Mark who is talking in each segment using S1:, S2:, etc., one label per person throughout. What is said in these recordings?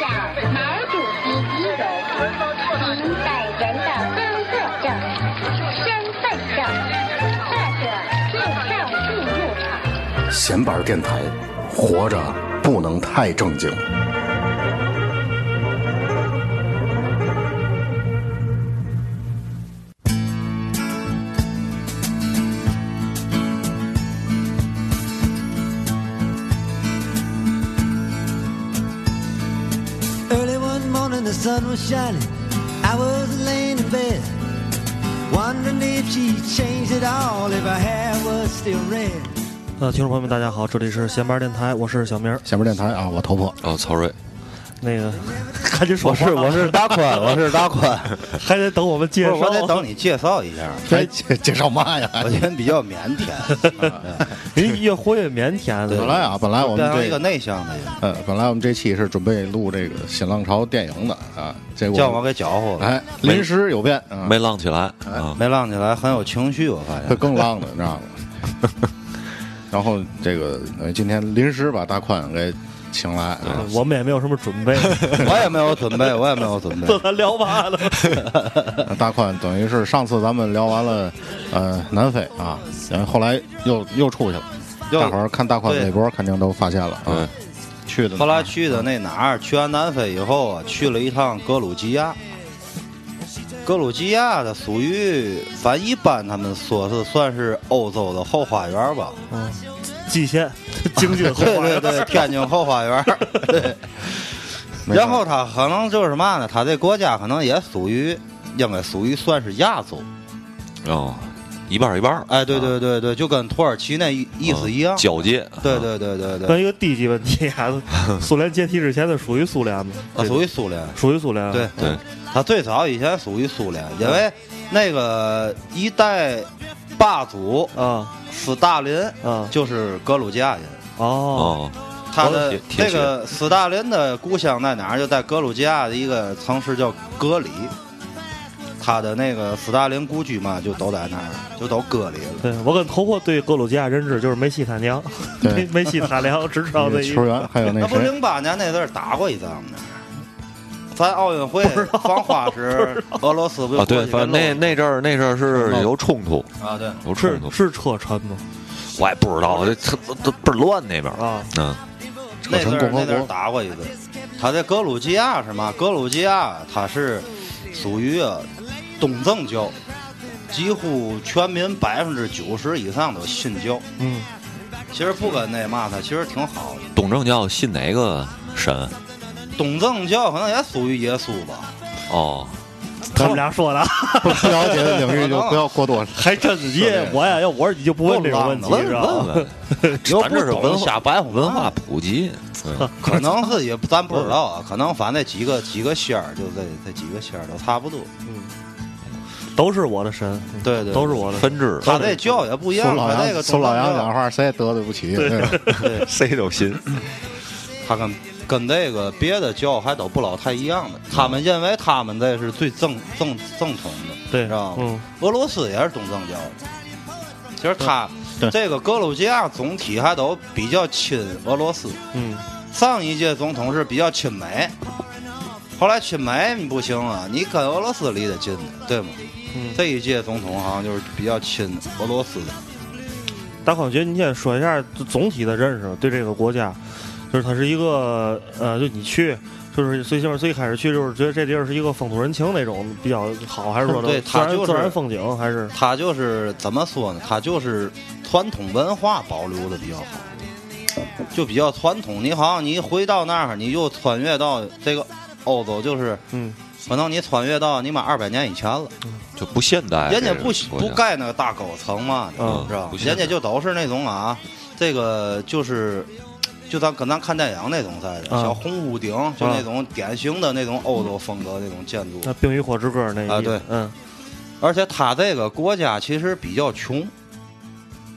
S1: 家长、毛主席遗容，您本人的工作证、身份证，或者护照进入场。
S2: 闲板电台，活着不能太正经。
S3: Early one morning, the sun was shining. I was laying in bed, wondering if she'd changed at all, if her hair was still red.
S4: 呃，听众朋友们，大家好，这里是闲班电台，我是小明儿。
S2: 闲板电台啊，我头破。
S5: 哦，曹睿，
S4: 那 个，赶紧说
S6: 我
S4: 话
S6: 是
S4: 啊
S6: 我是大宽，我是大 宽，
S4: 还得等我们介
S6: 不是
S4: 绍，
S6: 我得等你介绍一下，
S2: 还介介绍嘛呀？
S6: 我今天比较腼腆，
S4: 您越活越腆 腆
S2: 本
S4: 的。
S2: 来啊，本来我
S6: 变
S2: 们
S6: 成一
S2: 这
S6: 个内向的人，
S2: 呃，本来我们这期是准备录这个新浪潮电影的啊，结果
S6: 叫我给搅和了，
S2: 哎临时有变啊，
S7: 没浪起来啊！
S6: 没浪起来，很有情绪，我发
S2: 会
S6: 现。
S2: 更浪的，你知道吗？然后这个呃今天临时把大宽给请来啊，
S4: 我们也没有什么准 备，
S6: 我也没有准备，我也没有准备
S4: 这。咱聊完 了。
S2: 呃大宽等于是上次咱们聊完了呃南非啊，然后后来又又出去了。
S6: 又
S2: 大伙儿看大宽
S6: 对
S2: 微博肯定都发现了啊，去的呢
S6: 后来去的那哪儿？去完南非以后啊，去了一趟格鲁吉亚。格鲁吉亚的属于，咱一般他们说是算是欧洲的后花园吧。
S4: 嗯，蓟县，京津 后
S6: 对
S4: 花
S6: 对
S4: 园
S6: 对，天津后花园。 对，
S2: 没
S6: 然后他可能就是嘛呢？他这国家可能也属于，应该属于算是亚洲。
S7: 哦，一半儿一半儿。
S6: 哎，对
S7: 啊，
S6: 对对对，就跟土耳其那意思一样。
S7: 交界。
S6: 对
S7: 啊，
S6: 对对对对，
S4: 问一个低级问题啊， 苏联解体之前的属于苏联吗？
S6: 它啊属于苏联。
S4: 属于苏联啊。
S6: 对
S7: 对，
S6: 它最早以前属于苏联，因为那个一代霸主
S4: 啊
S6: 斯大林
S4: 啊
S6: 就是格鲁吉亚人。
S4: 哦，
S7: 哦，
S6: 他的
S7: 铁铁
S6: 那
S7: 血
S6: 个斯大林的故乡在哪儿？就在格鲁吉亚的一个城市叫格里，他的那个斯大林故居嘛，就都在那儿，就都隔离了。
S4: 对我跟头破对格鲁吉亚认知就是梅西他娘，
S2: 对
S4: 梅梅西他娘，只知道
S2: 那个
S4: 这一
S2: 球
S4: 个。
S2: 员还有那
S6: 那不
S2: 谁，
S6: 零八年那阵儿打过一仗吗？咱奥运会放花时，俄罗斯不就
S7: 啊，对，
S6: 过去
S7: 反正那
S6: 跟
S7: 那阵儿那阵儿是
S6: 哦
S7: 有冲突，
S6: 漏啊对，
S7: 有冲
S4: 是
S7: 突，
S4: 是车臣吗？
S7: 我也不知道，这这这倍儿乱那边儿。
S4: 啊，
S7: 嗯，
S6: 那阵
S2: 成
S6: 儿
S2: 共和
S6: 那阵儿
S2: 国
S6: 打过一个，他在格鲁吉亚是吗？格鲁吉亚它是属于啊东正教，几乎全民百分之九十以上都信教。
S4: 嗯，
S6: 其实不跟那嘛它其实挺好的。
S7: 东正教信哪个神？
S6: 东正教可能也属于耶稣吧，
S7: 哦，
S4: 他们俩说的啊，
S2: 不了解的领域就不要过多。
S4: 还 真是耶！我呀，要我你就不问这种问题，
S6: 问
S4: 知
S7: 问
S4: 道
S7: 问
S4: 吗？
S7: 问，
S6: 又
S7: 啊 咱这是
S6: 不懂
S7: 文
S6: 瞎
S7: 化
S6: 白话
S7: 文化普及。嗯
S6: 可能是也咱不知道啊，可能反正那几个几个仙儿，就这这几个仙儿都差不多。
S4: 都是我的神，
S6: 对对，
S4: 都是我的神。
S7: 分支
S6: 他这教也不一
S2: 苏
S6: 样，
S2: 老
S6: 他那
S2: 杨，
S6: 个
S2: 苏
S6: 东
S2: 老杨
S6: 正
S2: 讲
S6: 教，
S2: 话谁也得罪不起，对吧
S7: 谁都 信。
S6: 他跟跟那个别的教还都不老太一样的。他们认为他们这是最正正正统的，
S4: 对，
S6: 知道吗？
S4: 嗯，
S6: 俄罗斯也是东正教的，其实他
S2: 对
S6: 这个格鲁吉亚总体还都比较亲俄罗斯。
S4: 嗯，
S6: 上一届总统是比较亲美，后来亲美你不行啊，你跟俄罗斯离得近的，对吗？
S4: 嗯
S6: 这一届总统好像就是比较亲俄罗斯的。
S4: 大宽，我觉得你先说一下总体的认识，对这个国家，就是它是一个呃，就你去，就是最起码最开始去就是觉得这地儿是一个风土人情那种比较好，还是说
S6: 对
S4: 自
S6: 它
S4: 然
S6: 就是嗯
S4: 自然风景，还是
S6: 他就是怎么说呢？他就是传统文化保留的比较好，就比较传统。你好像你一回到那儿，你就穿越到这个欧洲，就是
S4: 嗯
S6: 可能你穿越到你妈二百年以前了。
S7: 就不现代，
S6: 人家
S7: 哎这个
S6: 不
S7: 国
S6: 不
S7: 家
S6: 盖那个大狗城嘛，
S4: 嗯
S6: 是吧
S7: 不？现
S6: 人
S7: 代
S6: 家就都是那种啊，这个就是。就咱跟咱看电影那种似的，
S4: 嗯
S6: 小红屋顶，就那种典型的那种欧洲风格那种建筑
S4: 那。《冰与火之歌》那一
S6: 啊对
S4: 嗯
S6: 而且他这个国家其实比较穷，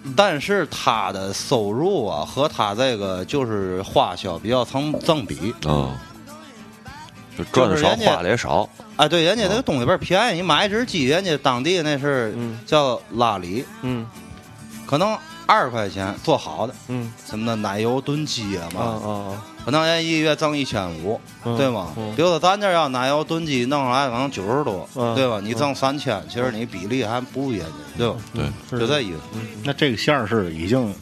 S4: 嗯
S6: 但是他的收入啊和他这个就是花销比较成正比。
S7: 嗯，就赚的少，
S6: 就是人家
S7: 花的也少，
S6: 哎，对，人家这个东西倍儿便宜，你买一只鸡，人家当地那是
S4: 嗯
S6: 叫拉里，
S4: 嗯
S6: 可能二十块钱做好的，
S4: 嗯
S6: 什么的奶油炖鸡啊
S4: 啊
S6: 嘛，
S4: 啊啊，
S6: 可能人一月挣一千五，
S4: 嗯
S6: 对吗？
S4: 嗯
S6: 比如说咱这要奶油炖鸡弄上来可能九十多，
S4: 嗯嗯
S6: 对吧？你挣三千，其实你比例还不如人家，对吧？
S7: 对，
S4: 是
S6: 就这意思。
S4: 嗯
S2: 那这个馅儿是已经，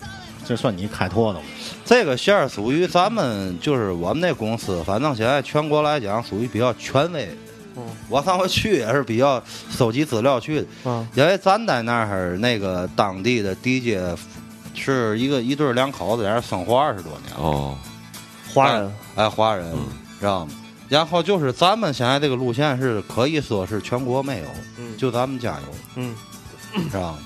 S2: 这算你开拓的吗？
S6: 这个馅儿属于咱们，就是我们那公司，反正现在全国来讲属于比较权威。
S4: 嗯
S6: 我上回去也是比较收集资料去的，
S4: 啊
S6: 因为咱在那儿那个当地的 DJ 是一个一对儿两口子在那儿生活二十多年了，
S7: 哦，
S4: 华人
S6: 哎，华人
S7: 嗯，
S6: 知道吗？然后就是咱们现在这个路线是可以说是全国没有，
S4: 嗯
S6: 就咱们家有。
S4: 嗯
S6: 知道吗？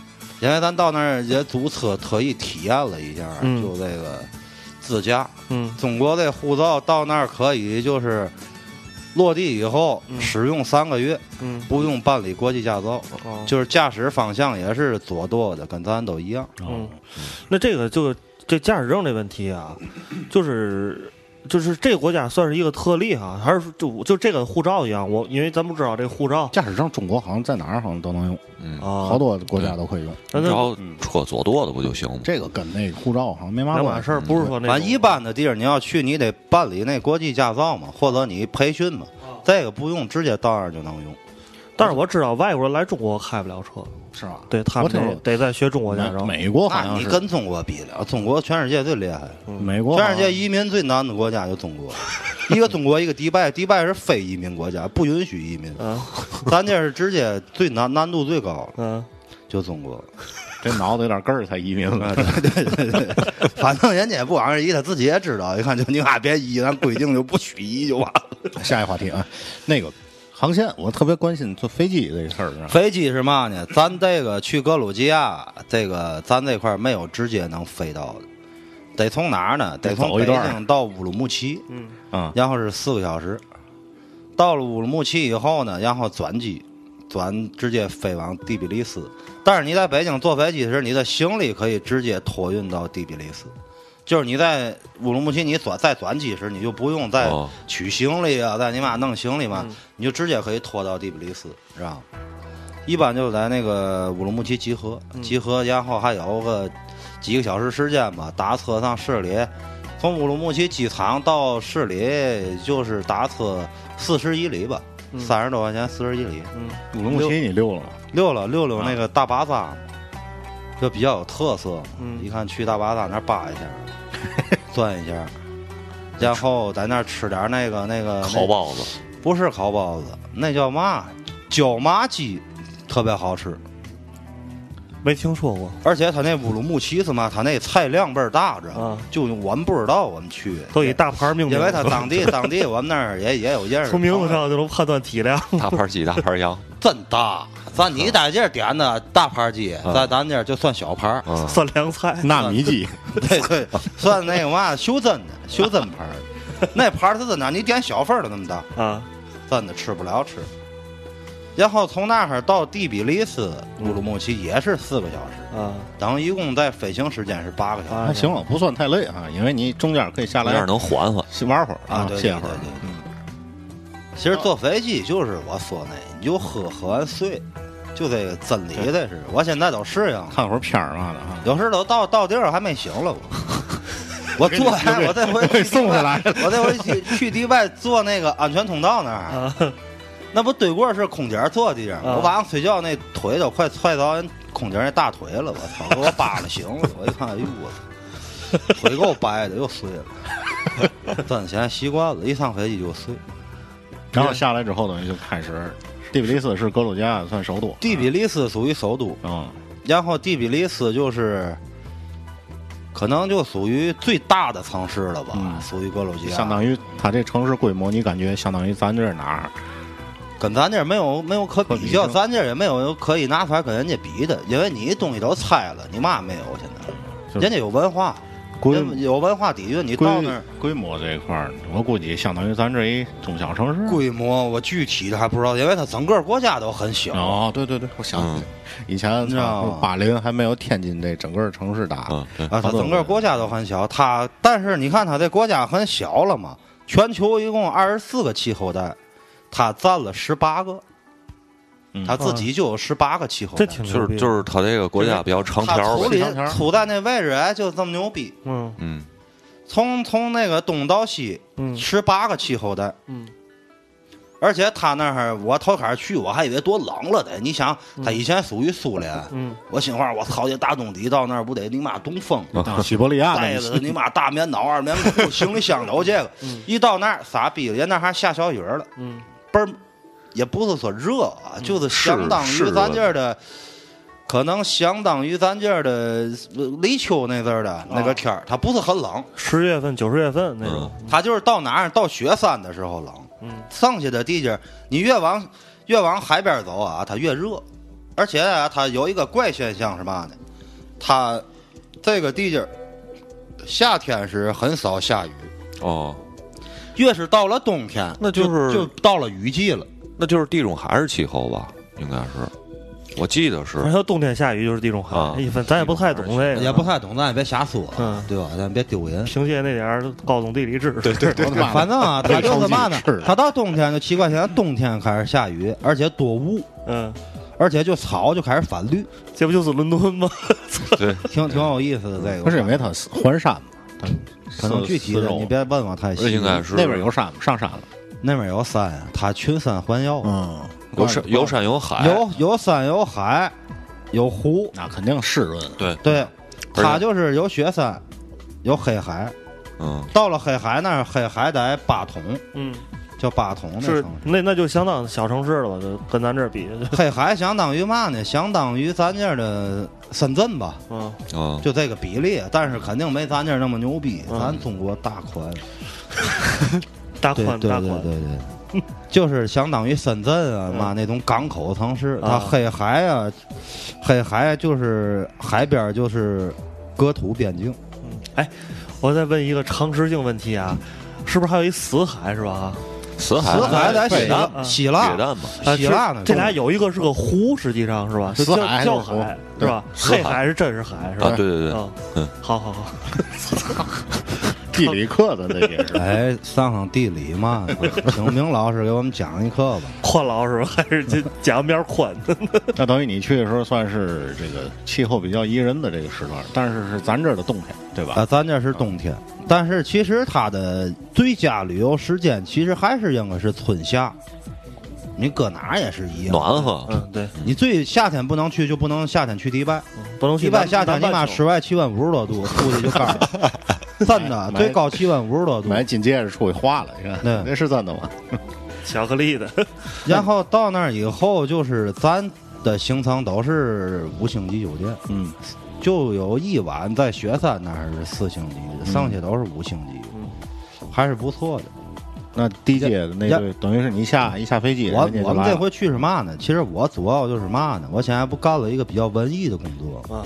S6: 因为咱到那儿也租车特意体验了一下，
S4: 嗯
S6: 就这个自驾。
S4: 嗯
S6: 中国这护照到那儿可以就是落地以后
S4: 嗯
S6: 使用三个月，
S4: 嗯
S6: 不用办理国际驾照，
S4: 哦
S6: 就是驾驶方向也是左舵的，跟咱都一样。
S4: 嗯，那这个就这驾驶证这问题啊，就是就是这个国家算是一个特例哈、还是就就这个护照一样，我因为咱不知道这护照
S2: 驾驶证中国好像在哪儿好像都能用，
S7: 嗯，
S4: 啊，
S2: 好多国家都可以用。
S4: 那
S7: 只
S4: 那
S7: 要车左舵的不就行吗？
S2: 这个跟那个护照好像没嘛
S4: 两
S2: 关
S4: 码
S2: 系
S4: 事。儿，不是说那
S6: 反正
S4: 种
S6: 一般的地儿你要去，你得办理那国际驾照嘛，或者你培训嘛，这个不用，直接到那儿就能用。
S4: 但是我知道外国人来中国开不了车，
S2: 是吧？
S4: 对他们
S2: 我听
S4: 得
S2: 说
S4: 得再学中国驾
S2: 美
S4: 照。
S2: 美国好
S6: 那
S2: 像
S6: 你
S2: 是
S6: 跟中国比了，中国全世界最厉害。
S2: 美国好
S6: 全
S2: 像，
S6: 世界移民最难的国家就中国，一个中国，一个迪拜，迪拜是非移民国家，不允许移民。
S4: 嗯
S6: 咱这是直接最难难度最高了，
S4: 嗯
S6: 就中国。
S2: 这脑子有点根儿才移民
S6: 啊
S2: 了。
S6: 反正人家也不往这移，他自己也知道。一看就你妈别移，咱规定就不许移就完了。
S2: 下一话题啊，那个航线，我特别关心坐飞机这个事儿啊。
S6: 飞机是嘛呢？咱这个去格鲁吉亚，这个咱这块儿没有直接能飞到的，得从哪儿呢？得从
S2: 走一
S6: 北
S2: 段儿
S6: 京到乌鲁木齐，
S4: 嗯
S2: 啊
S6: 然后是四个小时。到了乌鲁木齐以后呢，然后转机，转直接飞往第比利斯。但是你在北京坐飞机时，你的行李可以直接托运到第比利斯。就是你在乌鲁木齐，你转再转机时，你就不用再
S7: 哦
S6: 取行李啊，再你妈弄行李嘛，你就直接可以拖到第比利斯，知道吗？一般就在那个乌鲁木齐集合，集合，然后还有个几个小时时间吧，打车上市里，从乌鲁木齐机场到市里就是打车四十一里吧，三十多块钱四十一里，
S4: 嗯
S2: 乌鲁木齐你溜了吗？
S6: 溜了溜
S4: 啊
S6: 溜那个大巴扎，就比较有特色嘛。
S4: 嗯
S6: 一看去大巴扎那儿扒 一下，转一下，然后在那儿吃点那个那个
S7: 烤，包子，
S6: 那不是烤包子，那叫嘛椒麻鸡，特别好吃。
S4: 没听说过，
S6: 而且他那乌鲁木齐是嘛，他那菜量倍儿大，知道吗
S4: 啊？
S6: 就我们不知道，我们去
S4: 都以大牌儿命名，
S6: 因为他当 地当地我们那儿也也有认识，
S4: 从名字上就能判断体量。
S7: 大盘鸡，大盘羊，
S6: 真大。咱你在这儿点的大盘鸡，
S7: 啊
S6: 在咱这儿就算小盘儿。
S7: 嗯，
S4: 算凉菜，
S2: 纳米
S6: 啊
S2: 鸡，
S6: 对对，算那个嘛修真 的修真盘儿，那盘儿是真的，你点小份儿的那么大，
S4: 啊，
S6: 真的吃不了吃。然后从那儿到第比利斯乌鲁木齐也是四个小时，
S4: 啊
S6: 等于一共在飞行时间是八个小时
S2: 还啊行了，不算太累啊，因为你中间可以下
S7: 这样
S2: 来
S7: 能缓缓。
S2: 玩会儿
S6: 啊对对
S2: 啊歇
S6: 对
S2: 会
S6: 对
S2: 儿。嗯
S6: 对。其实坐飞机就是我说那，你就喝喝完睡，就这个真理这是。我现在都适应了，
S2: 看会儿片儿嘛的啊，
S6: 有时都到到地儿还没醒了我。我坐
S2: 又被
S6: 我这回
S2: 又被
S6: 去迪
S2: 送回来
S6: 拜我这回去去迪拜坐那个安全通道那儿，
S4: 啊，
S6: 那不对过是空姐儿坐的地儿吗，
S4: 啊
S6: 我晚上睡觉那腿都快踹到人空姐儿那大腿了，我操，给我扒了醒了，我一看，哎呦我操，腿够掰的，又碎了。真现在习惯了，一上飞机就碎。
S2: 然后下来之后等于就开始。第比利斯是格鲁吉亚算首都，
S6: 第比利斯属于首都，
S2: 嗯，
S6: 然后第比利斯就是，可能就属于最大的城市了吧，
S2: 嗯
S6: 属于格鲁吉亚，
S2: 相当于它这城市规模，你感觉相当于咱这是哪儿？
S6: 跟咱这儿没有没有可比较，
S2: 可比性
S6: 咱这儿也没有可以拿出来跟人家比的，因为你东西都拆了，你嘛也没有现在，
S2: 就是
S6: 人家有文化，
S2: 规
S6: 有有文化底蕴，你
S2: 规
S6: 到那儿
S2: 规模这一块儿，我估计相当于咱这一中小城市。啊
S6: 规模，我具体的还不知道，因为它整个国家都很小。
S2: 哦，对对对，我想起来，
S7: 嗯
S2: 以前
S6: 你知道吗
S2: 巴林还没有天津这整个城市大。
S7: 嗯，对，
S6: 啊，它整个国家都很小，它但是你看它这国家很小了嘛，全球一共二十四个气候带，它占了十八个
S2: 嗯，
S6: 它自己就有十八个气候带
S4: 这。挺啊
S7: 就
S4: 牛逼
S7: 是
S4: 的，
S7: 就是他这个国家比较长
S6: 它
S7: 条
S6: 处
S7: 呗，
S6: 理
S2: 长条
S6: 处在那位置，哎，就这么牛逼。
S4: 嗯
S7: 嗯，
S6: 从从那个东到西，
S4: 嗯
S6: 十八个气候带，
S4: 嗯，
S6: 而且它那儿我头开始去，我还以为多冷了的。你想，它以前属于苏联，
S4: 嗯，
S6: 我心话，我操，这大冬底到那儿不得你妈冻疯？
S2: 啊，西伯利亚
S6: 带
S2: 那
S6: 着你妈大棉袄、二棉裤、行李箱都这个，一到那儿傻逼了，人那还下小雨儿了，
S4: 嗯，
S6: 倍儿，也不是说热啊，就是相当
S7: 是
S6: 于
S7: 是
S6: 咱这儿的，可能相当于咱这儿的呃立秋那阵儿的那个天儿，它不是很冷，
S4: 十月份、九十月份那
S7: 嗯
S4: 种，
S6: 它就是到哪儿到雪山的时候冷，
S4: 嗯，
S6: 剩下的地界儿你越往越往海边儿走啊，它越热，而且啊，它有一个怪现象是嘛呢？它这个地界儿夏天是很少下雨，
S7: 哦，
S6: 越是到了冬天，
S7: 那
S6: 就
S7: 就是
S6: 就到了雨季了。
S7: 那就是地中海式气候吧，应该是，我记得是
S4: 反，正冬天下雨就是地中
S7: 啊
S4: 海，一分咱也不太懂这个，
S6: 也不太懂，咱也别瞎说，
S4: 啊嗯
S6: 对吧？咱别丢人。
S4: 凭借那点儿高中地理知识，对对，
S2: 我的妈呀
S6: 反正啊，它就是嘛呢
S2: 被超级吃，
S6: 它到冬天就奇怪，现在冬天开始下雨，而且多雾，
S4: 嗯，
S6: 而且就草就开始反绿，
S4: 这不就是伦敦吗？
S7: 对，
S6: 挺挺有意思的这个。
S2: 不是因为它环山嘛，它
S6: 可能具体的你别问我太细。
S7: 应该是
S2: 那边有山吗？上山了。
S6: 那边有山啊，它群山环绕，
S2: 嗯，
S7: 有山有山有海，
S6: 有有山有海，有湖，
S2: 那肯定湿润。
S7: 对，
S6: 对，
S7: 而且
S6: 它就是有雪山，有黑海。
S7: 嗯，
S6: 到了黑海那儿，黑海在巴统，
S4: 嗯，
S6: 叫巴统那城
S4: 是
S6: 市。
S4: 那那就相当小城市了吧，就跟咱这儿比，就
S6: 黑海相当于嘛呢？相当于咱这儿的深圳吧，
S4: 嗯，
S7: 嗯，
S6: 就这个比例，但是肯定没咱这儿那么牛逼。
S4: 嗯
S6: 咱中国大宽，
S4: 大
S6: 对
S4: 宽
S6: 对
S4: 大
S6: 对
S4: 宽
S6: 对，对， 就是相当于深圳啊
S4: 嗯
S6: 嘛那种港口城市，它
S4: 啊
S6: 黑海啊，黑海就是海边儿就是隔土边境，
S4: 嗯哎，我再问一个常识性问题啊，是不是还有一死海是吧？
S7: 死
S4: 啊
S7: 海，
S6: 死海在希
S7: 北
S6: 腊，
S4: 嗯
S6: 希
S7: 大，
S6: 腊，
S7: 嘛，
S4: 啊
S6: 希腊呢？
S4: 这俩有一个是个湖，实际上是吧？就
S2: 死
S4: 叫
S2: 海
S4: 叫
S2: 是湖
S4: 海是吧？
S7: 死
S4: 黑
S7: 海
S4: 海是真是海是吧？
S7: 啊，对对对，
S4: 嗯，
S7: 嗯
S4: 好好好，
S2: 地理课的那也是。
S6: 哎，上上地理嘛， 请明老师给我们讲一课 吧。
S4: 宽老是吧？还是这讲面儿宽 的？
S2: 那等于你去的时候算是这个气候比较宜人的这个时段，但是是咱这儿的冬天，对吧？
S6: 啊，咱这是冬天，但是其实它的最佳旅游时间其实还是应该是春夏。你搁哪儿也是一样，
S7: 暖和，
S4: 嗯，对，
S6: 你最夏天不能去，就不能夏天去迪拜。
S4: 不能去
S6: 迪拜
S4: 南
S6: 夏天
S4: 南
S6: 你妈
S4: 半球
S6: 室外气温五十多度，出去就干儿了，真的
S2: 买
S6: 最高气温五十多度。
S2: 买金戒指出去花了，你看
S6: 嗯对
S2: 那是真的吗？
S4: 巧克力的，
S6: 然后到那儿以后，就是咱的行程都是五星级酒店，
S2: 嗯，
S6: 就有一晚在雪山那儿是四星级的，剩下都是五星级，还是不错的。
S2: 那地接的那
S6: 呀
S2: 个等于是你一下一下飞机，
S6: 我
S2: 人家就
S6: 我们
S2: 来
S6: 这
S2: 了，
S6: 回去是嘛呢？其实我主要就是嘛呢？我现在不干了一个比较文艺的工作，
S4: 啊，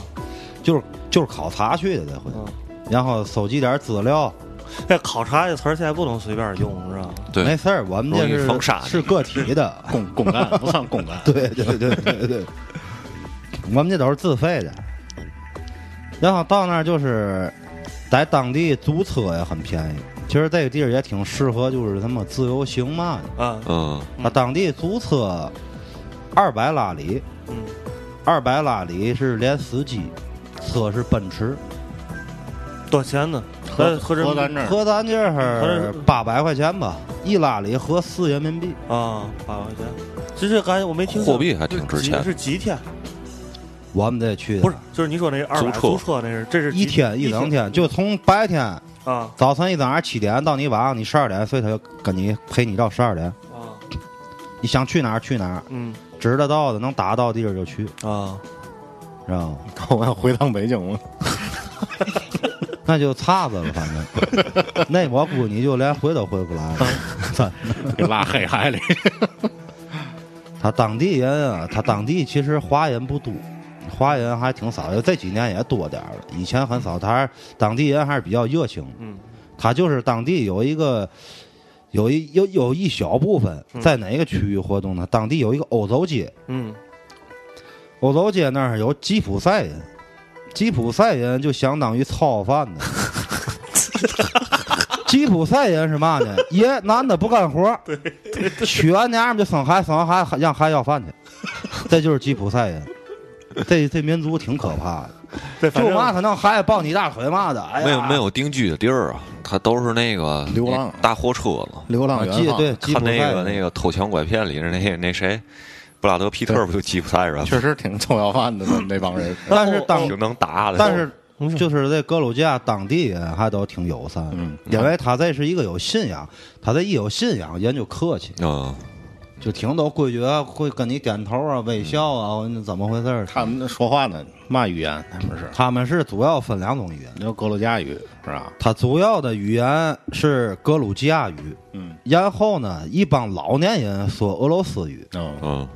S6: 就是就是考察去的这回，
S4: 嗯
S6: 然后搜集点资料。
S4: 那考察这词儿现在不能随便用，是吧？
S6: 没
S7: 对，
S6: 事儿，我们
S7: 容易
S6: 这
S7: 封
S6: 是
S7: 杀你
S6: 是个体的，
S2: 公公干不算公干
S6: 对对对对对，我们这都是自费的。然后到那儿就是，在当地租车也很便宜。其实这个地儿也挺适合，就是他妈自由行嘛的。
S4: 啊，
S7: 嗯，
S6: 啊，当地租车二百拉里，
S4: 嗯，
S6: 二百拉里是连司机，车是奔驰，
S4: 多少钱呢？合合人
S2: 和
S4: 民
S2: 咱这儿
S6: 合咱这
S4: 合
S6: 儿
S4: 着
S6: 八百块钱吧，一拉里合四人民币。
S4: 啊，八百块钱。其实刚才我没听
S7: 货币还挺值钱
S4: 是几天？
S6: 我们这去
S4: 不是，就是你说那二
S7: 租
S4: 百
S7: 车
S4: 租车那是，这是
S6: 一
S4: 几
S6: 天一整天，就从白天
S4: 啊
S6: 早晨一早上七点到你晚上你十二点，所以他就跟你陪你到十二点。
S4: 啊，
S6: 你想去哪儿去哪儿，
S4: 嗯
S6: 指得到的能打到地儿就去，
S4: 啊，
S6: 知道吗？
S2: 我要回趟北京，我
S6: 那就岔子了，反正那我估计你就连回都回不来了。 咱
S2: 啊给拉黑海 里。
S6: 他当地人啊，他当地其实华人不多，华人还挺少的，这几年也多点儿了，以前很少。他还当地人还是比较热情，
S4: 嗯，
S6: 他就是当地有一个。有一有有一小部分
S2: 嗯
S6: 在哪个区域活动呢？当地有一个欧洲街，
S4: 嗯
S6: 欧洲街那儿有吉普赛人，吉普赛人就相当于糙饭的。吉普赛人是嘛呢？爷男的不干活，娶完娘们就生孩子，生完孩子让孩子要饭去，这就是吉普赛人。这这民族挺可怕的，
S4: 这反
S6: 就嘛
S4: 正
S6: 可能孩子抱你大腿嘛的，哎呀，
S7: 没有没有定居的地儿啊，他都是那个
S2: 流浪
S7: 搭货车了。
S2: 流浪
S6: 啊吉
S2: 原
S6: 对
S2: 汉，
S6: 吉
S7: 看
S6: 普赛
S7: 那个
S6: 人
S7: 那个偷抢拐骗里的那那谁，布拉德皮特不就吉普赛人吗？
S2: 确实挺臭要饭的那那帮 人。
S6: 但是当
S7: 挺能打的。
S6: 但是
S4: 没事
S6: 就是这格鲁吉亚当地人还都挺友善，
S2: 嗯，
S6: 因为他这是一个有信仰，他这一有信仰人就客气，
S7: 嗯，
S6: 就挺懂规矩啊，会跟你点头啊、微笑啊，你怎么回事儿？
S2: 嗯他们那说话呢，嘛语言他们是？
S6: 他们是主要分两种语言，
S2: 有格鲁吉亚语是吧？
S6: 它主要的语言是格鲁吉亚语，
S2: 嗯，
S6: 然后呢，一帮老年人说俄罗斯语，
S2: 嗯，
S7: 嗯，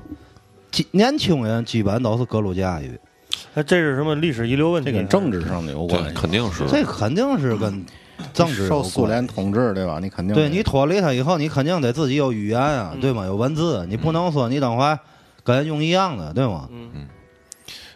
S6: 基年轻人基本都是格鲁吉亚语，
S4: 哎这是什么历史遗留问
S2: 这
S4: 题？
S2: 跟政治上的有关
S7: 对，
S2: 系。
S7: 肯定是。
S6: 这肯定是跟政治
S2: 嗯
S6: 有
S2: 受苏
S6: 关
S2: 联统治对吧？你肯定
S6: 对你脱离它以后，你肯定得自己有语言啊，
S7: 嗯
S6: 对吗？有文字，你不能说你等会儿跟人用一样的，对吗？
S7: 嗯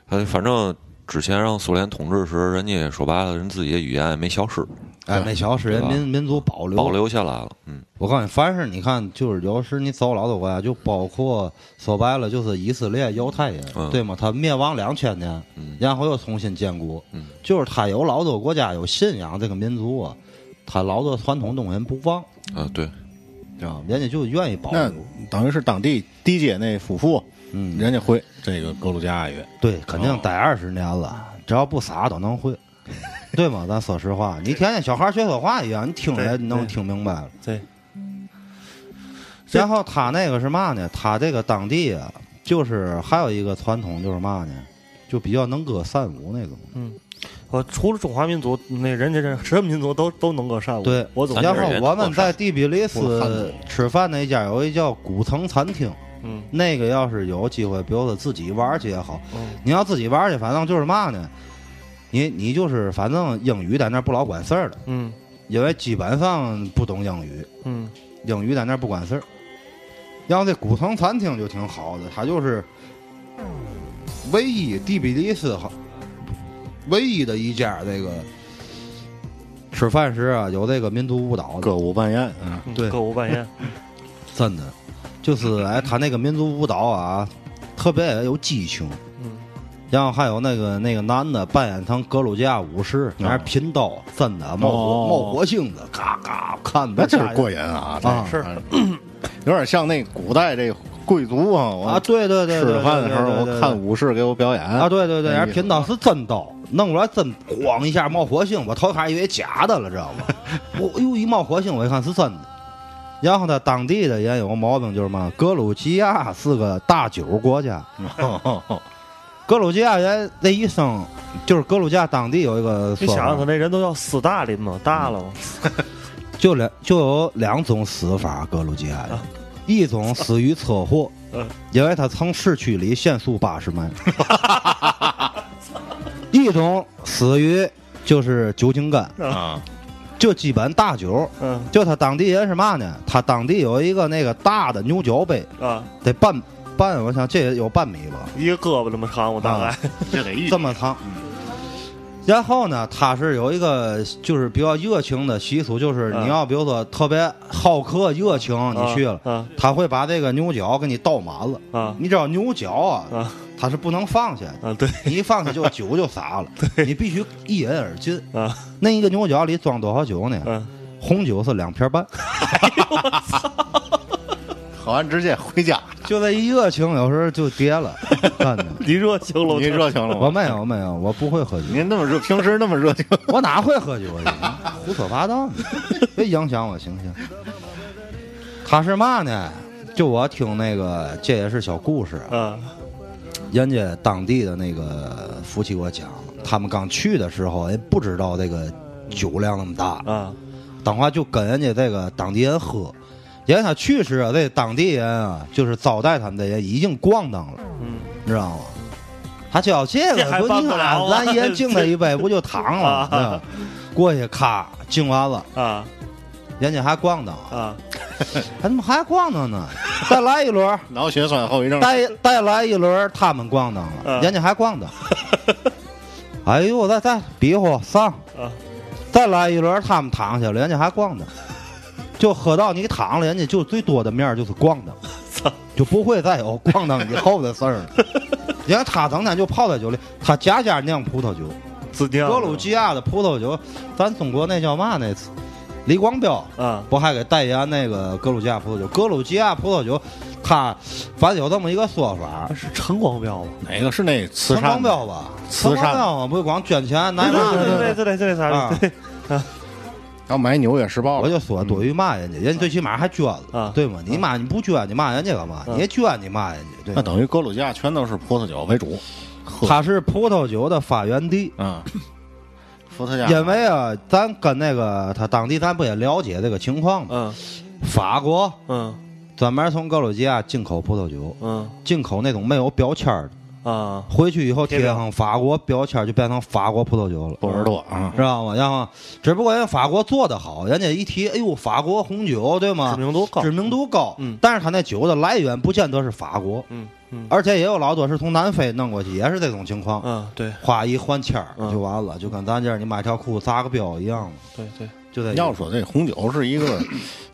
S7: 他反正之前让苏联统治时，人家说白了，人自己的语言也没消失，
S6: 哎，那小使人
S7: 对吧
S6: 民民族保留。
S7: 保留下来了。嗯，
S6: 我告诉你，凡是你看，就是有时你走老多国家，就包括说白了，就是以色列犹太人，
S7: 嗯
S6: 对吗？他灭亡两千年，
S7: 嗯
S6: 然后又重新建国，
S7: 嗯
S6: 就是他有老多国家有信仰这个民族啊，他老多传统东西人不忘，
S7: 啊，对，
S6: 知道吗？人家就愿意保
S2: 那
S6: 留。
S2: 等于是当地低阶那夫妇，
S6: 嗯，
S2: 人家会这个格鲁吉亚语。
S6: 对，肯定
S2: 哦
S6: 待二十年了，只要不傻都能会，对吗？咱说实 话，你天天小孩学说话一样，你听着
S4: 对
S6: 你能
S4: 对
S6: 听明白了。
S4: 对。
S6: 然后他那个是嘛呢？他这个当地啊，就是还有一个传统就是嘛呢？就比较能歌善舞那种。
S4: 我除了中华民族，那人家这什么民族都都能歌善舞。
S6: 对，
S4: 我总
S7: 咱
S4: 觉
S6: 然
S7: 这
S4: 得
S7: 儿
S6: 后
S7: 也
S6: 我们在第比利
S2: 我看过
S6: 斯吃饭那家有一叫古城餐厅，
S4: 嗯
S6: 那个要是有机会，比如说自己玩儿去也好，
S4: 嗯
S6: 你要自己玩儿去，反正就是嘛呢？你你就是反正英语在那儿不老管事儿了。
S4: 嗯
S6: 因为基本上不懂英语，
S4: 嗯
S6: 英语在那儿不管事儿。然后这古城餐厅就挺好的，它就是唯一第比利斯好唯一的一家这个吃饭时啊有这个民族舞蹈的，
S2: 歌舞扮演，嗯，
S4: 嗯，
S6: 对
S4: 歌舞 扮演，
S6: 真的就是哎，他那个民族舞蹈啊，特别有激情。
S4: 嗯，
S6: 然后还有那个那个男的扮演成格鲁吉亚武士，那还拼刀，真的冒火
S2: 哦
S6: 冒火星子，嘎嘎看的
S2: 那真是过瘾啊！这
S6: 啊
S4: 是
S2: 有点像那古代这贵族啊，我
S6: 啊，对对对，
S2: 吃着饭的时候，我看
S6: 舞
S2: 武士给我表演
S6: 啊，对对对，
S2: 那
S6: 人
S2: 意思
S6: 拼刀是真刀，弄出来真咣一下冒火星，我头一开始以为假的了，知道吗？我哎呦一冒火星，我一看是真的。然后呢，当地的人有个毛病就是嘛，格鲁吉亚是个大酒国家，格鲁吉亚人这一生就是格鲁吉亚当地有一个
S4: 你
S6: 说
S4: 想
S6: 法
S4: 想，他，那人都叫斯大林嘛，大了嘛，
S6: 就两就有两种死法，格鲁吉亚人，一种死于车祸
S4: 嗯，
S6: 因为他从市区里限速八十迈； 一种死于就是酒精肝，
S2: 啊，
S6: 就基本大酒。
S4: 嗯
S6: 就他当地人是嘛呢？他当地有一个那个大的牛角杯，
S4: 啊，
S6: 得半半，我想这也有半米吧，
S4: 一个胳膊那么长，我大
S6: 啊
S4: 概，
S2: 这得一
S6: 这么长。然后呢，他是有一个就是比较热情的习俗，就是
S4: 嗯
S6: 你要比如说特别好客热情，你去了，
S4: 啊
S6: 他会把这个牛角给你倒满了。
S4: 啊
S6: 你知道牛角啊，
S4: 啊
S6: 它是不能放 下的，
S4: 啊，对
S6: 你一放下就酒就洒了，你必须一饮而尽。
S4: 啊
S6: 那一个牛角里装多少酒呢？
S4: 嗯，
S6: 红酒是两瓶 半，
S2: 喝完直接回家，
S6: 就这一热情，有时候就跌了。真的，
S4: 你热情了，我
S2: 您热情了
S6: 我
S2: 吗？
S6: 没有没有，我不会喝酒，
S2: 您那么热，平时那么热 情，
S6: 我哪会喝酒啊？你胡说八道呢，别影响我形象。他是嘛呢？就我听那个，这也是小故事啊，
S4: 啊
S6: 人家当地的那个夫妻给我讲，他们刚去的时候也哎不知道这个酒量那么大，
S4: 啊
S6: 等会就跟人家这个当地人喝。人家他去时啊，这当地人啊，就是招待他们的人已经咣当了，
S4: 嗯
S6: 你知道吗？他就要这
S4: 这还
S6: 个，说你
S4: 办不
S6: 俩
S4: 了啊
S6: 咱爷敬他一杯，不就糖了？
S4: 啊
S6: 嗯过去咔敬完了，
S4: 啊
S6: 人家还逛荡，
S4: 啊
S6: 还怎么还逛荡 呢？再来一轮儿，
S2: 脑血栓后遗 症，
S6: 再再来一轮儿，他们逛荡了，
S4: 嗯
S6: 人家还逛荡。哎呦，再再比划上，
S4: 啊！
S6: 再来一轮儿，他们躺下了，人家还逛荡，就喝到你躺了，人家就最多的面儿就是逛荡，就不会再有逛荡以后的事儿了。人家他整天就泡在酒里，他家家酿葡萄酒，
S4: 自酿
S6: 格鲁吉亚的葡萄酒，咱中国那叫嘛那次，李光标
S4: 啊
S6: 不还给代言那个格鲁吉亚葡萄酒？格鲁吉亚葡萄酒，它反正有这么一个说法，
S4: 是陈光标吧？
S2: 哪个是那慈
S6: 陈光
S2: 善的？
S6: 标吧？
S2: 慈善
S6: 陈光标嘛，不是光捐钱拿嘛
S4: 对对
S6: 的？
S4: 对对对
S6: 啊
S4: 对对
S2: 要买《纽约时报》
S6: 我就说多余骂人家，人家最起码还捐了
S4: 啊，
S6: 对吗？你骂你不捐，你骂人家干嘛？
S4: 嗯
S6: 你也捐，你骂人家，对
S2: 啊那
S6: 吗？
S2: 等于格鲁吉亚全都是葡萄酒为主，喝
S6: 它是葡萄酒的发源地，
S2: 啊， 伏特加
S6: 因为啊，咱跟那个他当地咱不也了解这个情况
S2: 啊
S6: 吗？
S4: 嗯
S6: 法国
S4: 嗯
S6: 专门从格鲁吉亚进口葡萄酒，
S4: 嗯
S6: 进口那种没有标签儿的，
S4: 啊
S6: 回去以后
S4: 贴
S6: 贴
S4: 标
S6: 上法国标签儿就变成法国葡萄酒了。
S2: 波尔多啊，
S6: 知道吗？然后，只不过人家法国做的好，人家一提，哎呦，法国红酒，对吗？
S4: 知名度高
S6: 啊知名度高。
S4: 嗯
S6: 但是他那酒的来源不见得是法国，
S4: 嗯嗯
S6: 而且也有老多是从南非弄过去，也是这种情况，
S4: 嗯对
S6: 花一换签儿
S4: 嗯
S6: 就完了，就跟咱这儿你买条裤扎个标一样，
S4: 对对
S6: 就这意思。
S2: 要说这红酒是一 个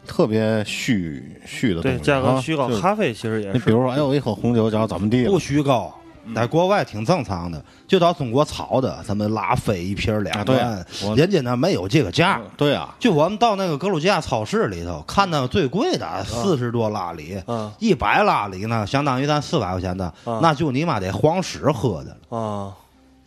S2: 特别虚虚的东
S4: 对，
S2: 西，
S4: 价格
S2: 啊
S4: 虚高
S2: 就，是
S4: 咖啡其实也
S2: 你比
S4: 是
S2: 如说，哎呦，我一喝红酒，觉怎么地了
S6: 不虚高，
S4: 嗯
S6: 在国外挺正常的，就到中国炒的，咱们拉菲一瓶儿两
S2: 啊对
S6: 万
S2: 啊，我
S6: 人家那没有这个价
S4: 嗯
S6: 儿。
S2: 对啊，
S6: 就我们到那个格鲁吉亚超市里头看那个最贵的四十多拉里，
S4: 嗯
S6: 一百拉里呢，相当于咱四百块钱的，
S4: 嗯
S6: 那就你妈得黄屎喝的了。
S4: 啊，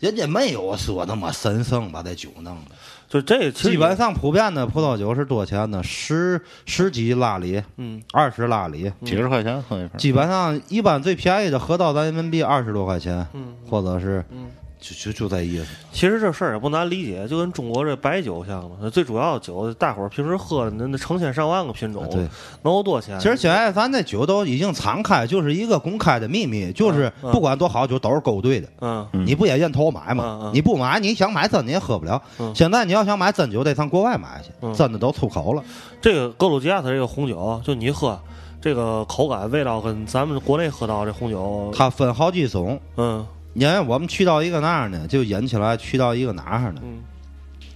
S6: 人家没有说那么神圣把这酒弄的，
S4: 就这其实
S6: 基本上普遍的葡萄酒是多少钱呢？十十几拉里，
S4: 嗯
S6: 二十拉里，
S2: 几十块钱喝一瓶，
S6: 基本上一般最便宜的合到咱人民币二十多块钱，
S4: 嗯
S6: 或者是
S4: 嗯。
S6: 就就就这意思，
S4: 其实这事儿也不难理解，就跟中国这白酒像的，最主要的酒，大伙儿平时喝的那那成千上万个品种，
S6: 啊对
S4: 能有多少钱？
S6: 其实现在咱这酒都已经敞开，就是一个公开的秘密，就是
S4: 嗯嗯
S6: 不管多好酒都是勾兑的。
S4: 嗯，
S2: 嗯
S6: 你不也认头买吗？
S4: 嗯嗯
S6: 你不买，你想买真你也喝不了。
S4: 嗯
S6: 现在你要想买真酒，得上国外买去，
S4: 嗯
S6: 真的都出口了。
S4: 这个格鲁吉亚它这个红酒，就你喝，这个口感味道跟咱们国内喝到这红酒，
S6: 它分好几种，
S4: 嗯
S6: 因为我们去到一个那儿呢，就引起来去到一个哪儿呢？
S4: 嗯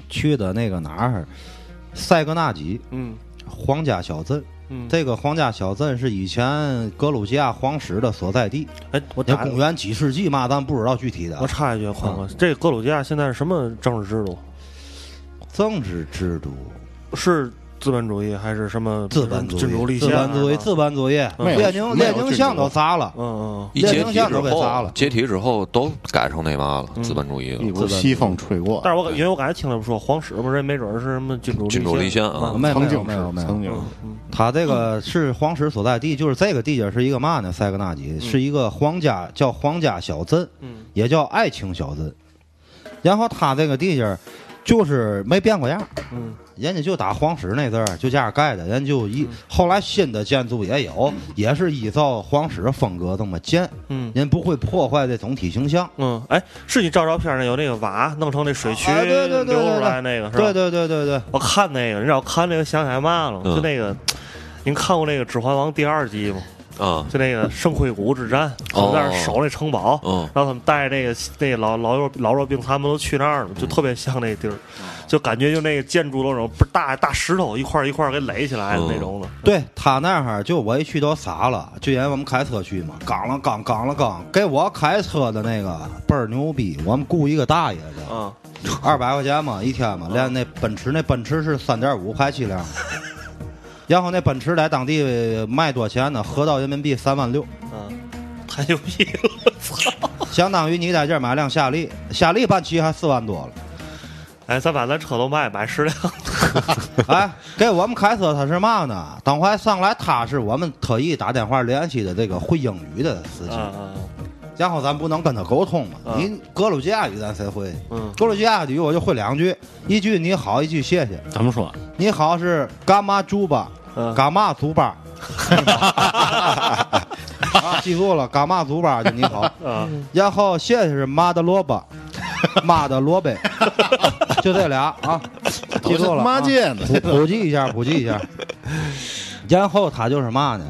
S6: 去的那个哪儿，塞格纳吉
S4: 嗯
S6: 皇家小镇。
S4: 嗯，
S6: 这个皇家小镇是以前格鲁吉亚皇室的所在地，
S4: 哎，我
S6: 也
S4: 打
S6: 公元几世纪嘛，咱不知道具体的啊
S4: 我。插一句，宽宽，这格鲁吉亚现在是什么政治制度？
S6: 政治制度，
S4: 是资本主义还是什么
S6: 资本主义，
S4: 君主立
S6: 资
S4: 宪啊？
S6: 本主义，资本主义，
S2: 没有
S6: 列宁
S2: 没有
S6: 列
S2: 君
S6: 宁
S2: 主
S6: 像都砸了。
S4: 嗯
S7: 一解
S6: 列
S7: 体
S6: 宁像
S7: 之
S6: 都被砸
S7: 后啊
S6: 了，嗯
S7: 解体之后都改成那嘛了，资本主义
S2: 一
S7: 了。
S2: 股西风吹过
S4: 嗯，，但是我因为我刚才听他们说皇室不是没准儿是什么君主
S7: 君主立
S4: 宪
S7: 宪啊
S6: 没有没
S2: 曾
S6: 有
S2: 经
S6: 没
S2: 是
S6: 有没有
S2: 曾经
S4: 嗯
S2: 是
S4: 嗯
S6: 他这个是皇室所在地，就是这个地界是一个嘛呢？塞格纳吉是一个皇家叫皇家小镇，
S4: 嗯
S6: 也叫爱情小镇。然后他这个地界就是没变过样，
S4: 嗯
S6: 人家就打皇室那字儿就这样盖的，人就一后来新的建筑也有，也是依照皇室风格这么建，
S4: 嗯
S6: 人不会破坏这总体形象。
S4: 嗯，哎，是你照照片儿那有那个瓦弄成那水渠、
S6: 啊对对对对
S4: 流
S6: 对
S4: 出来那个是吧？
S6: 对对对对对，
S4: 我看那个，你知道我看那个想起来嘛了吗？
S7: 嗯
S4: 就那个，您看过那个《指环王》第二集吗？
S7: 啊，
S6: 嗯
S4: 就那个圣盔谷之战，他们在那儿守那城堡，
S7: 哦嗯
S4: 然后他们带着那个那个老老弱老弱病残们都去那儿了，就特别像那地儿，
S7: 嗯
S4: 就感觉就那个建筑都那种不是大大石头一块儿一块儿给垒起来的
S7: 嗯
S4: 那种的。
S6: 对他那哈儿，就我一去都傻了，就因为我们开车去嘛，刚了刚刚了刚，给我开车的那个倍儿牛逼，我们雇一个大爷的，
S4: 嗯，
S6: 二百块钱嘛一天嘛，连那奔驰那奔驰是三点五排气量， 然后那奔驰在当地卖多少钱呢？合到人民币三万六，
S4: 嗯，太牛逼了！我操！
S6: 相当于你在这儿买辆夏利，夏利半期还四万多了。
S4: 哎，咱把咱车都卖，买十辆。
S6: 哎，给我们开车他是嘛呢？等会上来他是我们特意打电话联系的这个会英语的司机。
S7: 嗯
S4: 啊
S6: 然后咱不能跟他沟通嘛。
S4: 嗯
S6: 你格鲁吉亚语咱谁会？
S4: 嗯
S6: 格鲁吉亚语我就会两句，一句你好，一句谢谢。
S2: 怎么说？
S6: 你好是干嘛猪吧
S4: 嗯？
S6: 干嘛猪吧？
S4: 啊
S6: 记住了，嘎嘛祖巴就你 好。
S4: 啊，
S6: 然后谢谢是妈的萝 卜，妈的萝卜，就这俩啊，记住了啊。
S2: 妈界呢？
S6: 普普及一下，普及一下。然后他就是嘛呢？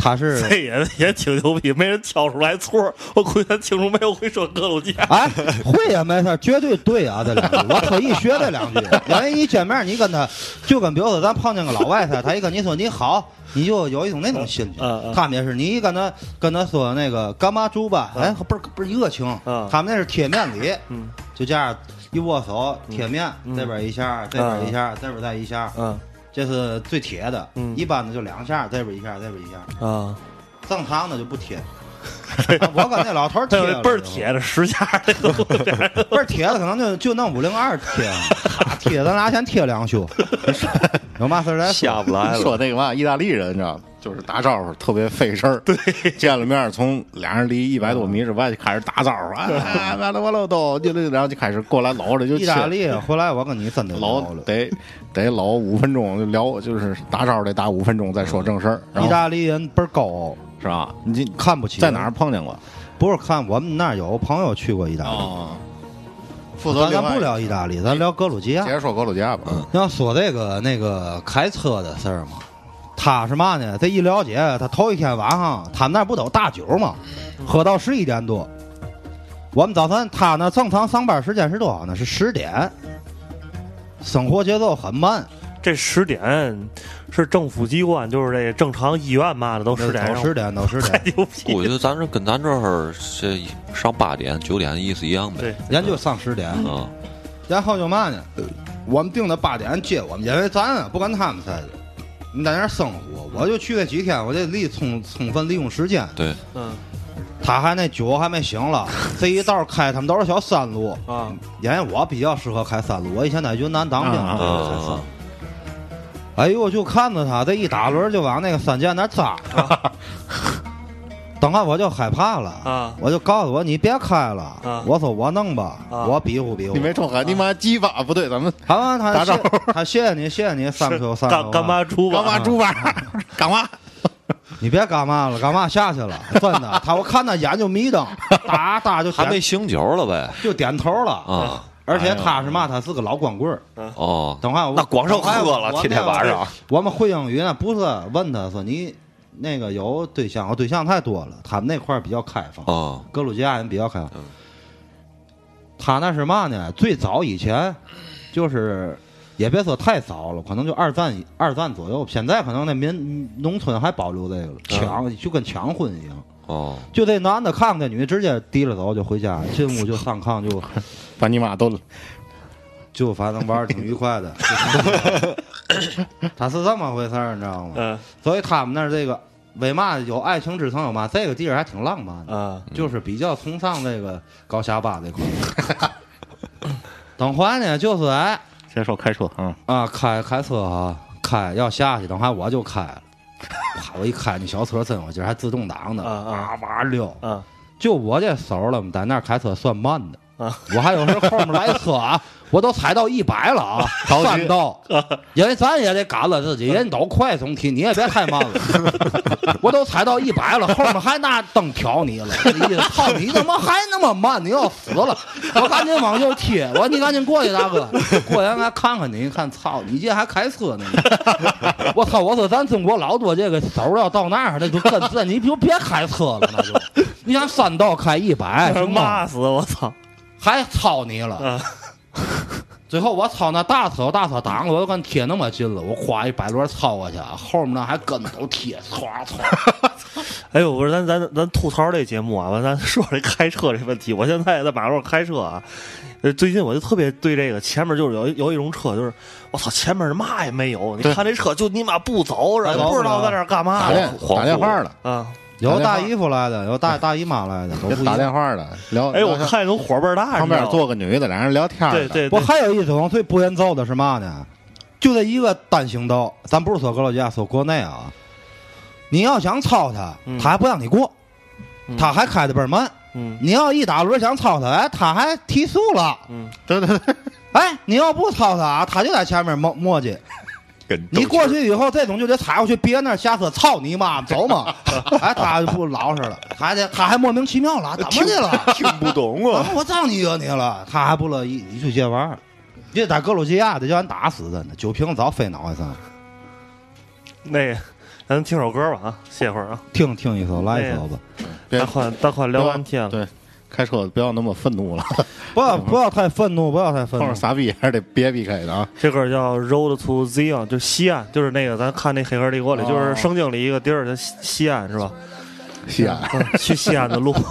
S6: 他是
S4: 这也也挺牛逼，没人挑出来错儿。我估计他听众没有会说格鲁吉亚。
S6: 哎，会也没事儿，绝对对啊！这两句，我特意学这两句，因为一见面你跟他，就跟比如说咱碰见个老外似的，他一跟你说你好，你就有一种那种心情
S4: 嗯嗯。
S6: 他们也是，你一跟他跟他说那个干嘛猪吧，哎，不是不是一个情
S4: 嗯，
S6: 他们那是贴面礼，
S4: 嗯
S6: 就这样一握手贴面，
S4: 嗯
S6: 这边一下，这边一下，这边再一下，
S4: 嗯
S6: 这是最铁的
S4: 嗯，
S6: 一般的就两下，这边一下，这边一下，
S4: 啊，
S6: 正常的就不贴。我跟那 老头儿
S4: 他
S6: 贴
S4: 有
S6: 了
S4: 那倍儿
S6: 之后
S4: 铁的十下 那个，
S6: 不是铁的，可能就就弄五零二 贴，贴咱俩先贴两 宿，有嘛事儿再说。
S7: 下不来
S2: 说
S7: 了。
S2: 那个嘛，意大利人，你知道，就是打招呼特别费事儿。对，见了面儿，从俩人离一百多米之外就开始打招呼，哎，完了完了都，就然后就开始过来搂着 就
S6: 意
S2: 亲
S6: 大利回来，我跟你真的
S2: 搂
S6: 聊了。
S2: 得得搂五分钟就聊，就是打招呼得打五分钟再说正事儿，然
S6: 意
S2: 后
S6: 大利人倍儿高，
S2: 是吧？你这
S6: 看不起。
S2: 在哪儿？碰见过？
S6: 不是看我们那儿有朋友去过意大利，
S2: 哦，负责
S6: 咱
S2: 另
S6: 咱
S2: 外
S6: 不，聊意大利，咱聊格鲁吉亚
S2: 接。着说格鲁吉亚吧。嗯，
S6: 要说这个那个开车的事儿嘛，他是嘛呢？这一了解，他头一天晚上，他们那儿不都大酒嘛，喝到十一点多。我们早晨他那正常上班时间是多少呢？是十点。生活节奏很慢，
S4: 这十点是政府机关，就是这正常医院嘛的都十点
S6: 到
S4: 上，
S6: 十点到十
S4: 太
S6: 点，
S4: 牛逼
S7: 我
S4: 了。
S7: 觉得咱这跟咱这儿这上八点九点意思一样呗。
S4: 对，
S6: 人就上十点。
S7: 啊，
S6: 然后就嘛呢？我们定的八点接我们，因为咱啊不跟他们似的，你在那儿生活，我就去这几天，我得利充充分利用时间。
S7: 对，
S4: 嗯
S6: 他还那酒还没醒了，这一道开他们都是小山路，
S4: 啊，
S6: 因为我比较适合开山路，我以前在云南当兵
S2: 啊
S6: 嘛，我开山
S7: 啊
S6: 哎呦，就看着他这一打轮就往那个山涧那扎，等下我就害怕了
S4: 啊
S6: 我就告诉我你别开了，
S4: 啊
S6: 我说我弄吧，
S4: 啊
S6: 我比划比划。
S2: 你没冲喊，你妈鸡巴不对，咱们
S6: 喊完他
S2: 打招呼
S6: 谢他谢谢你，谢谢你，三口啊三
S4: 干
S6: 口。
S4: 干妈猪
S2: 干
S4: 吧，
S2: 嘛猪吧，干嘛？
S6: 你别干嘛了，干嘛下去了？真的，他我看他眼就迷瞪，哒哒就
S7: 还没
S6: 点
S7: 醒酒了呗？
S6: 就点头了。
S7: 啊，
S6: 而且他是嘛，他是个老光棍儿。
S7: 哦，
S6: 等会儿我
S7: 那光剩喝了
S6: 等哎会儿我
S7: 天天啊晚上。
S6: 我们会英语呢，不是问他说你那个有对象，我对象太多了，他们那块儿比较开放，
S7: 哦，嗯
S6: 格鲁吉亚人比较开放。他那是嘛呢？最早以前就是。也别说太早了，可能就二战二战左右。现在可能那民农村还保留这个了，
S7: 嗯
S6: 抢就跟抢婚一样。
S7: 哦，
S6: 就这男的看看这女，直接提了走就回家，进屋就上炕就
S2: 把你妈都
S6: 就反正玩儿挺愉 快的。他是这么回事儿，你知道吗？
S4: 嗯
S6: 所以他们那儿这个为嘛有爱情之城有嘛？这个地儿还挺浪漫的，
S4: 啊
S2: 嗯
S6: 就是比较崇尚这个高下巴这块儿。 等会儿呢，就是哎
S2: 先说开车，嗯，
S6: 啊，开开车啊，开要下去，等会儿我就开了。啪！我一开那小车真有劲儿，还自动挡呢，
S4: 啊啊
S6: 哇哇溜。
S4: 啊
S6: 就我这手了嘛，在那儿开车算慢的。
S4: 啊
S6: 我还有时候后面来车啊，我都踩到一百了啊，三道，因为咱也得赶了自己，人都快总体，你也别太慢了。我都踩到一百了，后面还拿灯挑你了，我的意思操你怎么还那么慢？你要死了！我赶紧往右贴，我说你赶紧过去，大哥，过去来看看你，一看操，你这还开车呢？我操！我说咱中国老多这个手要到那儿，那就跟这你就别开车了，那就你想三道开一百， 行吗
S4: 骂？死我操！
S6: 还操你了。
S4: 啊
S6: 最后我操那大车，大车挡了，我都跟贴那么近了，我夸一百轮超过去，后面那还跟头贴，唰唰。
S4: 哎呦，我说咱咱咱吐槽这节目啊，完咱说这开车这问题。我现在也在马路上开车啊，呃，最近我就特别对这个前面就是有一有一种车，就是我操，前面嘛也没有，你看这车就尼玛不走，然后不知道在那儿干嘛
S2: 打
S4: 呢
S2: 电打电话了，
S4: 啊！
S6: 有
S2: 打
S6: 大
S2: 电话
S6: 姨夫来的，有大大姨妈来的，都
S2: 也
S6: 不一
S2: 打
S6: 样。
S2: 电话了，聊。
S4: 哎，我
S2: 聊天
S4: 看有火倍儿大，
S2: 旁边
S4: 你知道吗
S2: 坐个女的，俩人聊天儿
S4: 对
S2: 呢。
S4: 对，
S6: 我
S4: 对
S6: 还有一种最不人揍的是嘛呢？就这一个单行道，咱不是说格鲁吉亚，说国内啊，你要想超他
S4: 嗯，
S6: 他还不让你过，
S4: 嗯
S6: 他还开的倍儿慢。
S4: 嗯
S6: 你要一打轮想超他，哎，他还提速了。
S4: 嗯
S2: 对对对，
S6: 哎，你要不超他，他就在前面磨磨叽。
S7: 个斗
S6: 你
S7: 气儿
S6: 过去以后，这种就得踩过去，别那儿下车，操你妈，走嘛！哎，他就不老实了，他这他还莫名其妙了，怎么的了？
S8: 听不懂
S6: 然
S8: 啊，
S6: 后我让你惹你了，他还不乐意，你就这玩意儿。这在格鲁吉亚得叫人打死的呢，酒瓶早飞脑袋上了。
S4: 那个咱听首歌吧啊，歇会儿啊。
S6: 听听一首，来一首吧，
S2: 别
S4: 大款大款聊半天了，
S2: 对，开车不要那么愤怒了，
S6: 不要不要太愤怒，不要太
S2: 碰
S6: 愤怒
S2: 上。傻逼还是得别避开的 啊。
S4: 这歌叫《Road to Zion》，就是西安，就是那个咱看那《黑客帝国》
S2: 哦
S4: 里，就是圣经里一个地儿叫西西安，是吧？
S2: 西安，
S4: 嗯去西安的路。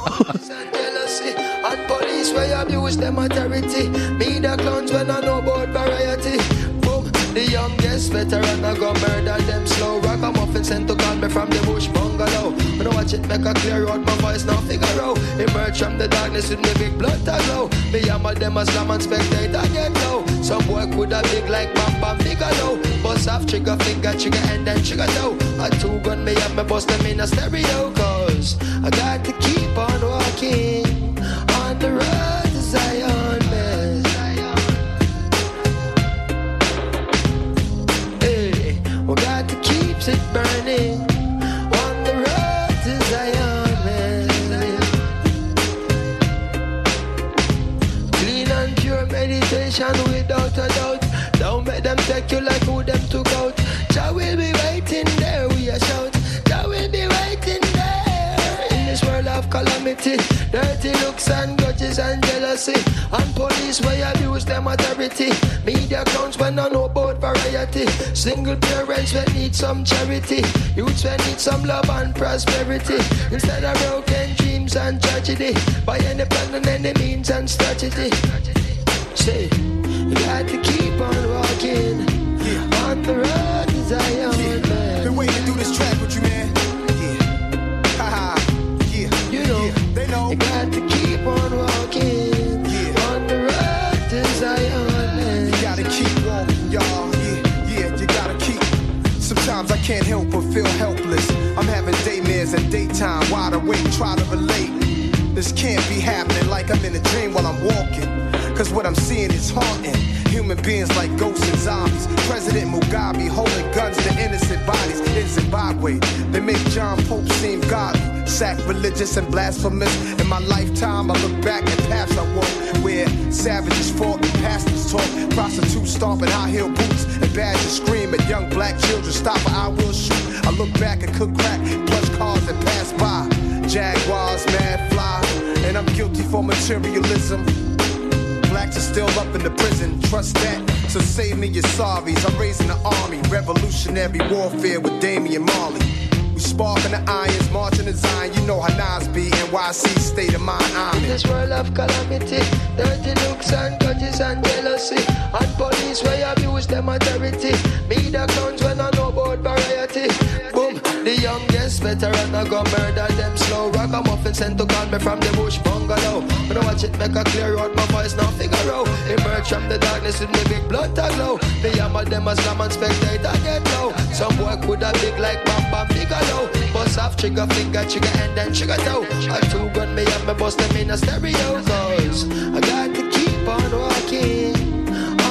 S9: and jealousy And police where you abuse them authority Me the clowns when I know about variety Boom, the youngest veteran I go murder them slow Rock a muffin sent to call me from the bush bungalow But I watch it make a clear out my voice now figure out Emerge from the darkness with me big blood to glow Me yammer them a slam and spectator get low Some boy could have big like Bam Bam Bigelow Bust off trigger finger trigger and then trigger toe A two gun me up me bust them in a stereo cause I got to keep on walking on the road to Zion, man. Hey, we got to keep it burning on the road to Zion, man. Clean and pure meditation without a doubt. Don't make them take you like who them took out. Jah will be waiting there, we a shout. Jah will be waiting there. In this world of calamity, dirty looks and grudges and jealousy. And police way abuse them authority. Media accounts when I know about variety. Single parents we need some charity. Youths we need some love and prosperity. Instead of broken dreams and tragedy. By any plan and any means and strategy. Say, you got to keep on walking. On the road to Zion,
S8: Been
S9: man.
S8: waiting to do this track with you, man. Yeah. Haha. Yeah.
S9: You know.
S8: Yeah. They know.
S9: You got to keep on walking.
S8: Yeah.
S9: On the road to Zion,
S8: You
S9: man.
S8: gotta keep walking, y'all. Yeah, yeah, you gotta keep. Sometimes I can't help but feel helpless. I'm having daymares at daytime, wide awake, try to relate. This can't be happening like I'm in a dream while I'm walking. Cause what I'm seeing is haunting. Human beings like ghosts and zombies. President Mugabe holding guns to innocent bodies in Zimbabwe. They make John Pope seem godly, sacrilegious and blasphemous. In my lifetime, I look back at paths I walk where savages fought and pastors talk, prostitutes stomping high heel boots, and badgers scream at young black children. Stop or I will shoot. I look back and cook crack, plus cars that pass by. Jaguars, mad fly, and I'm guilty for materialism. Blacks are still up in the prison, trust that. So save me your sorries. I'm raising the army, revolutionary warfare with Damian Marley. We sparking the irons, marching the Zion. You know how Nas be, NYC state of mind. I'm
S9: In
S8: in.
S9: this world of calamity, dirty looks and grudges and jealousy, and police way abuse them authority. Media clowns when I know about variety. Boom, the youngest veteran I go murder them slow. Rock a muffin sent to call me from the bush bungalow. When I watch it make a clear out my voice now figure out. Emerge from the darkness with me big blunt and glow. Me hammer them a slam and spectator get low. Some boy could a big like Bam Bam Bigelow. Bust off trigger finger, trigger and then trigger toe. I two gun me up, me bust them in a stereo. Cause I got to keep on walking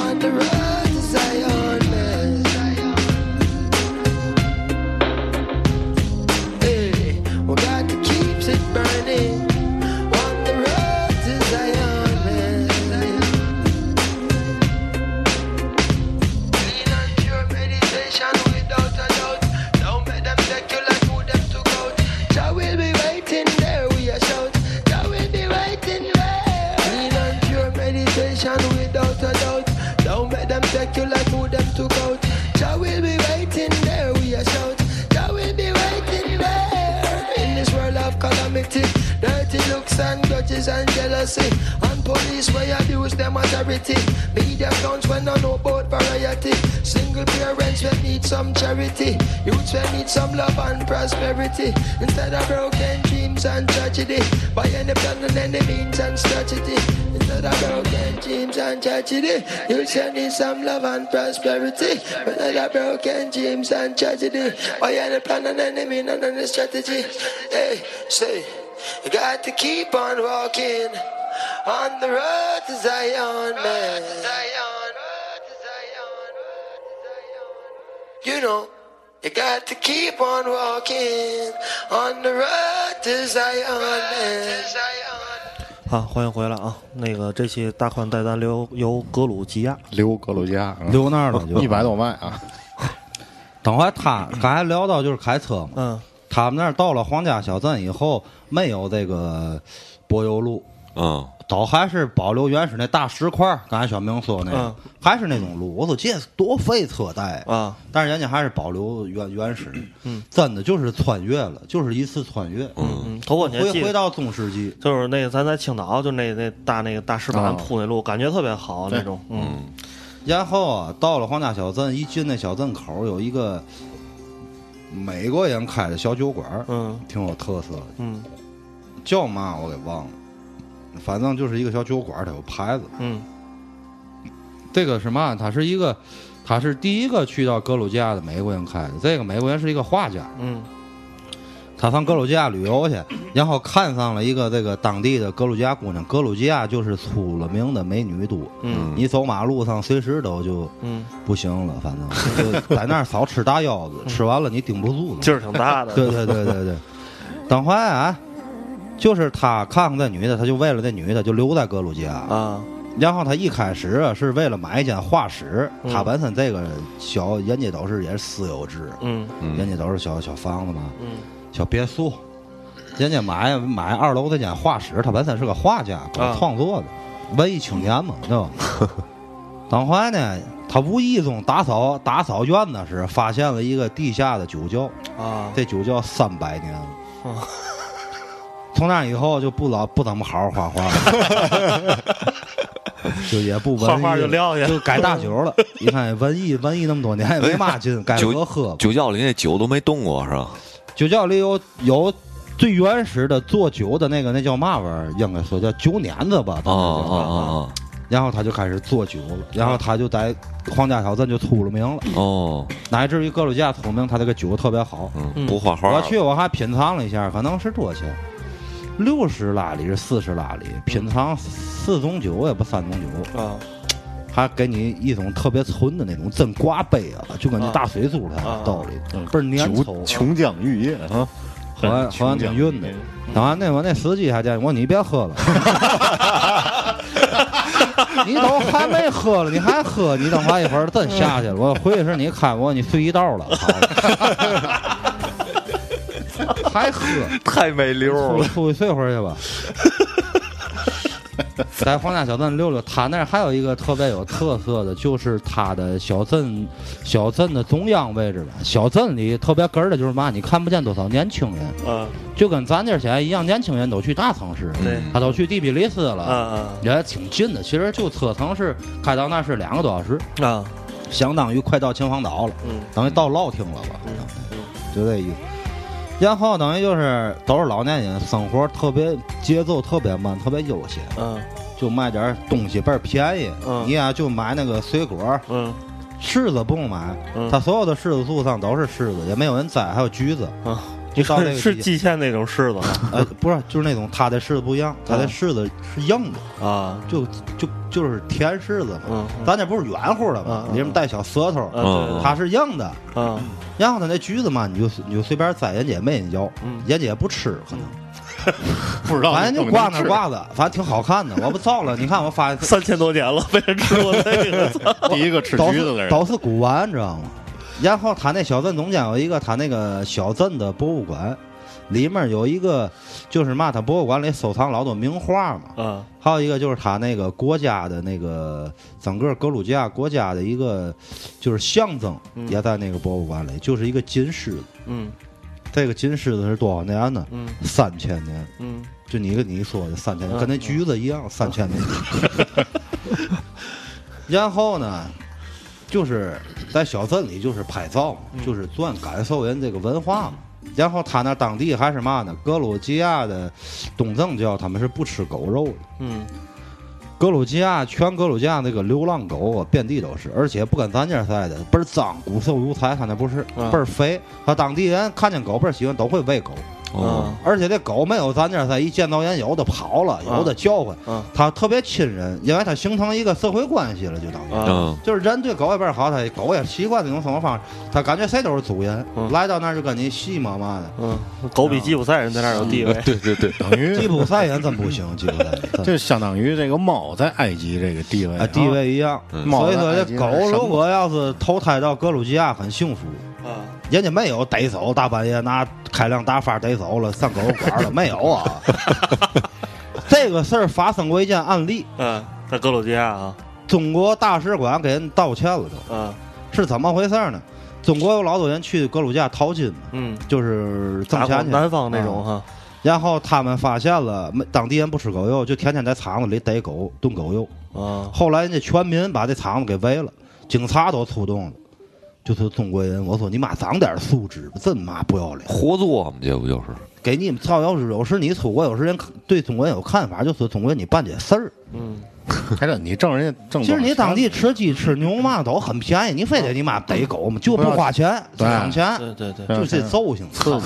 S9: on the road to Zion, man. Hey, we got to keep it burning on the road to Zion, man. Clean and pure meditation without a doubt. Don't make them take you like who them took out. Jah will be waiting there, we a shout. Jah will be waiting there. Clean and pure meditation without a doubt. Don't make them take you like who them took out. Jah will be waiting there, we a shout. Jah will be waiting there. In this world of calamity, dirty looks and grudges and jealousy, and police way abuse them authority. Media clowns when I know about variety. Single parents we need some charity. Youths we need some love and prosperity. Instead of broken dreams and tragedy, by any plan and any means and strategy. Instead of broken dreams and tragedy, youths we need some love and prosperity. Instead of broken dreams and tragedy, by any plan and any means and any strategy. Hey, say, you got to keep on walking. On the road to Zion, man. you know, you got to keep on walking on the road to Zion.
S4: 好，欢迎回来啊！那个这期大款带单流由格鲁吉亚，
S2: 留格鲁吉亚，嗯
S6: 留那儿了就
S2: 呃一百多迈啊，
S6: 等会儿他刚才聊到就是开车嘛，
S4: 嗯，
S6: 他们那儿到了皇家小镇以后，没有这个柏油路，
S7: 嗯，
S6: 都还是保留原始那大石块儿。刚才小明说那个，
S4: 嗯
S6: 还是那种路，我说这多费车带
S4: 啊！
S6: 但是人家还是保留原原始， 嗯，真的就是穿越了，就是一次穿越，嗯，
S4: 嗯，头过年
S6: 回
S4: 记
S6: 回到中世纪。
S4: 就是那个咱在青岛，就那那大那个大石板
S2: 啊
S4: 铺那路，感觉特别好那种，嗯
S6: 然后啊，到了皇家小镇，一进那小镇口儿有一个美国人开的小酒馆儿，
S4: 嗯
S6: 挺有特色的，
S4: 嗯
S6: 叫嘛我给忘了，反正就是一个小酒馆儿，它有牌子。
S4: 嗯
S6: 这个是嘛？他是一个，他是第一个去到格鲁吉亚的美国人开的。这个美国人是一个画家，
S4: 嗯
S6: 他上格鲁吉亚旅游去，然后看上了一个这个当地的格鲁吉亚姑娘。格鲁吉亚就是出了名的美女都，
S4: 嗯
S6: 你走马路上随时都就
S4: 嗯，
S6: 不行了，反正就在那儿少吃大腰子，吃完了你顶不住 了。
S4: 劲儿挺大的，
S6: 对对对对对，等会儿啊，就是他看上这女的，他就为了这女的就留在格鲁吉亚啊
S4: 啊，
S6: 然后他一开始啊是为了买一间画室，
S4: 嗯
S6: 他本身这个小人家都是也是私有制，
S4: 嗯
S6: 人家都是小小房子嘛，
S4: 嗯
S6: 小别墅，人家买买二楼这间画室，他本身是个画家，
S4: 啊
S6: 搞创作的，文艺青 年嘛，对吧？等会儿呢，他无意中打扫打扫院子时，发现了一个地下的酒窖，
S4: 啊，
S6: 这酒窖三百年了。
S4: 啊
S6: 从那以后就不老不怎么好好画画了，就也不文艺，
S4: 画画就撂下
S6: 就改大酒了。你看文艺文艺那么多年也没嘛劲，改革喝吧。
S7: 酒窖里那酒都没动过是吧？
S6: 酒窖里有有最原始的做酒的那个，那叫嘛玩意儿？应该说叫酒碾子
S7: 啊
S6: 吧，当时
S7: 啊
S6: 叫。
S7: 啊啊！
S6: 然后他就开始做酒了，然后他就在皇家小镇就出了名了，
S7: 哦，
S6: 乃至于格鲁吉亚出名，他这个酒特别好。
S7: 嗯，
S4: 嗯
S7: 不画画
S6: 我
S7: 了，
S6: 去，我还品尝了一下，可能是多少钱？六十拉里是四十拉里，品尝四种酒也不三种酒，
S4: 啊
S6: 还给你一种特别纯的那种真挂杯啊，就跟那
S4: 啊
S6: 大水珠它
S4: 啊
S6: 道理倍儿粘
S2: 酒
S6: 稠，
S2: 琼浆玉液
S6: 嗯
S2: 啊，
S6: 好像好像挺晕的。然后那我那司机还建议我，你别喝了，你都还没喝了，你还喝，你等会儿一会儿真下去了。我回去时你看我，你睡一道了，好 还喝。
S7: 太没溜
S6: 出去。出去睡会儿去吧。在皇家小镇溜溜，他那儿还有一个特别有特色的，就是他的小镇，小镇的中央位置吧。小镇里特别哏儿的就是嘛，你看不见多少年轻人，
S4: 啊，
S6: 就跟咱这儿现在一样，年轻人都去大城市，
S4: 对
S6: 他都去第比利斯了，
S4: 啊啊
S6: 也挺近的。其实就车程是开到那是两个多小时，
S4: 啊，
S6: 相当于快到秦皇岛了。
S4: 嗯
S6: 等于到落听了吧，就这意思。然后等于就是都是老年人，生活特别节奏特别慢，特别悠闲，
S4: 嗯
S6: 就卖点东西倍儿便宜。
S4: 嗯
S6: 你呀就买那个水果，
S4: 嗯
S6: 柿子不用买，
S4: 嗯
S6: 它所有的柿子树上都是柿子，也没有人摘，还有橘子。
S4: 啊，
S6: 就到那 个
S4: 是 是
S6: 季节
S4: 蓟县那种柿子吗
S6: 呃，不是，就是那种它的柿子不一样，它的
S4: 嗯
S6: 柿子是硬的，
S4: 啊
S6: 就就就是甜柿子嘛。
S4: 嗯嗯
S6: 咱这不是圆乎的嘛
S4: 嗯，嗯
S6: 里面带小舌头，
S4: 啊对
S6: 它是硬的。
S4: 啊
S6: 然后呢，那橘子嘛，你就你就随便摘，人家也没人要，
S2: 嗯
S6: 人家也不吃，可能
S2: 不知道
S6: 反
S2: 你能不
S6: 正就
S2: 能
S6: 挂那
S2: 吃
S6: 挂着，反正挺好看的。我 不造了，你看我发现
S4: 三千多年了，没人吃过那个， 操
S2: 第一个吃
S6: 都
S2: 橘子的
S6: 是
S2: 人，
S6: 都是古玩，你知道吗？然后他那小镇中间有一个他那个小镇的博物馆，里面有一个就是嘛，他博物馆里收藏老多名画嘛，
S4: 啊
S6: 还有一个就是他那个国家的那个整个格鲁吉亚国家的一个就是象征，
S2: 嗯
S6: 也在那个博物馆里，就是一个金狮子。
S4: 嗯
S6: 这个金狮子是多少年呢？
S4: 嗯
S6: 三千年。
S4: 嗯
S6: 就你跟你说的三千年，
S4: 嗯
S6: 跟那橘子一样，三千年。 然后呢，就是在小镇里就是拍照嘛，
S4: 嗯
S6: 就是转感受人这个文化嘛。然后他那当地还是嘛呢？格鲁吉亚的东正教他们是不吃狗肉的。
S4: 嗯
S6: 格鲁吉亚全格鲁吉亚那个流浪狗啊，遍地都是，而且不跟咱这儿似的倍儿脏，骨瘦如柴。他那不是
S4: 啊
S6: 倍儿肥，他当地人看见狗倍儿喜欢，都会喂狗。
S7: 哦，
S6: 而且这狗没有咱这儿它一见到人有的跑了，有的叫唤，
S4: 嗯
S6: 它特别亲人，因为它形成一个社会关系了，就等于。
S4: 啊
S7: 嗯，
S6: 就是人对狗也倍儿好，它狗也习惯这种生活方式，它感觉谁都是主人，
S4: 嗯
S6: 来到那儿就跟你戏嘛嘛的。
S4: 嗯，狗比吉普赛人在那儿有地位
S7: 呃，对对对，
S2: 等
S6: 吉
S2: 于
S6: 普赛人真不行，吉 普赛人真
S2: 这相当于这个猫在埃及这个地位
S6: 啊地位一样。
S7: 嗯
S2: 猫
S6: 所以
S2: 在
S6: 说，
S2: 埃
S6: 这
S2: 及是
S6: 狗
S2: 什么
S6: 如果要是投胎到格鲁吉亚，很幸福。
S4: 啊，
S6: 人家没有逮走，大半夜拿开辆大发逮走了，上狗肉馆了，没有啊？这个事儿发生过一件案例，
S4: 嗯，在格鲁吉亚啊，
S6: 中国大使馆给人道歉了都，
S4: 嗯
S6: 是怎么回事儿呢？中国有老多人去格鲁吉亚淘金嘛，
S4: 嗯，
S6: 就是挣
S4: 打
S6: 钱去，
S4: 南方那
S6: 啊
S4: 种哈，
S6: 然后他们发现了，没当地人不吃狗肉，就天天在厂子里逮狗炖狗肉。
S7: 嗯
S4: 啊，
S6: 后来人家全民把这厂子给围了，警察都出动了。就是中国人，我说你妈长点素质吧，真妈不要脸！
S7: 活作嘛，这不 就是？
S6: 给你们造谣是有时你出国，有时人对中国人有看法，就说中国人你办这事儿。
S4: 嗯，
S2: 还得你挣人家挣多少钱。嗯
S6: 其实你当地吃鸡吃牛嘛都很便宜，你非得你妈逮狗嘛，就不花钱，就
S2: 对
S6: 两钱，
S4: 啊对对对，
S2: 对
S6: 就这揍性
S2: 刺激，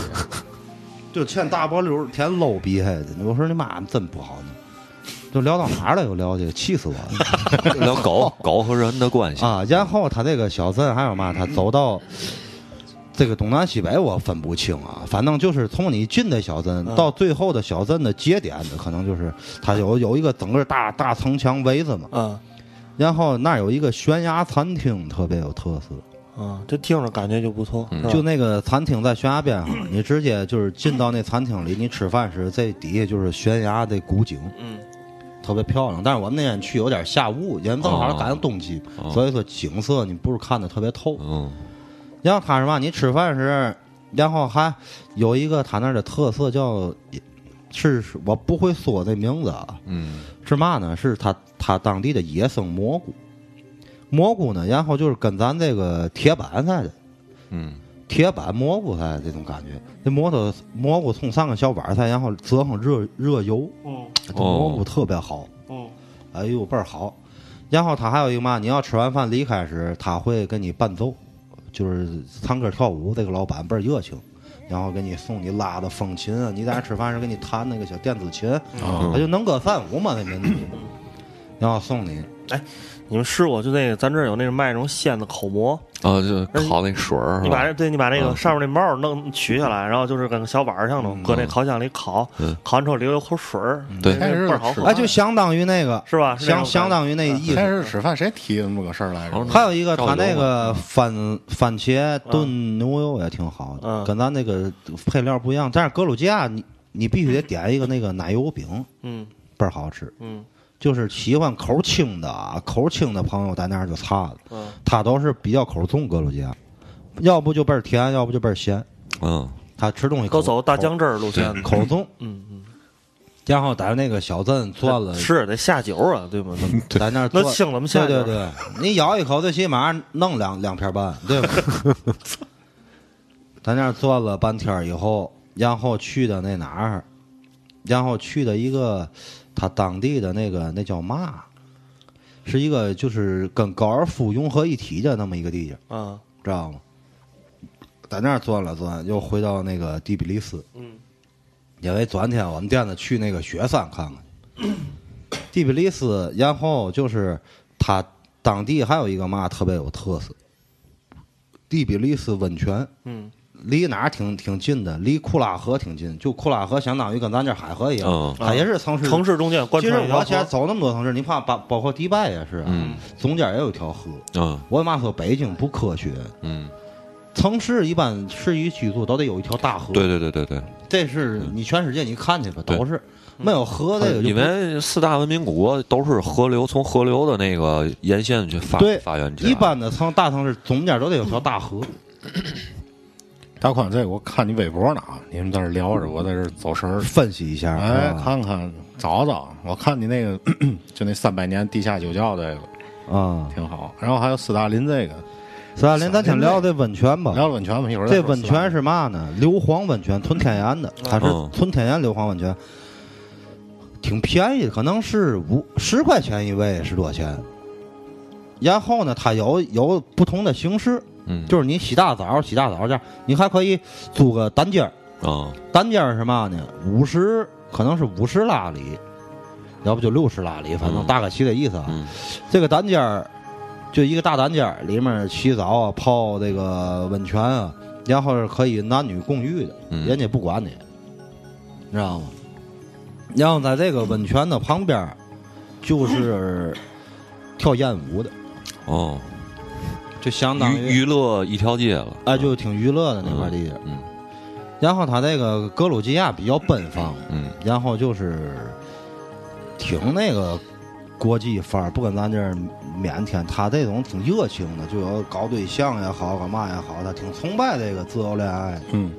S6: 就欠大波流填 low 逼害的。我说你妈真不好弄，就聊到哪儿了？又聊这个，气死我 了
S7: 聊狗狗和人的关系，
S6: 啊！然后他这个小镇还有嘛，他走到这个东南西北，我分不清啊。反正就是从你进的小镇
S4: 嗯
S6: 到最后的小镇的节点的，可能就是它有有一个整个大大城墙围着嘛。
S4: 嗯
S6: 然后那儿有一个悬崖餐厅，特别有特色。
S4: 嗯，这听着感觉就不错，
S7: 嗯
S4: 是吧
S6: 就那个餐厅在悬崖边上，你直接就是进到那餐厅里，你吃饭时这底下就是悬崖的古景，
S4: 嗯，
S6: 特别漂亮。但是我们那天去有点下雾，人正好赶上冬季，
S7: 哦
S6: 所以说景色你不是看的特别透。
S7: 嗯，
S6: 然后他什么，你吃饭时，然后还有一个他那儿的特色叫，是是我不会说这名字啊，
S7: 嗯，
S6: 是嘛呢？是他他当地的野生蘑菇，蘑菇呢，然后就是跟咱这个铁板似的。
S7: 嗯，
S6: 铁板蘑菇菜这种感觉，那蘑菇蘑菇从上个小碗菜，然后折上热热油，
S4: 嗯
S6: 这蘑菇特别好，
S4: 嗯
S6: 哎呦倍儿好。然后它还有一个嘛，你要吃完饭离开时，他会给你伴奏，就是唱歌跳舞，这个老板倍儿热情，
S4: 哦
S6: 然后给你送你拉的风琴啊，你在那吃饭时给你弹那个小电子琴，他就能歌善舞嘛那 民族，然后送你。
S4: 你们试过就那个，咱这儿有那个卖那种鲜的口蘑，
S7: 啊，就烤那水儿是
S4: 你把
S7: 吧
S4: 这？对你把那个
S7: 嗯
S4: 上面那帽儿弄取下来，然后就是跟个小碗儿像的，搁那烤箱里烤
S7: 嗯，
S4: 烤完之后留一口水儿，
S7: 对
S4: 那那倍儿好
S2: 是
S4: 喝
S6: 哎，就相当于那个
S4: 是吧是那
S6: 相
S4: 种
S6: 相
S4: 感觉
S6: 当于那意思。
S2: 开始吃饭谁提这么个事儿来着？
S6: 嗯还有一个，他
S4: 啊
S6: 那
S7: 照油
S6: 个
S4: 嗯
S7: 嘛
S6: 番番茄炖牛油也挺好的，
S4: 嗯
S6: 跟咱那个配料不一样。但是格鲁吉亚你你必须得点一个那个奶油饼，
S4: 嗯
S6: 倍儿好吃。
S4: 嗯
S6: 就是喜欢口轻的啊，口轻的朋友在那儿就差了，
S4: 嗯
S6: 他都是比较口重格鲁吉亚，要不就倍儿甜，要不就倍儿咸。
S7: 嗯，
S6: 他吃东西
S4: 都
S6: 口
S4: 走大姜汁儿路线的，
S6: 口口重，
S4: 嗯嗯，
S6: 然后在那个小镇转了，
S4: 是得下酒啊，对 吗？
S6: 在那儿
S4: 那
S6: 转
S4: 轻了吗下
S6: 对
S4: 点
S6: 对对，你咬一口最起码弄两两片半，对 吧？在那儿转了半天儿以后，然后去的那哪儿，然后去的一个他当地的那个那叫嘛，是一个就是跟高尔夫融合一体的那么一个地界，
S4: 啊
S6: 知道吗？在那儿转了转，又回到那个第比利斯。
S4: 嗯
S6: 因为昨天我们店子去那个雪山看看， 第比利斯，然后就是它当地还有一个嘛特别有特色，第比利斯温泉，
S4: 嗯
S6: 离哪儿挺挺近的，离库拉河挺近，就库拉河相当于跟咱这海河一样，
S7: 嗯
S6: 它也是城市
S4: 城市中间贯
S6: 其实
S4: 穿一条
S6: 我
S4: 河
S6: 现在走那么多城市，你怕把包括迪拜也是啊，
S7: 嗯
S6: 中间也有一条河。
S7: 嗯
S6: 我妈说北京不科学，
S7: 嗯，
S6: 城市一般适宜居住都得有一条大河。
S7: 对对嗯对对对，
S6: 这是你全世界你看去吧，都是没有河这个就
S7: 因
S6: 不
S7: 为四大文明古国都是河流从河流的那个沿线去发
S6: 对
S7: 发源地，
S6: 一般的城大城市中间都得有条大河，
S2: 大宽，这我看你微博呢啊，你们在这聊着，我在这走神儿。
S6: 分析一下。
S2: 哎
S6: 是，吧
S2: 看看找找，我看你那个 就那三百年地下酒窖这个
S6: 啊，
S2: 挺好，然后还有斯大林这个，
S6: 斯大林，咱先聊这温泉吧。
S2: 聊温泉吧，一会儿再
S6: 啊这
S2: 说
S6: 温
S2: 斯大林
S6: 泉是嘛呢？硫磺温泉，纯天然的，它是
S7: 嗯
S6: 纯天然硫磺温泉，挺便宜的，可能是五十块钱一位，十多钱。然后呢，它有有不同的形式，
S7: 嗯
S6: 就是你洗大澡，洗大澡这样，你还可以租个单间儿，
S7: 啊，
S6: 单间儿是嘛呢？五十可能是五十拉里，要不就六十拉里，反正
S7: 嗯
S6: 大概其这意思啊。
S7: 嗯
S6: 这个单间儿就一个大单间儿，里面洗澡啊、泡这个温泉啊，然后是可以男女共浴的，
S7: 嗯
S6: 人家不管你，你知道吗？然后在这个温泉的旁边
S7: 嗯
S6: 儿就是跳艳舞的，
S7: 哦，
S6: 就相当于
S7: 娱娱乐一条街了，
S6: 哎，就挺娱乐的那块地。
S7: 嗯
S6: 然后它这个格鲁吉亚比较奔放，
S7: 嗯
S6: 然后就是挺那个国际范儿，不跟咱这儿腼腆。他这种挺热情的，就有搞对象也好，干嘛也好，他挺崇拜这个自由恋爱。
S2: 嗯，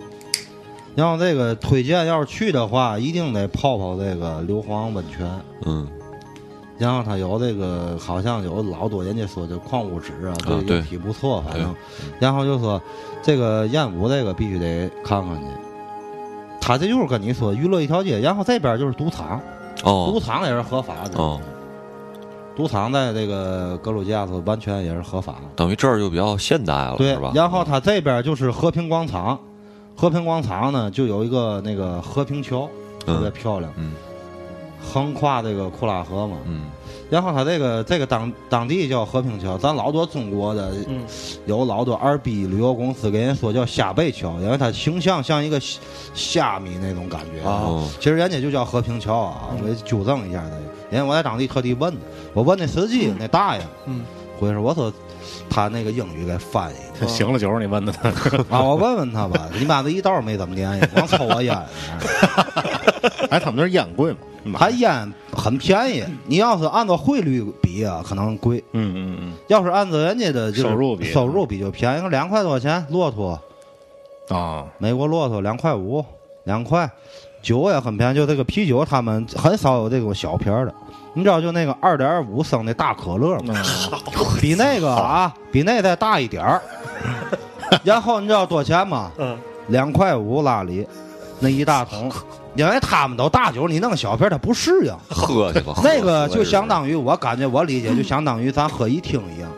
S6: 然后这个推荐要是去的话，一定得泡泡这个硫磺温泉。
S7: 嗯
S6: 然后他有这个，好像有老多人家说这矿物质啊，
S7: 啊对
S6: 人体不错，反正
S7: 对。
S6: 然后就说这个燕舞这个必须得看看去。他这就是跟你说娱乐一条街，然后这边就是赌场，赌
S7: 哦
S6: 场也是合法的。
S7: 哦，
S6: 赌场在这个格鲁吉亚是完全也是合法的。
S7: 等于这儿就比较现代了，
S6: 对
S7: 哦是吧？，嗯
S6: 然后它这边就是和平广场，和平广场呢就有一个那个和平桥，特别
S7: 嗯
S6: 漂亮，
S7: 嗯
S6: 横跨这个库拉河嘛。
S7: 嗯
S6: 然后它这个这个当当地叫和平桥，咱老多中国的，
S4: 嗯
S6: 有老多二逼旅游公司给人说叫虾背桥，因为它形象像一个虾虾米那种感觉。
S4: 啊嗯
S7: 哦
S6: 其实人家就叫和平桥啊，我给纠正一下这个。人家我在当地特地问的，我问那司机那大爷，
S4: 嗯，
S6: 回事我说他那个英语给翻译
S2: 醒了酒儿你问的他，
S6: 啊，我问问他吧，你妈这一道没怎么联系，光抽我烟，
S2: 哎，他们那儿烟贵吗？买
S6: 他烟很便宜，你要是按照汇率比啊，可能贵。
S2: 嗯嗯嗯，
S6: 要是按照人家的就是
S2: 收入比
S6: 收入比就便宜个两块多钱，骆驼
S2: 啊，
S6: 美国骆驼两块五，两块，酒也很便宜，就这个啤酒他们很少有这种小瓶儿的，你知道就那个二点五升的大可
S2: 嗯
S6: 乐吗？比那个啊，比那再大一点儿。然后你知道多少钱吗？
S4: 嗯，
S6: 两块五拉里，那一大桶，因为他们都大酒，你弄小瓶儿他不适应。
S7: 喝去吧，
S6: 那个就相
S7: 相当
S6: 当于我感觉我理解就相当于咱喝一听一样，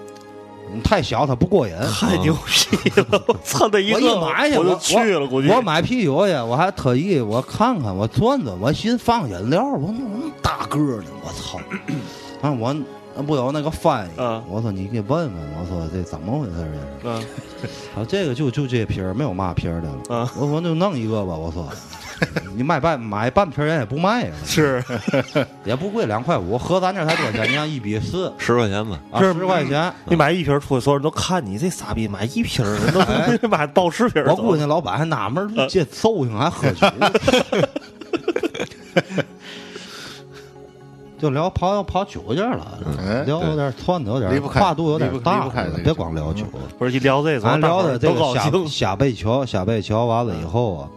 S6: 你太小它不过瘾。
S4: 太哎牛逼了！啊我操，那一
S6: 我
S4: 个
S6: 一买去，
S4: 我就
S6: 我
S4: 去了，估计
S6: 我买啤酒去，我还特意我看看，我转转，我寻放饮料，我怎么那么大个儿呢？我操！ 但是我那不有那个翻译，
S4: 嗯
S6: 我说你给问问，我说这怎么回事儿这是？
S4: 嗯
S6: 他说这个就就这瓶儿，没有嘛瓶儿的了。
S4: 嗯
S6: 我说就弄一个吧，我 说你卖半买半瓶儿人也不卖呀，
S4: 是
S6: 也不贵，两块五，合咱这儿才多少钱？你看一比四，
S7: 十块钱吧，
S6: 啊，
S4: 是
S6: 十块钱。
S4: 你买一瓶儿出去，所有人都看你这傻逼，买一瓶儿，人 都买报十瓶儿
S6: 我
S4: 走。
S6: 估计那老板还纳闷儿，
S4: 呃
S6: 这揍性还喝 酒。就聊跑跑酒劲儿
S2: 哎
S6: 了，聊有点窜的有
S2: 离
S6: 点
S2: 不开
S6: 跨度有点
S2: 离不
S6: 大
S2: 离不开
S6: 了
S2: 这，个
S6: 别光聊酒。
S4: 不是一啊聊嗯这，
S6: 咱聊的这
S4: 都
S6: 个
S4: 高
S6: 下
S4: 兴。
S6: 下背桥，下背桥完了以后啊，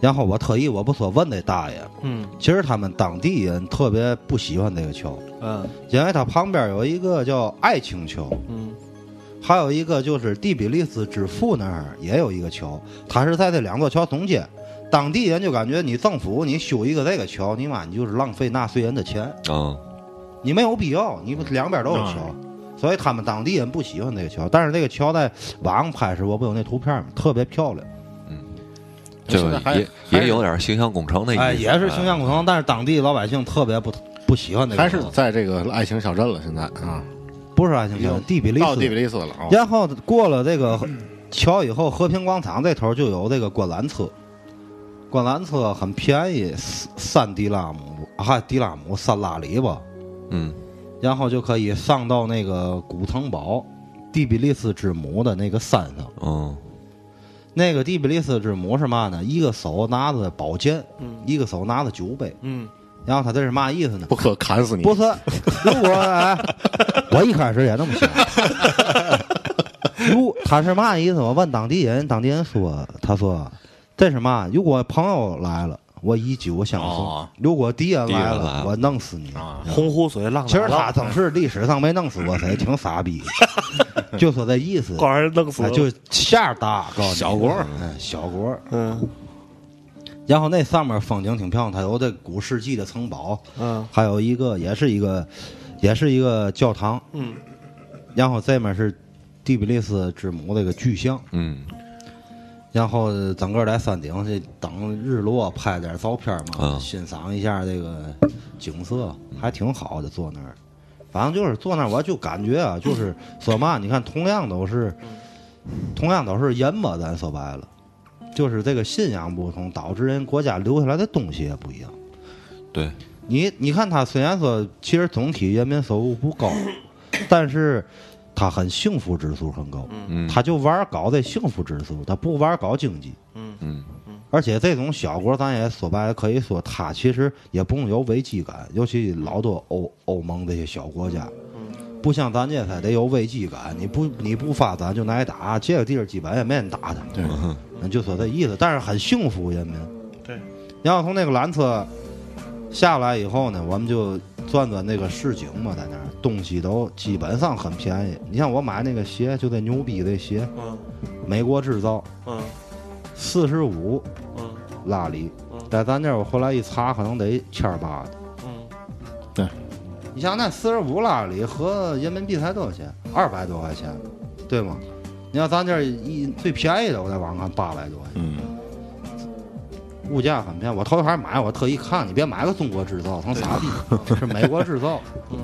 S6: 然后我特意我不说问那大爷，
S4: 嗯
S6: 其实他们当地人特别不喜欢这个桥，
S4: 嗯
S6: 因为它旁边有一个叫爱情桥，
S4: 嗯
S6: 还有一个就是第比利斯之父那儿也有一个桥，它是在这两座桥中间。当地人就感觉你政府你修一个这个桥，你妈你就是浪费纳税人的钱，
S7: 嗯
S6: 你没有必要，你不两边都有桥，所以他们当地人不喜欢这个桥。但是这个桥在网上拍时，我不有那图片吗？特别漂亮，
S7: 这
S2: 现在
S7: 个
S2: 还
S7: 也
S2: 还是
S7: 也有点形象工程的意思，啊
S6: 哎，也是形象古城，但是当地老百姓特别不不喜欢这个
S2: 还
S6: 桥，
S2: 是在这个爱情小镇了，现在啊，
S6: 嗯不是爱情桥？第比利
S2: 到
S6: 斯
S2: 第比利斯了啊，
S6: 然后过了这个桥以后，和平广场这头就有这个观览车，观览车很便宜，三三迪拉姆啊，迪拉姆三拉里吧，
S7: 嗯
S6: 然后就可以上到那个古城堡，第比利斯之母的那个山上。
S7: 嗯
S6: 那个第比利斯之母是嘛呢？一个手拿着宝剑，
S4: 嗯
S6: 一个手拿着酒杯，
S4: 嗯，
S6: 然后他这是嘛意思呢？
S2: 不可砍死你，
S6: 不是，如果、哎、我一开始也那么想，如他是嘛意思？我问当地人，当地人说，他说这是嘛？如果朋友来了，我以酒相送；
S2: 哦
S6: 如果敌人来
S7: 敌人来
S6: 了
S7: 了，
S6: 我弄死你。
S2: 啊，
S4: 洪湖水浪打浪
S6: 其实他真是历史上没弄死过谁，挺傻逼，就说这意思，
S4: 光让人弄死
S6: 哎
S4: 了，
S6: 就馅儿大，告诉你
S2: 小国儿
S6: 嗯，小国儿。
S4: 嗯
S6: 然后那上面风景挺漂亮，它有这古世纪的城堡，
S4: 嗯
S6: 还有一个也是一个，也是一个教堂，
S4: 嗯
S6: 然后这面是第比利斯之母那个巨像，
S7: 嗯
S6: 然后整个在山顶去等日落拍点照片嘛，
S7: 啊
S6: 欣赏一下这个景色，还挺好的。坐那儿，反正就是坐那儿，我就感觉啊，就是说嘛，你看同样都是，同样都是人吧，咱说白了，就是这个信仰不同，导致人国家留下来的东西也不一样。
S7: 对，
S6: 你你看他虽然说其实总体人民收入不高，但是他很幸福指数很高，
S7: 嗯
S6: 他就玩儿搞这幸福指数，他不玩儿搞经济。
S7: 嗯，
S6: 而且这种小国，咱也说白了，可以说它其实也不用有危机感，尤其老多欧欧盟这些小国家，不像咱这才得有危机感。你不你不发展就挨打，这个地儿基本也没人打他们。对，那就说这意思，但是很幸福人民。
S4: 对，
S6: 然后从那个缆车下来以后呢，我们就转转那个市井嘛，在那儿东西都基本上很便宜。你像我买那个鞋，就这牛逼的鞋，
S4: 嗯
S6: 美国制造，
S4: 嗯
S6: 四十五
S4: 嗯
S6: 拉里
S4: 嗯，
S6: 在咱这儿我后来一查，可能得千儿八的。
S4: 嗯，
S6: 你想那四十五拉里合人民币才多少钱？二百多块钱，对吗？你要咱这儿一最便宜的，我在网上看八百多块钱，
S2: 嗯，
S6: 物价很便宜。我头一还买，我特意看，你别买个中国制造，成傻 逼，是美国制造。
S4: 嗯，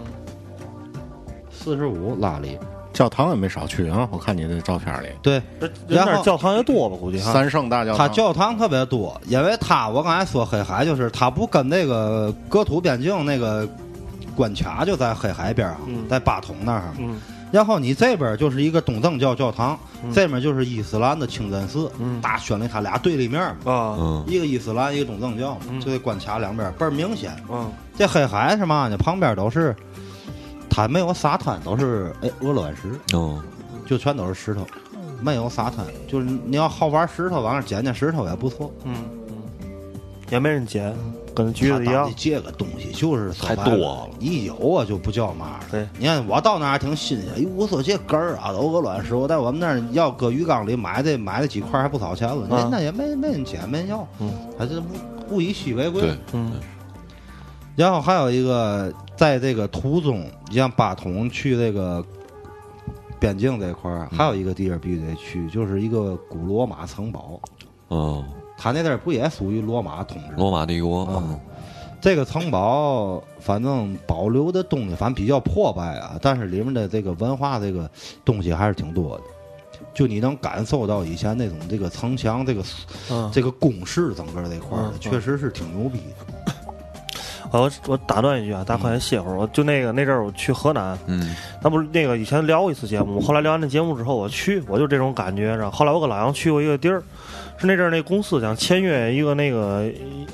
S6: 四十五拉里，
S2: 教堂也没少去啊，我看你这照片里，
S6: 对，
S4: 那人
S6: 然
S4: 那
S6: 后
S4: 儿教堂也多吧？估计哈。
S2: 三圣大教
S4: 嗯
S6: 它
S2: 堂，
S6: 教堂特别多，因为它我刚才说黑海就是它不跟那个国土边境那个关卡就在黑海边上，
S4: 嗯
S6: 在巴统那儿。
S4: 嗯
S6: 然后你这边就是一个东正教教堂，
S4: 嗯
S6: 这边就是伊斯兰的清真寺，
S4: 嗯
S6: 大宣了它俩对立面嘛，
S4: 啊
S7: 嗯
S6: 一个伊斯兰，一个东正教嘛，
S4: 嗯
S6: 就这关卡两边倍儿明显。
S4: 嗯
S6: 这黑海是嘛呢？旁边都是，它没有沙滩，都是哎鹅卵石，
S7: 哦，
S4: 嗯
S6: 就全都是石头，没有沙滩。就是你要好玩石头，往那儿捡捡石头也不错。
S4: 嗯嗯，也没人捡，跟橘
S6: 他
S4: 子一
S6: 当
S4: 样
S6: 地。这个东西就是说白
S7: 太多了
S6: 你有啊就不叫嘛了。
S4: 对
S6: 你看我到那儿还挺新鲜，哎，我说这根儿啊都鹅卵石，我在我们那儿要搁鱼缸里买的买的几块还不少钱
S7: 嗯
S6: 了，那、
S4: 啊
S6: 那也没没人捡没人要，
S4: 嗯，
S6: 他这不物以稀为贵
S7: 对。，
S4: 嗯
S6: 然后还有一个，在这个途中，你像巴统去这个边境这块
S7: 嗯
S6: 儿，啊还有一个地儿必须得去，就是一个古罗马城堡，
S7: 哦，
S6: 他那地儿不也属于罗马统治吗？
S7: 罗马帝国，
S6: 啊，这个城堡反正保留的东西，反正比较破败啊，但是里面的这个文化这个东西还是挺多的。就你能感受到以前那种这个城墙、这个
S4: 嗯，
S6: 这个工事整个这块儿的，
S4: 嗯
S6: 确实是挺牛逼的。
S4: 啊我我打断一句啊，大家快点歇会儿。我就那个那阵儿我去河南，
S7: 嗯
S4: 咱不是那个以前聊过一次节目，后来聊完那节目之后，我去我就这种感觉。然后后来我跟老杨去过一个地儿，是那阵儿那公司想签约一个那个，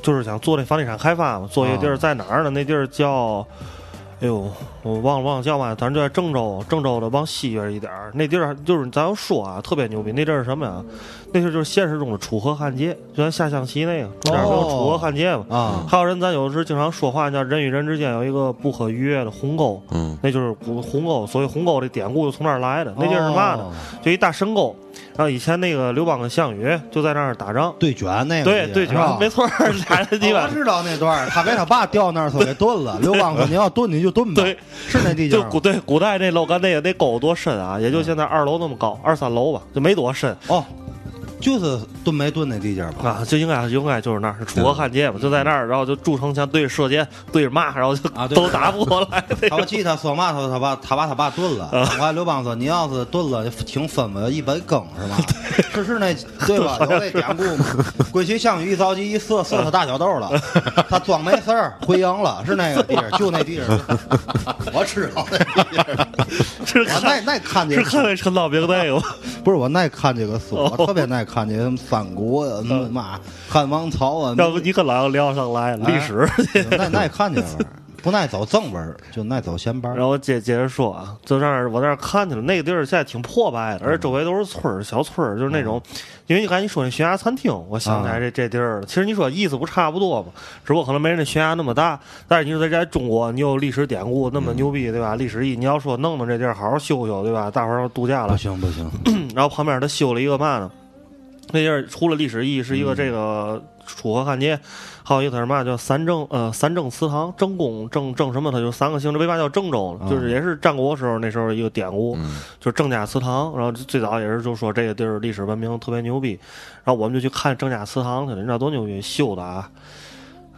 S4: 就是想做那房地产开发嘛，做一个地儿在哪儿呢？那地儿叫，哎呦，我忘了忘了叫嘛，咱就在郑州，郑州的往西边一点儿，那地儿就是咱要说啊，特别牛逼。那地儿是什么呀？那地儿就是现实中的楚河汉界，就咱下象棋那个，中间不有楚河汉界嘛？
S6: 啊
S4: 还有人，咱有时经常说话叫人与人之间有一个不可逾越的鸿沟。
S7: 嗯
S4: 那就是古鸿沟，所以鸿沟这典故就从那儿来的。那地儿是嘛
S6: 哦
S4: 呢？就一大深沟，然后以前那个刘邦跟项羽就在那儿打仗，
S6: 对卷那个地
S4: 对
S6: 儿，
S4: 对，
S6: 哎是吧
S4: 就 没 错儿，俩人地
S6: 哦我
S4: 方
S6: 知道那段儿，他给他爸掉那儿，他给炖 了。刘邦说：“你要炖你就炖吧。”
S4: 对，
S6: 是那地界
S4: 就
S6: 儿吗
S4: 古对古代那楼干那个那沟多深啊，
S6: 嗯
S4: 也就现在二楼那么高，二三楼吧，就没多深
S6: 哦，就是炖没炖那地界儿吧？
S4: 啊，就应该应该就是那儿是楚河汉界嘛，就在那儿，然后就筑城墙对着射箭对着骂，然后就
S6: 啊对
S4: 都打不过来
S6: 他
S4: 那 种
S6: 我记得他说嘛，他说他把他把他爸炖
S4: 啊
S6: 了。我看刘邦说：“你要是炖了，请分我一杯羹，是吧？”是是 那对吧？有那典故嘛。归期项羽一着急一射射他大脚豆 了，他装没事儿回营了，是那个地儿，就那 地儿。我知道那地儿，
S4: 是
S6: 我那那看
S4: 看
S6: 见
S4: 是看那陈道明那个吗？
S6: 不是我爱看这个书，
S4: 哦嗯
S6: 我特别爱看这个什么三国啊、什么嘛汉王朝啊，
S4: 要不你跟老杨聊上来历
S6: 哎
S4: 史去。
S6: 爱爱看这玩意儿，不爱走正文儿，就爱走闲班
S4: 然
S6: 儿。
S4: 后接接着说啊，就让人往那儿看去了，那个地儿现在挺破败
S6: 嗯
S4: 的，而且周围都是村儿、小村儿，就是那种，因为你刚才你说那悬崖餐厅，我想起来
S6: 嗯
S4: 这这地儿了。其实你说意思不差不多嘛，只不过可能没人那悬崖那么大。但是你说在在中国，你有历史典故那么牛
S6: 嗯
S4: 逼，对吧？历史意义，你要说弄弄这地儿好好修修，对吧？大伙儿要度假了
S6: 不，行 不行，嗯
S4: 然后旁边他修了一个嘛呢？那地儿除了历史意义，是一个这个楚河汉街，还有一个它是嘛叫三郑呃三郑祠堂郑宫郑郑什么，它就三个姓，这为嘛叫郑州了？就是也是战国时候那时候一个典故，就是郑家祠堂。然后最早也是就说这个地儿历史文明特别牛逼，然后我们就去看郑家祠堂去了，你知道多牛逼，修的啊！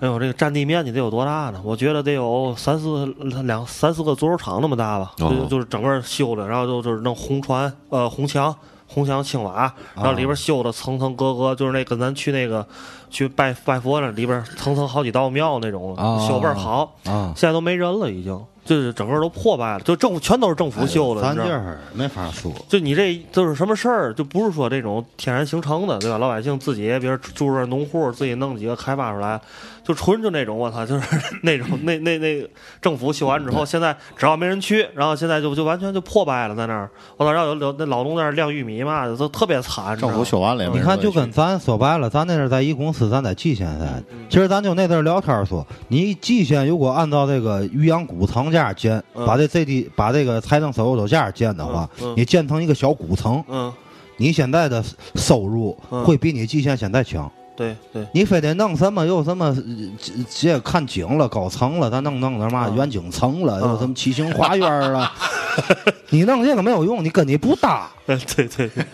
S4: 哎呦，这个占地面积得有多大呢？我觉得得有三四两三四个足球场那么大吧，
S7: 哦
S4: 就就是整个修的，然后就就是弄红船呃红墙。红墙青瓦，
S6: 哦
S4: 然后里边修的层层格格，就是那跟咱去那个去拜拜佛那里边层层好几道庙那种，
S6: 哦
S4: 修倍儿好。
S6: 啊
S4: 现在都没人了，已经就是整个都破败了，就政府全都是嗯政府修的，
S6: 哎咱
S4: 你
S6: 这
S4: 知道吗？
S6: 儿没法说，
S4: 就你这就是什么事儿，就不是说这种天然形成的，对吧？老百姓自己，比如住着农户，自己弄几个开发出来，就纯就那种，我操，就是那种那那那政府修完之后，现在只要没人去，然后现在就就完全就破败了，在那儿，我操，然后有有那老农在那儿晾玉米嘛，都特别惨。
S2: 政府
S4: 修
S2: 修完了也没
S6: 嗯你
S2: 人
S6: 看，
S2: 问
S6: 就跟
S2: 去
S6: 咱说白了，咱那是在一公司，咱在蓟县噻。
S4: 嗯
S6: 其实咱就那阵儿聊天儿说，你蓟县如果按照这个渔阳古城价建，
S4: 嗯
S6: 把这这地把这个财政收入价建的话，
S4: 嗯嗯
S6: 你建成一个小古城，
S4: 嗯，
S6: 你现在的收入
S4: 嗯
S6: 会比你蓟县现在强。
S4: 对对，
S6: 你非得弄什么又什么，呃这这看景了，高层了，咱弄弄点嘛
S4: 嗯
S6: 远景城了，
S4: 嗯
S6: 又什么骑行花园儿了， 你弄这个没有用，你跟你不搭，
S4: 嗯对对对。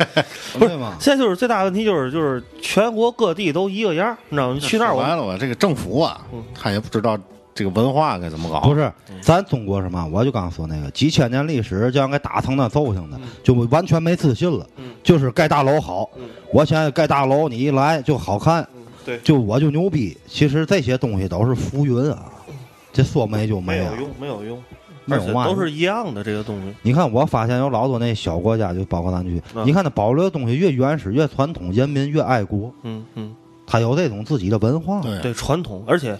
S6: 不是吗？
S4: 现在就是最大的问题就是就是全国各地都一个样儿，你知道吗？去那儿
S2: 说
S4: 我
S2: 完了，我这个政府啊
S4: 嗯，
S2: 他也不知道这个文化该怎么搞。
S6: 不是，咱中国什么？我就刚说那个几千年历史，就让给打成那揍性
S4: 嗯
S6: 的，就完全没自信了。就是盖大楼好，我现在盖大楼，你一来就好看，
S4: 对
S6: 就我就牛逼。其实这些东西都是浮云啊，这说没就
S4: 嗯没
S6: 有
S4: 有。用，没有用，
S6: 没
S4: 而
S6: 有
S4: 且
S6: 嘛
S4: 都是一样的这个东西。
S6: 你看，我发现有老多那小国家，就包括咱去，
S4: 嗯
S6: 你看它保留的东西越原始、越传统，人民越爱国，
S4: 嗯嗯。
S6: 它有这种自己的文化。
S2: 对
S4: 对传统，而且，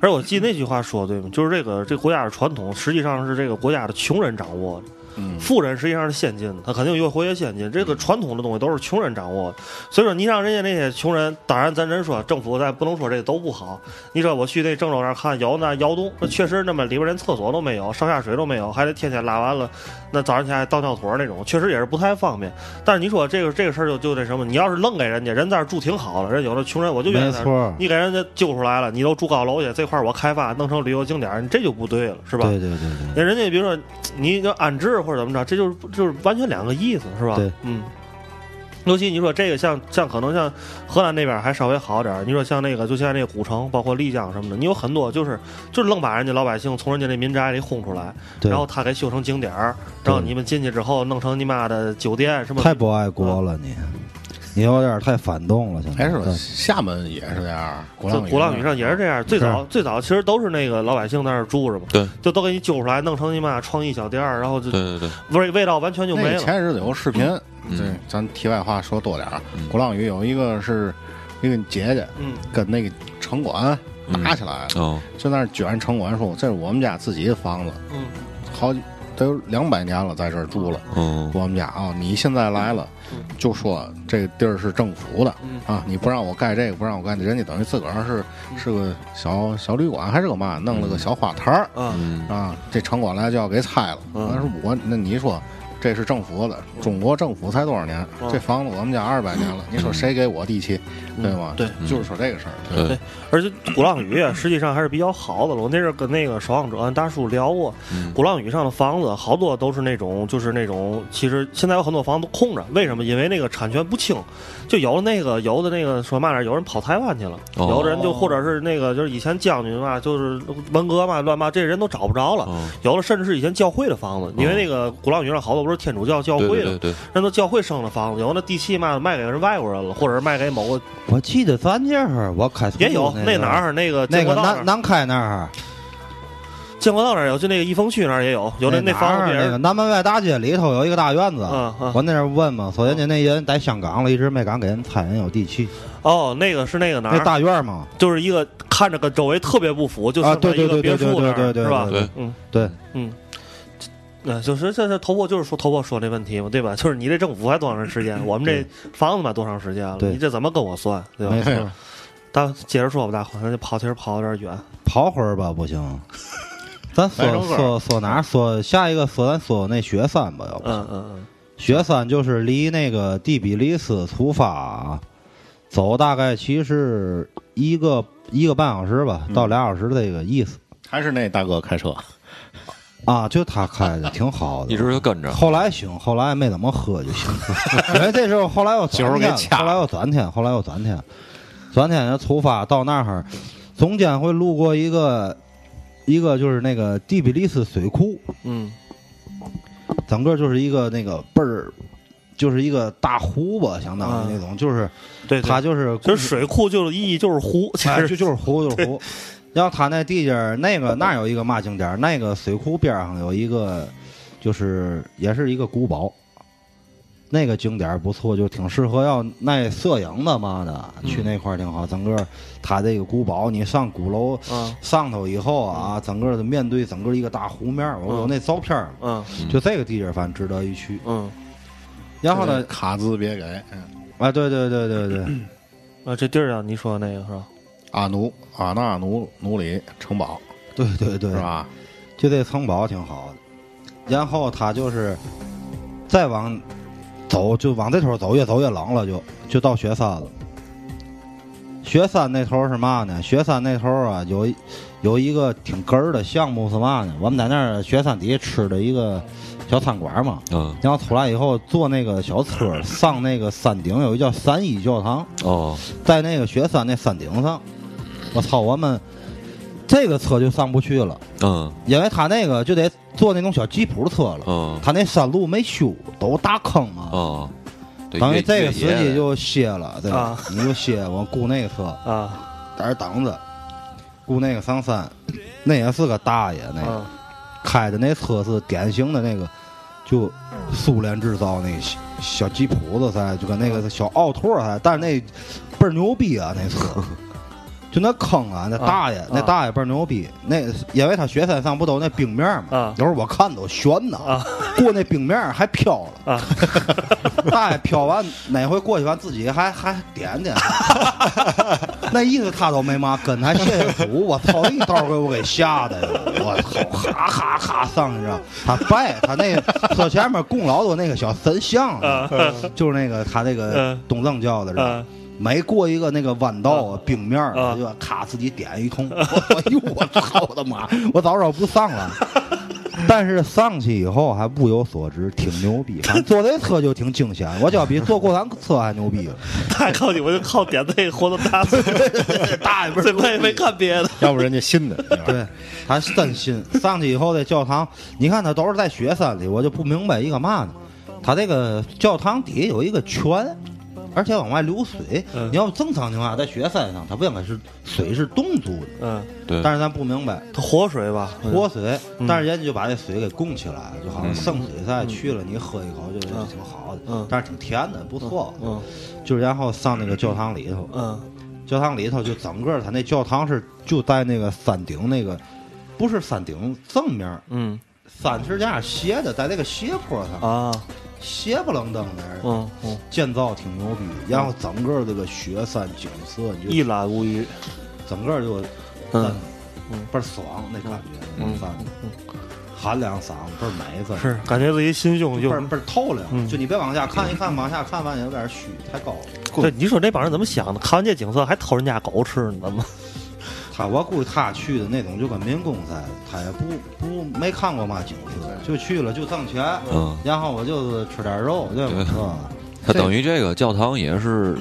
S4: 而我记得那句话说的对吗？就是这个这国家的传统，实际上是这个国家的穷人掌握的，
S2: 嗯
S4: 富人实际上是先进的，他肯定越活越先进。这个传统的东西都是穷人掌握的，所以说你让人家那些穷人，当然咱真说政府咱不能说这都不好。你说我去那郑州那儿看有那窑洞，那确实那么里边连厕所都没有，上下水都没有，还得天天拉完了，那早上起来还倒尿坨儿那种，确实也是不太方便。但是你说这个这个事儿就就那什么，你要是愣给人家，人在那儿住挺好的，人有的穷人我就愿意在
S6: 没
S4: 那儿
S6: 错儿
S4: 你给人家救出来了，你都住高楼去，这块儿我开发弄成旅游景点儿，你这就不对了，是吧？
S6: 对对对对，
S4: 那人家比如说你要安置或者怎么着，这就是就是完全两个意思，是吧？
S6: 对，
S4: 嗯。尤其你说这个像像可能像河南那边还稍微好点儿，你说像那个就像那个古城，包括丽江什么的，你有很多就是就是愣把人家老百姓从人家那民宅里轰出来，
S6: 对
S4: 然后他给修成景点儿，然后
S6: 对
S4: 你们进去之后弄成你妈的酒店什么
S6: 太不爱国了，你，
S4: 嗯
S6: 你有点太反动了，现在。
S2: 哎还是说
S6: 对
S2: 厦门也是这样，鼓
S4: 这
S2: 浪
S4: 鼓浪屿上也是这样，最早最早其实都是那个老百姓在那儿住着嘛，
S7: 对，
S4: 就都给你揪出来，弄成你妈创意小店儿，然后就
S7: 对对对，
S4: 味味道完全就
S2: 那
S4: 没嗯
S2: 个
S4: 了。
S2: 前日子有个视频，对，咱题外话说多点儿啊。鼓浪屿有一个是一个姐姐
S4: 嗯
S2: 跟那个城管打起来了，
S7: 哦，
S2: 就那儿卷城管说：“这是我们家自己的房子，
S4: 嗯
S2: 好几得有两百年了，在这儿住了。”
S7: 嗯，
S2: 我们家啊，你现在来了，就说这个地儿是政府的啊，你不让我盖这个，不让我盖那，人家等于自个儿是是个小小旅馆还是个嘛，弄了个小花坛儿
S4: 啊
S7: 嗯，
S2: 啊，这城管来就要给拆了。
S4: 嗯
S2: 但是我那你说这是政府的，中国政府才多少年
S4: 嗯，
S2: 这房子我们家二百年了，你说谁给我地契，嗯对吗？
S4: 对，
S2: 就是说这个事儿。对
S7: 对，
S4: 而且鼓浪屿啊，实际上还是比较好的了。我那阵儿跟那个守望者大叔聊过，鼓浪屿上的房子好多都是那种，就是那种，其实现在有很多房子都空着，为什么？因为那个产权不清，就有的那个有的那个说嘛来着，有人跑台湾去了，
S7: 哦
S4: 有的人就或者是那个就是以前将军嘛，就是文革嘛乱嘛，这人都找不着了。
S7: 哦
S4: 有的甚至是以前教会的房子，
S6: 哦
S4: 因为那个鼓浪屿上好多不是天主教教
S7: 对
S4: 会的，
S7: 对对对，
S4: 人都教会生的房子，有的地契嘛卖给人外国人了，或者是卖给某个
S6: 我记得咱这儿我开始
S4: 也有
S6: 那
S4: 那哪儿那个
S6: 那
S4: 建
S6: 个
S4: 国道那儿
S6: 南南开那儿
S4: 建国道那儿有，就那个益丰区那儿也有，有那
S6: 那
S4: 房子
S6: 哪儿啊
S4: 别
S6: 那个
S4: 人
S6: 南门外大街里头有一个大院子，
S4: 嗯嗯
S6: 我那儿问嘛，说人家那人在香港了，一直没敢给人拆，人有地契，
S4: 哦，那个是那个哪
S6: 那
S4: 儿，
S6: 大院嘛，
S4: 就是一个看着跟周围特别不符，就
S6: 啊
S4: 剩下一
S6: 对
S4: 个
S6: 对对
S4: 别墅
S6: 对
S4: 那
S6: 对对
S4: 儿，
S6: 对
S4: 是吧？
S7: 对
S4: 嗯
S6: 对，
S4: 嗯。呃，就是这这头破就是说头破说那问题嘛，对吧？ 就是你这政府还多长时间，我们这房子买多长时间了？
S6: 对
S4: 你这怎么跟我算，对
S6: 没
S4: 吧？
S6: 错，
S4: 大接着说吧，大伙儿，咱就跑题儿跑得有点远。
S6: 跑会儿吧，不行。咱说
S2: 来首歌
S6: 说说哪儿？说下一个说咱说那雪山吧，要不
S4: 嗯嗯嗯，
S6: 雪山就是离那个第比利斯出发走大概其实一个一个半小时
S2: 嗯
S6: 吧，到俩小时这个意思、
S2: 还是那大哥开车，
S6: 啊，就他开的 挺好的，
S7: 一直就跟着。
S6: 后来行，后来没怎么喝就行， 因为这时候后来又
S2: 酒
S6: 转
S2: 给
S6: 天，
S2: 掐
S6: 后来又转天，后来又转天，转天就出发到那儿，中间会路过一个一个就是那个第比利斯水库，
S4: 嗯
S6: 整个就是一个那个倍儿，就是一个大湖吧，相当于那种，
S2: 嗯
S6: 就是
S4: 对，对
S6: 它就是
S4: 其实水库就是意义就是湖，其
S6: 哎，
S4: 实
S6: 就就是湖，就是湖。然后他那地界儿，那个那儿有一个嘛景点儿，那个水库边上有一个，就是也是一个古堡，那个景点儿不错，就挺适合要那摄影的嘛的，去
S4: 嗯
S6: 那块儿挺好。整个他这个古堡，你上鼓楼
S4: 嗯
S6: 上头以后啊，整个的面对整个一个大湖面儿，我有
S4: 嗯
S6: 那照片儿，
S4: 嗯
S6: 就这个地界儿反正值得一去。
S4: 嗯
S6: 然后呢，
S2: 卡兹别给，嗯
S6: 啊，对对对对 对，
S4: 啊，这地儿啊，你说的那个是吧？
S2: 阿奴阿纳努努里城堡
S6: 对对对，
S2: 是吧？
S6: 就这城堡挺好的。然后他就是再往走，就往这头走，越走越冷了就，就到雪山了。雪山那头是嘛呢？雪山那头啊，有一有一个挺哏儿的项目是嘛呢？我们在那儿雪山底下吃的一个小餐馆嘛，
S7: 嗯
S6: 然后出来以后坐那个小车上那个山顶，有一个叫三一教堂，
S7: 哦，
S6: 在那个雪山那山顶上，我操，我们这个车就上不去了。
S7: 嗯
S6: 因为他那个就得坐那种小吉普车了，
S7: 嗯
S6: 他那山路没修，都大坑啊，
S7: 哦，对
S6: 等于
S7: 越
S6: 这
S7: 越
S6: 个司
S7: 野
S6: 机
S7: 的
S6: 就歇了，对吧？
S4: 啊
S6: 你就歇，我雇那个车，
S4: 啊
S6: 在这儿等着，雇那个上山，那也是个大爷，那个、
S4: 啊
S6: 开的那车是典型的那个，就苏联制造那小小吉普子噻，就跟那个小奥拓噻，但是那倍儿牛逼啊，那车。就那坑啊，那大爷，
S4: 啊
S6: 那大爷倍儿牛逼。那因为他雪山上不都那冰面儿嘛，
S4: 啊
S6: 有时候我看都悬呐，
S4: 啊
S6: 过那冰面儿还飘了。
S4: 啊！
S6: 大爷飘哎完哪回过去完自己还还点点， 那意思他都没嘛跟，还谢谢主，我操，一刀给我给吓的，我操，哈哈哈上去了，他拜他那个车前面供老多那个小神像
S4: 啊，
S6: 就是那个他那个
S4: 嗯
S6: 东正教的是吧
S4: 啊？
S6: 每过一个那个弯道啊，冰面儿
S4: 啊
S6: 他就咔自己点一 通，哎呦我操我的妈！我早知道不上 了。但是上去以后还不有所知，挺牛 逼。反正坐这车就挺惊险，我觉得比坐过山车还牛逼了。
S4: 太靠你，我就靠点这个活动大 字，大也不是，我也没看别的。
S2: 要不人家新 的，对吧
S6: 对，他是真心。上去以后，这教堂，你看他都是在雪山里，我就不明白一个嘛呢？他这个教堂底下有一个泉，而且往外流水。
S4: 嗯
S6: 你要正常情况下在雪山上，它不应该是水是冻住的，
S4: 嗯，
S7: 对，
S6: 但是咱不明白
S4: 它活水吧？
S6: 活水，
S4: 嗯
S6: 但是人家就把这水给供起来了，就好像圣水赛去了，你喝一口就就挺好的，
S4: 嗯
S6: 但是挺甜的，不错。
S4: 嗯
S6: 就然后上那个教堂里头，
S4: 嗯
S6: 教堂里头就整个它那教堂是就在那个山顶那个，不是山顶正面儿，
S4: 嗯
S6: 山是这样斜的，在那个斜坡上，
S4: 啊
S6: 斜不楞登那儿
S4: 嗯嗯，
S6: 建造挺牛逼，然后整个这个雪山景色，你
S4: 一
S6: 就
S4: 览无余。
S6: 整个就
S4: 嗯，
S6: 倍儿爽那感觉，那山寒凉嗓子倍儿美，倍儿
S4: 是感觉自己心胸就
S6: 倍儿倍儿透亮，
S4: 嗯
S6: 就你别往下看，一看往下看完有点虚，太高了。
S4: 对，你说这帮人怎么想的？看完这景色还偷人家狗吃呢吗？
S6: 他我估计他去的那种就跟民工似的，他也不不没看过嘛景色，就去了就挣钱，
S7: 嗯
S6: 然后我就是吃点肉，对吧？
S7: 对
S6: 是吧
S7: 它等于这个教堂也是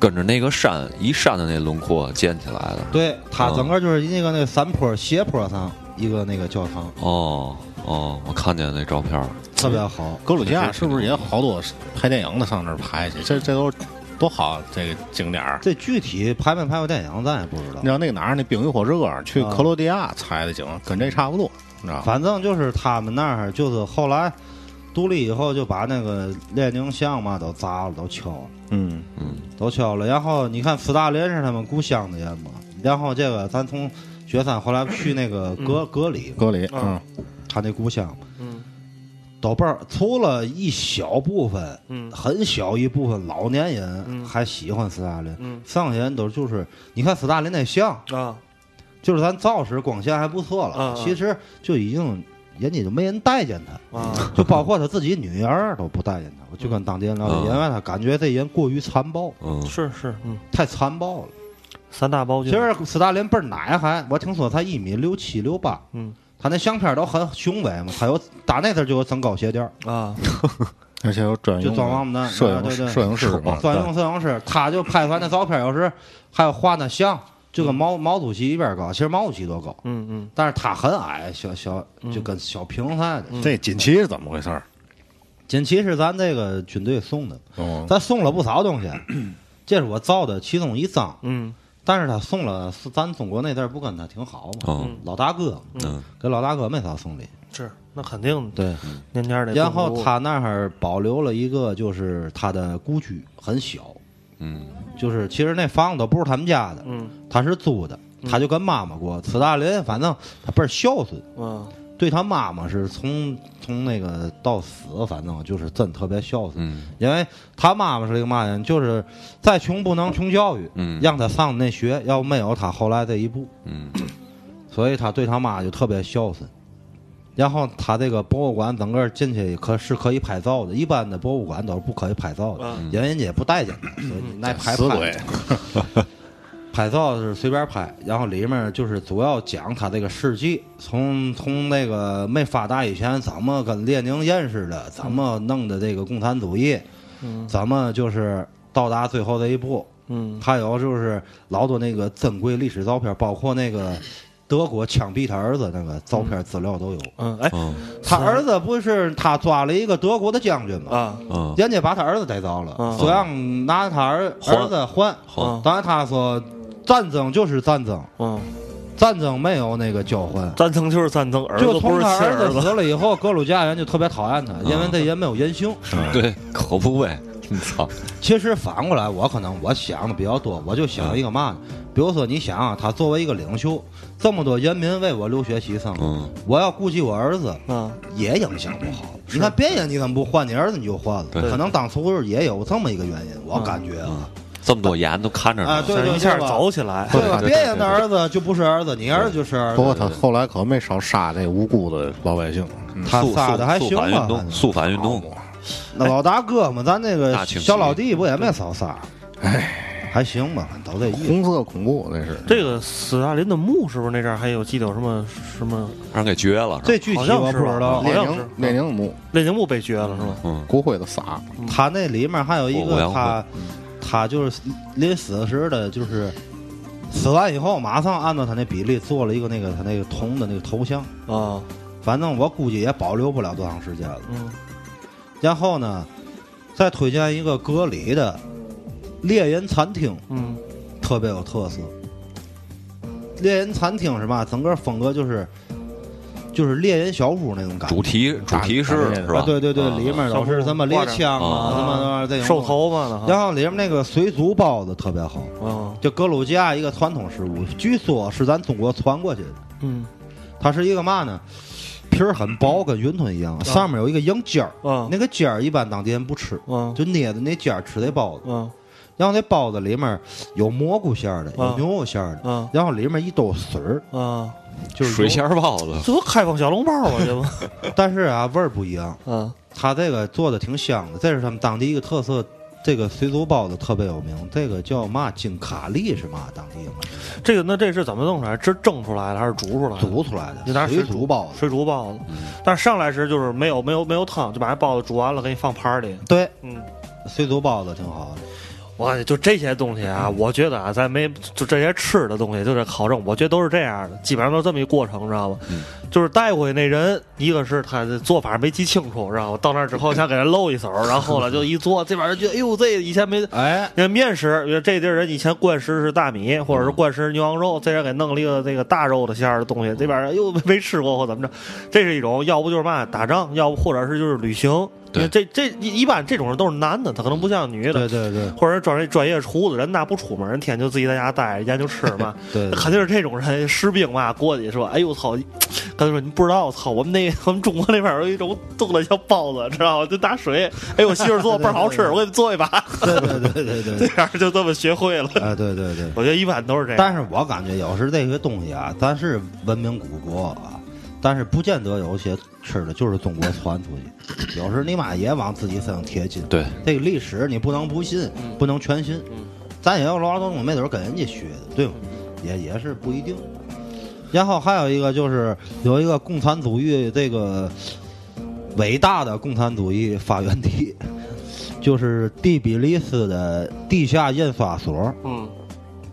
S7: 跟着那个山一山的那轮廓建起来的。
S6: 对他
S7: 嗯
S6: 整个就是那个那个山坡斜坡上一个那个教堂，
S7: 哦哦，我看见那照片了。
S6: 特别好。
S2: 格鲁吉亚是不是也好多拍电影的上那儿拍去？这这都多好啊，这个景点儿。
S6: 这具体拍没拍过电影咱也不知道
S2: 你知，道那个哪儿那冰与火之歌儿
S6: 啊
S2: 去克罗地亚采的景，跟这差不多，你知道吧？
S6: 反正就是他们那儿就是后来独立以后就把那个列宁像嘛都砸了，都敲了。
S2: 嗯，
S6: 都敲了。然后你看斯大林是他们故乡的人嘛，然后这个咱从雪山后来去那个格、格里，
S2: 格里，嗯
S4: 啊，
S6: 他那故乡，
S4: 嗯，
S6: 都倍儿除了一小部分，
S4: 嗯
S6: 很小一部分老年人
S4: 嗯
S6: 还喜欢斯大林，
S4: 嗯
S6: 剩下人都就是你看斯大林那像，
S4: 啊
S6: 就是咱照时光线还不错了，
S4: 啊啊
S6: 其实就已经人家就没人待见他。
S4: 啊，
S6: 就包括他自己女儿都不待见他。我就跟当地人聊天，
S7: 嗯
S6: 因为他感觉这人过于残暴，
S7: 嗯，
S4: 是是，嗯，
S6: 太残暴了。
S4: 三大暴君，
S6: 其实斯大林倍儿奶还，我听说他一米六七六八，
S4: 嗯
S6: 他那相片都很雄伟嘛，他有打那阵儿就有增高鞋垫儿，
S4: 啊，
S2: 而且有专
S6: 就
S2: 用
S6: 装王八
S2: 的
S6: 蛋，
S2: 哎摄
S6: 啊对
S2: 影
S6: 对
S2: 摄影师 嘛，
S6: 专用摄影师，他就拍出来那照片，有时还有画那像，就
S2: 嗯
S6: 跟毛毛主席一边儿高，其实毛主席多高，
S4: 嗯嗯，
S6: 但是他很矮，小小
S2: 嗯
S6: 就跟小平似的。
S2: 对这锦旗是怎么回事儿？
S6: 锦旗是咱这个军队送的，
S2: 哦，
S6: 咱送了不 少东西，这是我造的其中一张。
S4: 嗯，
S6: 但是他送了，是咱中国那阵儿不跟他挺好嘛？
S7: 哦
S6: 老大哥，
S7: 嗯
S6: 给老大哥没少送礼。
S4: 是，那肯定的，
S6: 对，
S4: 年年得。
S6: 然后，他那儿保留了一个，就是他的故居，很小，
S7: 嗯，
S6: 就是其实那房子都不是他们家的，
S4: 嗯
S6: 他是租的。他就跟妈妈过，斯大林反正他倍儿孝顺，
S4: 嗯
S6: 对他妈妈是从从那个到死，反正就是真特别孝顺。
S7: 嗯
S6: 因为他妈妈是一个嘛人，就是再穷不能穷教育，
S7: 嗯
S6: 让他上那学，要没有他后来这一步，
S7: 嗯，
S6: 所以他对他妈就特别孝顺。然后他这个博物馆整个进去可是可以拍照的，一般的博物馆都是不可以拍照的，因为人家也不待见他，所以你那拍
S2: 死
S6: 拍
S2: 鬼，
S6: 拍照是随便 拍。然后里面就是主要讲他这个事迹，从从那个没发达以前怎么跟列宁认识的，怎么弄的这个共产主义，咱们就是到达最后这一步。
S4: 嗯
S6: 还有就是老多那个珍贵历史照片，包括那个德国枪毙他儿子那个照片资料都有。
S4: 嗯，哎
S7: 哦
S6: 他儿子不是他抓了一个德国的将军吗？
S4: 啊，
S7: 哦，
S6: 人家把他儿子逮着了，
S4: 嗯
S6: 说让拿他儿
S7: 还
S6: 儿子还。
S7: 好，
S6: 当然他说，战争就是战争，
S4: 嗯，
S6: 战争没有那个交换。
S4: 赞成就是赞成，儿
S6: 就
S4: 子不
S6: 从
S4: 是
S6: 他
S4: 亲
S6: 儿
S4: 儿
S6: 子
S4: 子，啊
S6: 死了以后，格鲁吉亚人就特别讨厌他，因为这人没有人性。
S7: 对，可不呗，你操，
S6: 其实反过来，我可能我想的比较多，我就想一个嘛呢？比如说，你想啊，他作为一个领袖，这么多人民为我流血牺牲，
S7: 嗯，
S6: 我要顾及我儿子，
S4: 嗯
S6: 也影响不好。你看别人你怎么不换，你儿子你就换了？
S7: 对
S6: 可能当初也有这么一个原因，我感觉啊，
S7: 这么多眼都看着
S6: 啊
S7: 呢，
S6: 对对
S4: 一下
S6: 对吧
S4: 走起来，
S6: 对吧？
S7: 对对对
S6: 别人的儿子就不是儿子，你儿子就是儿
S2: 不过
S6: 子。
S2: 他后来可没少杀这无辜的老百姓。嗯
S6: 他
S7: 肃
S6: 撒的还
S7: 肃
S6: 行哦
S7: 肃反
S6: 吧
S7: 运？动，肃反运动，
S6: 那老大哥嘛，咱那
S7: 嗯
S6: 个
S7: 大清洗
S6: 小老弟不也没少撒？哎，还行吧，反正都这意思。
S2: 红色恐怖那是
S4: 这个斯大林的墓是不是那阵儿还有记得有什么什么
S7: 让人给绝了，是吧
S6: 这具体我不知道
S4: 好，
S2: 列
S4: 像是
S2: 宁
S6: 嗯
S2: 列宁墓
S4: 列宁墓被掘了是吗？
S7: 嗯
S2: 骨灰的撒，
S6: 他那里面还有一
S7: 我我
S6: 个
S7: 要
S6: 他，他就是临死时的，就是死完以后马上按照他那比例做了一个那个他那个铜的那个头像，
S4: 啊，
S6: 反正我估计也保留不了多长时间了。
S4: 嗯
S6: 然后呢，再推荐一个格里的猎人餐厅，
S4: 嗯
S6: 特别有特色。猎人餐厅是嘛？整个风格就是就是猎人小屋那种感觉。
S7: 主题主题是是吧？
S6: 啊，对对对，
S7: 嗯
S6: 里面老是什么猎枪啊，
S7: 啊
S6: 什么这种
S4: 瘦。头发呢？
S6: 然后里面那个水煮包子特别好，
S4: 啊，
S6: 就格鲁吉亚一个传统食物，据说是咱中国传过去的。
S4: 嗯
S6: 它是一个嘛呢？皮儿很薄，跟云吞一样，上面有一个硬尖儿。嗯
S4: 啊
S6: 那个尖儿一般当地人不吃，
S4: 啊
S6: 就捏着那尖儿吃那包子。
S4: 啊
S6: 然后那包子里面有蘑菇馅儿的，有
S4: 啊
S6: 牛肉馅儿的，
S4: 啊
S6: 然后里面一兜水儿，
S4: 啊，
S6: 就是
S7: 水
S6: 有
S7: 仙儿包子，
S4: 这不开放小笼包吗？ 这不，
S6: 但是啊，味儿不一样。
S4: 啊
S6: 它这个做的挺香的，这是他们当地一个特色。这个水煮包子特别有名，这个叫嘛金卡利是嘛当地嘛
S4: 这个那这是怎么弄出来？这蒸出来的还是煮出来的？
S6: 煮出来
S4: 就
S6: 的
S4: 拿
S6: 水
S4: 水
S6: 煮包子。
S4: 水煮包子，但是上来时就是没有没有没有汤，就把那包子煮完了，给你放盘儿里。
S6: 对，
S4: 嗯，
S6: 水煮包子挺好的。
S4: 我感觉就这些东西啊，我觉得啊，咱没就这些吃的东西，就这考证，我觉得都是这样的，基本上都是这么一过程，知道吗？就是带过去那人，一个是他的做法没记清楚，然后到那儿之后想给人露一手，然后呢就一做，这玩意儿就哎呦，这以前没。
S6: 哎，
S4: 那面食，比如这地儿人以前灌食是大米，或者
S6: 嗯
S4: 是灌食牛羊肉，这人给弄了一个这个大肉的馅儿的东西，这边儿又没没吃过或怎么着，这是一种；要不就是嘛打仗，要不或者是就是旅行。
S7: 对
S4: 这这一一般这种人都是男的，他可能不像女的，
S6: 对对对
S4: 或者专业专业厨子，人那不出门，人天天就自己在家待着，研究吃嘛。
S6: 对，
S4: 肯定是这种人，士兵嘛，过去说：“哎呦操！”跟他说：“你不知道，操，我们那我们中国那边有一种冻的叫包子，知道吗？就打水。哎，我媳妇儿 做的倍儿好吃，我给你做一把。
S6: 对对对对对
S4: 这
S6: 对，
S4: 样就这么学会了。
S6: 啊对对 对。
S4: 我觉得一般都是这样。
S6: 但是我感觉有时这个东西啊，咱是文明古国啊，但是不见得有些吃的就是中国传出去，有时你妈也往自己身上贴金。
S7: 对，
S6: 这个历史你不能不信，
S4: 嗯
S6: 不能全信。咱也要老老总没准儿跟人家学的，对吗？
S4: 嗯
S6: 也也是不一定。然后还有一个就是有一个共产主义这个伟大的共产主义发源地，就是第比利斯的地下印刷所。
S4: 嗯，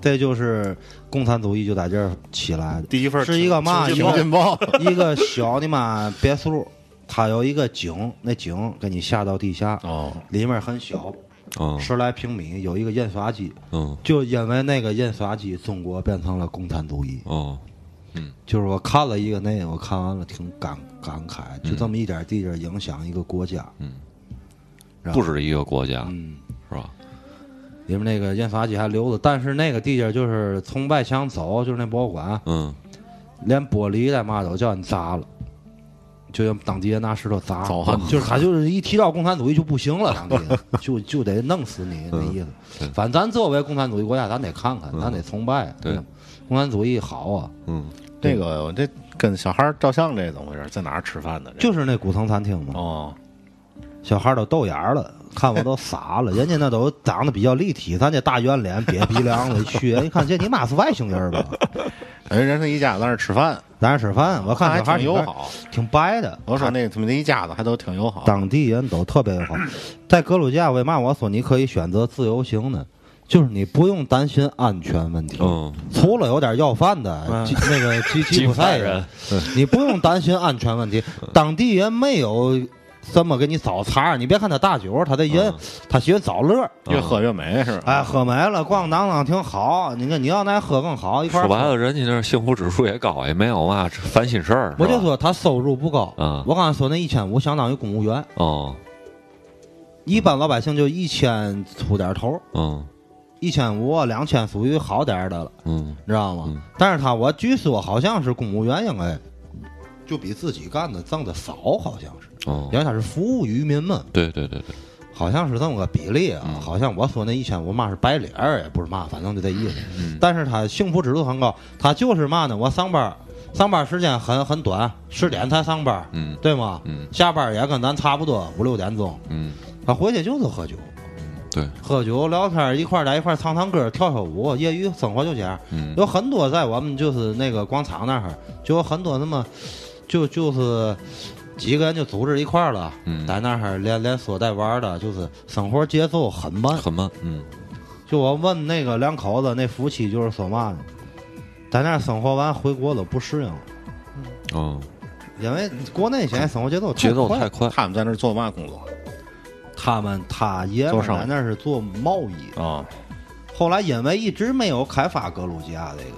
S6: 这就是共产主义就在这儿起来的。
S4: 第一份
S6: 是一个嘛？
S4: 情
S6: 一
S4: 情
S6: 个
S4: 劲
S2: 报
S6: 一个小的嘛别墅，它有一个井，那井给你下到地下，
S2: 哦，
S6: 里面很小，
S7: 嗯
S6: 十来平米，有一个印刷机。
S7: 嗯
S6: 就因为那个印刷机，中国变成了共产主义。
S7: 哦，
S6: 就是我看了一个那个，我看完了挺感感慨，就这么一点地界儿影响一个国家。
S7: 嗯
S6: 然后，
S7: 不止一个国家
S6: 嗯，
S7: 是吧？
S6: 里面那个印刷机还留着，但是那个地界儿就是从外墙走，就是那博物馆，
S7: 嗯，
S6: 连玻璃带嘛都叫你砸了，就让当地人拿石头砸，啊
S2: 早恨
S6: 就是他就是一提到共产主义就不行了，当地 人就就得弄死
S2: 嗯
S6: 你那意思。反正咱作为共产主义国家，咱得看看，咱得崇拜。
S7: 对
S6: 吧，共产主义好啊，
S7: 嗯，
S2: 这个我这跟小孩儿照相这怎么回事？在哪儿吃饭的？这个
S6: 就是那古城餐厅嘛，
S2: 哦，
S6: 小孩儿都豆眼儿了。看我都傻了，人家那都长得比较立体，咱这大圆脸瘪鼻梁子去，一看这你妈是外星 人吧？
S2: 人人家一家子在那儿吃饭，
S6: 咱吃饭，我看
S2: 还
S6: 小孩儿
S2: 挺友
S6: 挺白
S2: 好。
S6: 挺白的。
S2: 我说那他们那一家子还都挺友好。
S6: 当地人都特别 好。在格鲁吉亚，为嘛我说你可以选择自由行呢？就是你不用担心安全问题，
S7: 嗯
S6: 除了有点要饭的、吉那个 吉吉普赛人，你不用担心安全问题。当地人没有什么给你找茬儿，你别看他大酒，他这
S7: 嗯
S6: 人、他喜欢找乐儿，
S2: 越喝越美是吧？
S6: 哎，喝没了，逛当当挺好。你看你要那喝更好，一块儿
S7: 说白
S6: 喝
S7: 了，人家那儿幸福指数也高，也没有嘛烦心事儿。
S6: 我就是
S7: 吧
S6: 说他收入不高。
S7: 嗯
S6: 我刚才说那一千五相当于公务员，
S7: 哦，
S6: 一般老百姓就一千出点头。
S7: 嗯
S6: 一千五、两千属于好点儿的了，
S7: 嗯
S6: 你知道吗？
S7: 嗯
S6: 但是他我据说好像是公务员应该就比自己干的挣的少，好像是，
S7: 哦
S6: 因，为他是服务于民嘛，
S7: 对对对对，
S6: 好像是这么个比例啊。
S7: 嗯
S6: 好像我说那一千五嘛是白领儿，也不是嘛，反正就这意思。
S7: 嗯
S6: 但是他幸福指数很高，他就是嘛呢？我上班儿上班儿时间很很短，十点才上班儿，
S7: 嗯
S6: 对吗？
S7: 嗯
S6: 下班儿也跟咱差不多五六点钟，
S7: 嗯，
S6: 他回去就是喝酒。
S7: 对，
S6: 喝酒聊天儿，一块儿在一块儿唱唱歌儿、跳跳舞，业余生活就这样。
S7: 嗯
S6: 有很多在我们就是那个广场那儿，就有很多那么，就就是几个人就组织一块儿了，
S7: 嗯
S6: 在那儿连连说带玩儿的，就是生活节奏很慢。
S7: 很慢，嗯
S6: 就我问那个两口子，那夫妻就是说嘛呢，在那儿生活完回国了不适应了，
S7: 哦，
S6: 因为国内现在生活节奏
S7: 节奏
S6: 快
S7: 太
S6: 了，
S7: 快，
S2: 他们在那儿做嘛工作
S6: 他们他爷们
S2: 做
S6: 儿
S2: 生意
S6: 在那儿是做贸易的。
S2: 啊？
S6: 后来因为一直没有开发格鲁吉亚这个，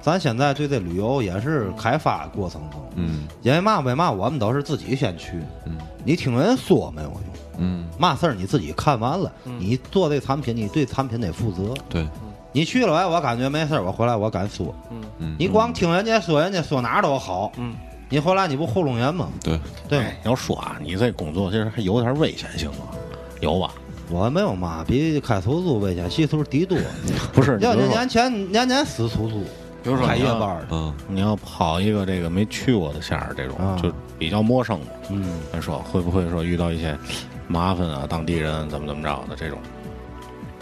S6: 咱现在对这旅游也是开发过程中，
S7: 嗯
S6: 因为嘛为嘛我们都是自己先去，
S7: 嗯
S6: 你听人说没有用，
S7: 嗯，
S6: 嘛事儿你自己看完了，你做这产品，你对产品得负责。
S7: 对，
S6: 你去了，哎，我感觉没事儿，我回来我敢说，
S7: 嗯，
S6: 你光听人家说，人家说哪儿都好，
S4: 嗯，
S6: 你回来你不糊弄人吗？
S7: 对，
S6: 对吗
S2: 哎，你要说啊，你这工作其实还有点危险性啊，有吧？
S6: 我没有嘛，比开出租危险系数低 多，
S2: 不是，你
S6: 要
S2: 比
S6: 是
S2: 如说
S6: 年前年年死出租，
S2: 比如说
S6: 开
S2: 你
S6: 夜
S2: 要
S6: 班儿的，
S7: 嗯
S2: 你要跑一个这个没去过的线儿，这种、
S6: 啊
S2: 就比较陌生的，
S6: 嗯。
S2: 咱说会不会说遇到一些麻烦啊？当地人怎么怎么着的这种？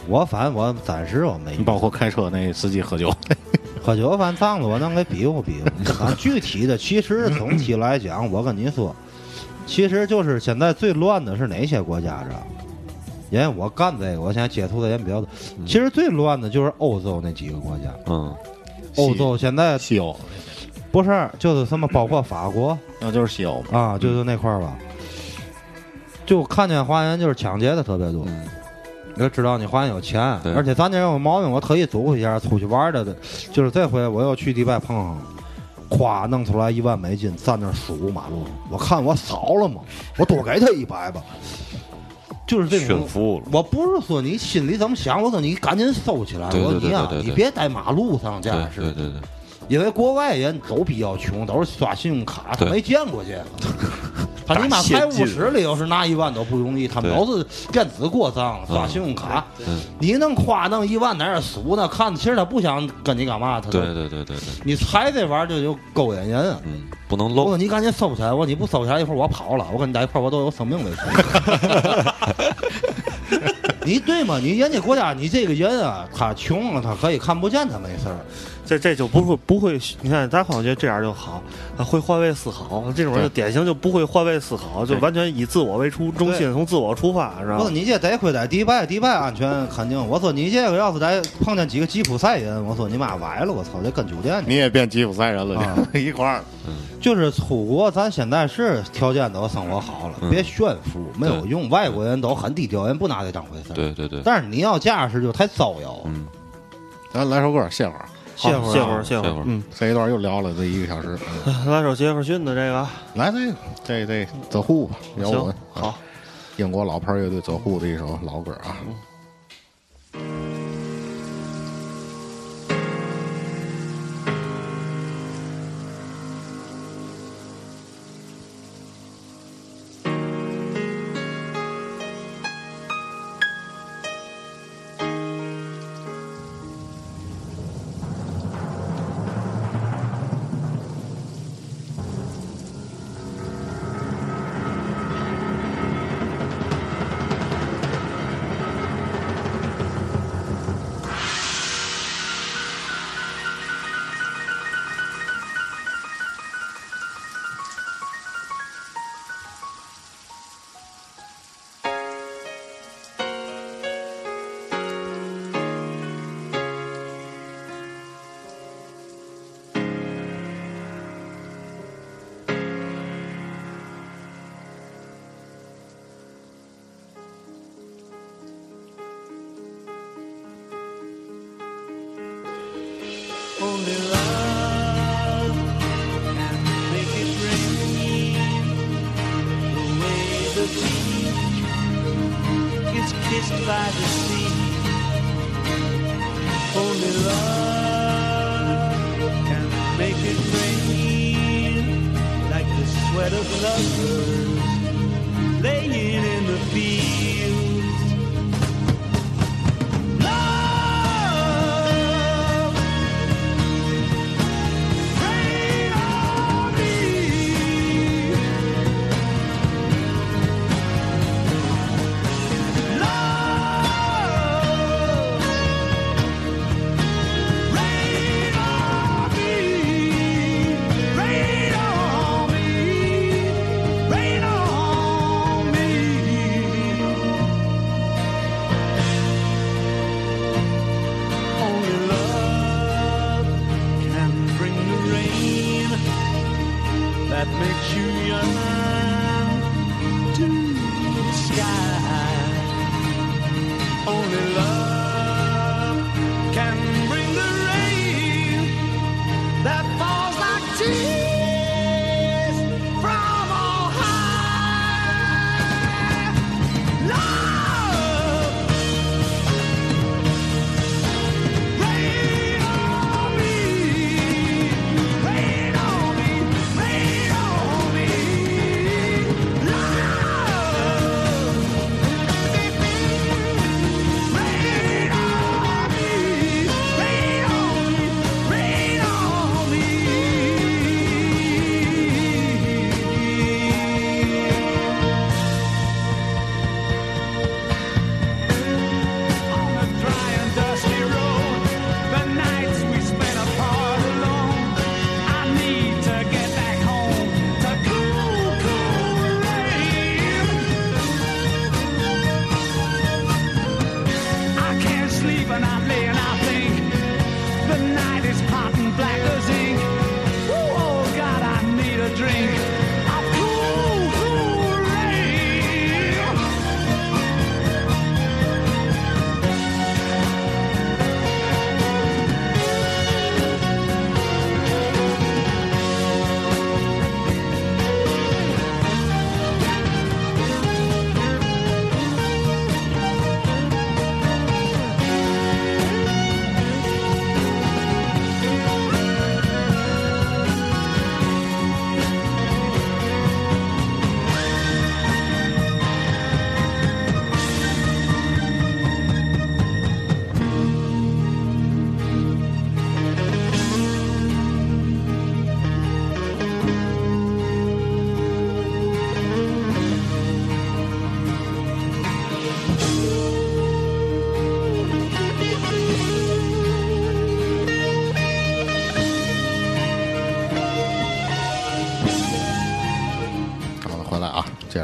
S6: 我反正我暂时我没
S2: 你包括开车那司机喝酒，
S6: 喝酒，反正仗着我能给比划比划。啊，具体的，其实总体来讲，我跟你说，其实就是现在最乱的是哪些国家知道吗？因为我干这个，我现在接触的人比较多。其实最乱的就是欧洲那几个国家，
S7: 嗯
S6: 欧洲现在
S2: 西欧，
S6: 不是就是什么包括法国
S2: 那就是西欧嘛。
S6: 啊，就是那块儿吧，就看见华人就是抢劫的特别多。
S7: 嗯
S6: 我知道你花园有钱，
S7: 对
S6: 而且咱这人有毛病，我特意嘱咐一下出去玩的，就是这回我又去迪拜碰上了，咵弄出来一万美金，站那儿数马路，我看我少了吗？我多给他一百吧，就是这种
S7: 炫。富了，
S6: 我不是说你心里怎么想，我说你赶紧收起来，
S7: 对
S6: 我
S7: 对
S6: 说
S7: 对
S6: 你呀、
S7: 对对对
S6: 你别在马路上这
S7: 对
S6: 样
S7: 对
S6: 式，
S7: 对对，
S6: 因为国外人都比较穷，都是刷信用卡，他
S7: 对
S6: 没见过这个，他尼玛
S7: 现
S6: 开五
S7: 金
S6: 十里头是拿一万都不容易，他们
S7: 对
S6: 都是电子过账了，刷
S7: 嗯
S6: 信用卡。
S7: 嗯
S6: 你弄夸弄一万在那儿俗呢，看其实他不想跟你干嘛，他都
S7: 对对对对对，
S6: 你财这玩意儿就就勾引人啊。
S7: 嗯，不能
S6: 我
S7: 漏
S6: 说。你赶紧收起来，我说你不收起来，一会儿我跑了，我跟你在一块儿我都有生命 危险。 你对吗？你人家国家，你这个人啊，他穷了，他可以看不见，他没事儿。
S4: 这这就不会不会，你看咱好像觉得这样就好，啊，会换位思考，这种人就典型就不会换位思考，就完全以自我为出中心，
S6: 对
S4: 从自我出发，是吧
S6: 我？说你这得亏在迪拜，迪拜安全肯定。我说你这个要是在碰见几个吉普赛人，我说你妈崴了，我操，得跟酒店去。
S2: 你也变吉普赛人了，
S6: 啊
S2: 一块儿了。
S6: 就是出国，咱现在是条件都生活好了，
S7: 嗯
S6: 别炫富，没有用。外国人都很低调，人不拿这当回事儿。
S7: 对对对，
S6: 但是你要这样式就太招摇了。
S7: 嗯，
S2: 咱来首歌歇会儿，
S4: 好
S6: 歇会儿啊
S4: 歇会儿，
S7: 这
S4: 歇会
S7: 会
S4: 儿
S7: 儿，
S4: 嗯，
S2: 这一段又聊了这一个小时。嗯
S4: 来首杰克逊的这个，
S2: 来这个，这这 The Who 吧，摇滚
S4: 行，好，
S2: 啊英国老牌乐队 The Who 的一首老歌啊。
S5: Only love can make it rain away the tea gets kissed by the sea. Only love can make it rain like the sweat of lovers laying in the fields. Love Rain on me, love. Rain on me, rain on me, rain on me.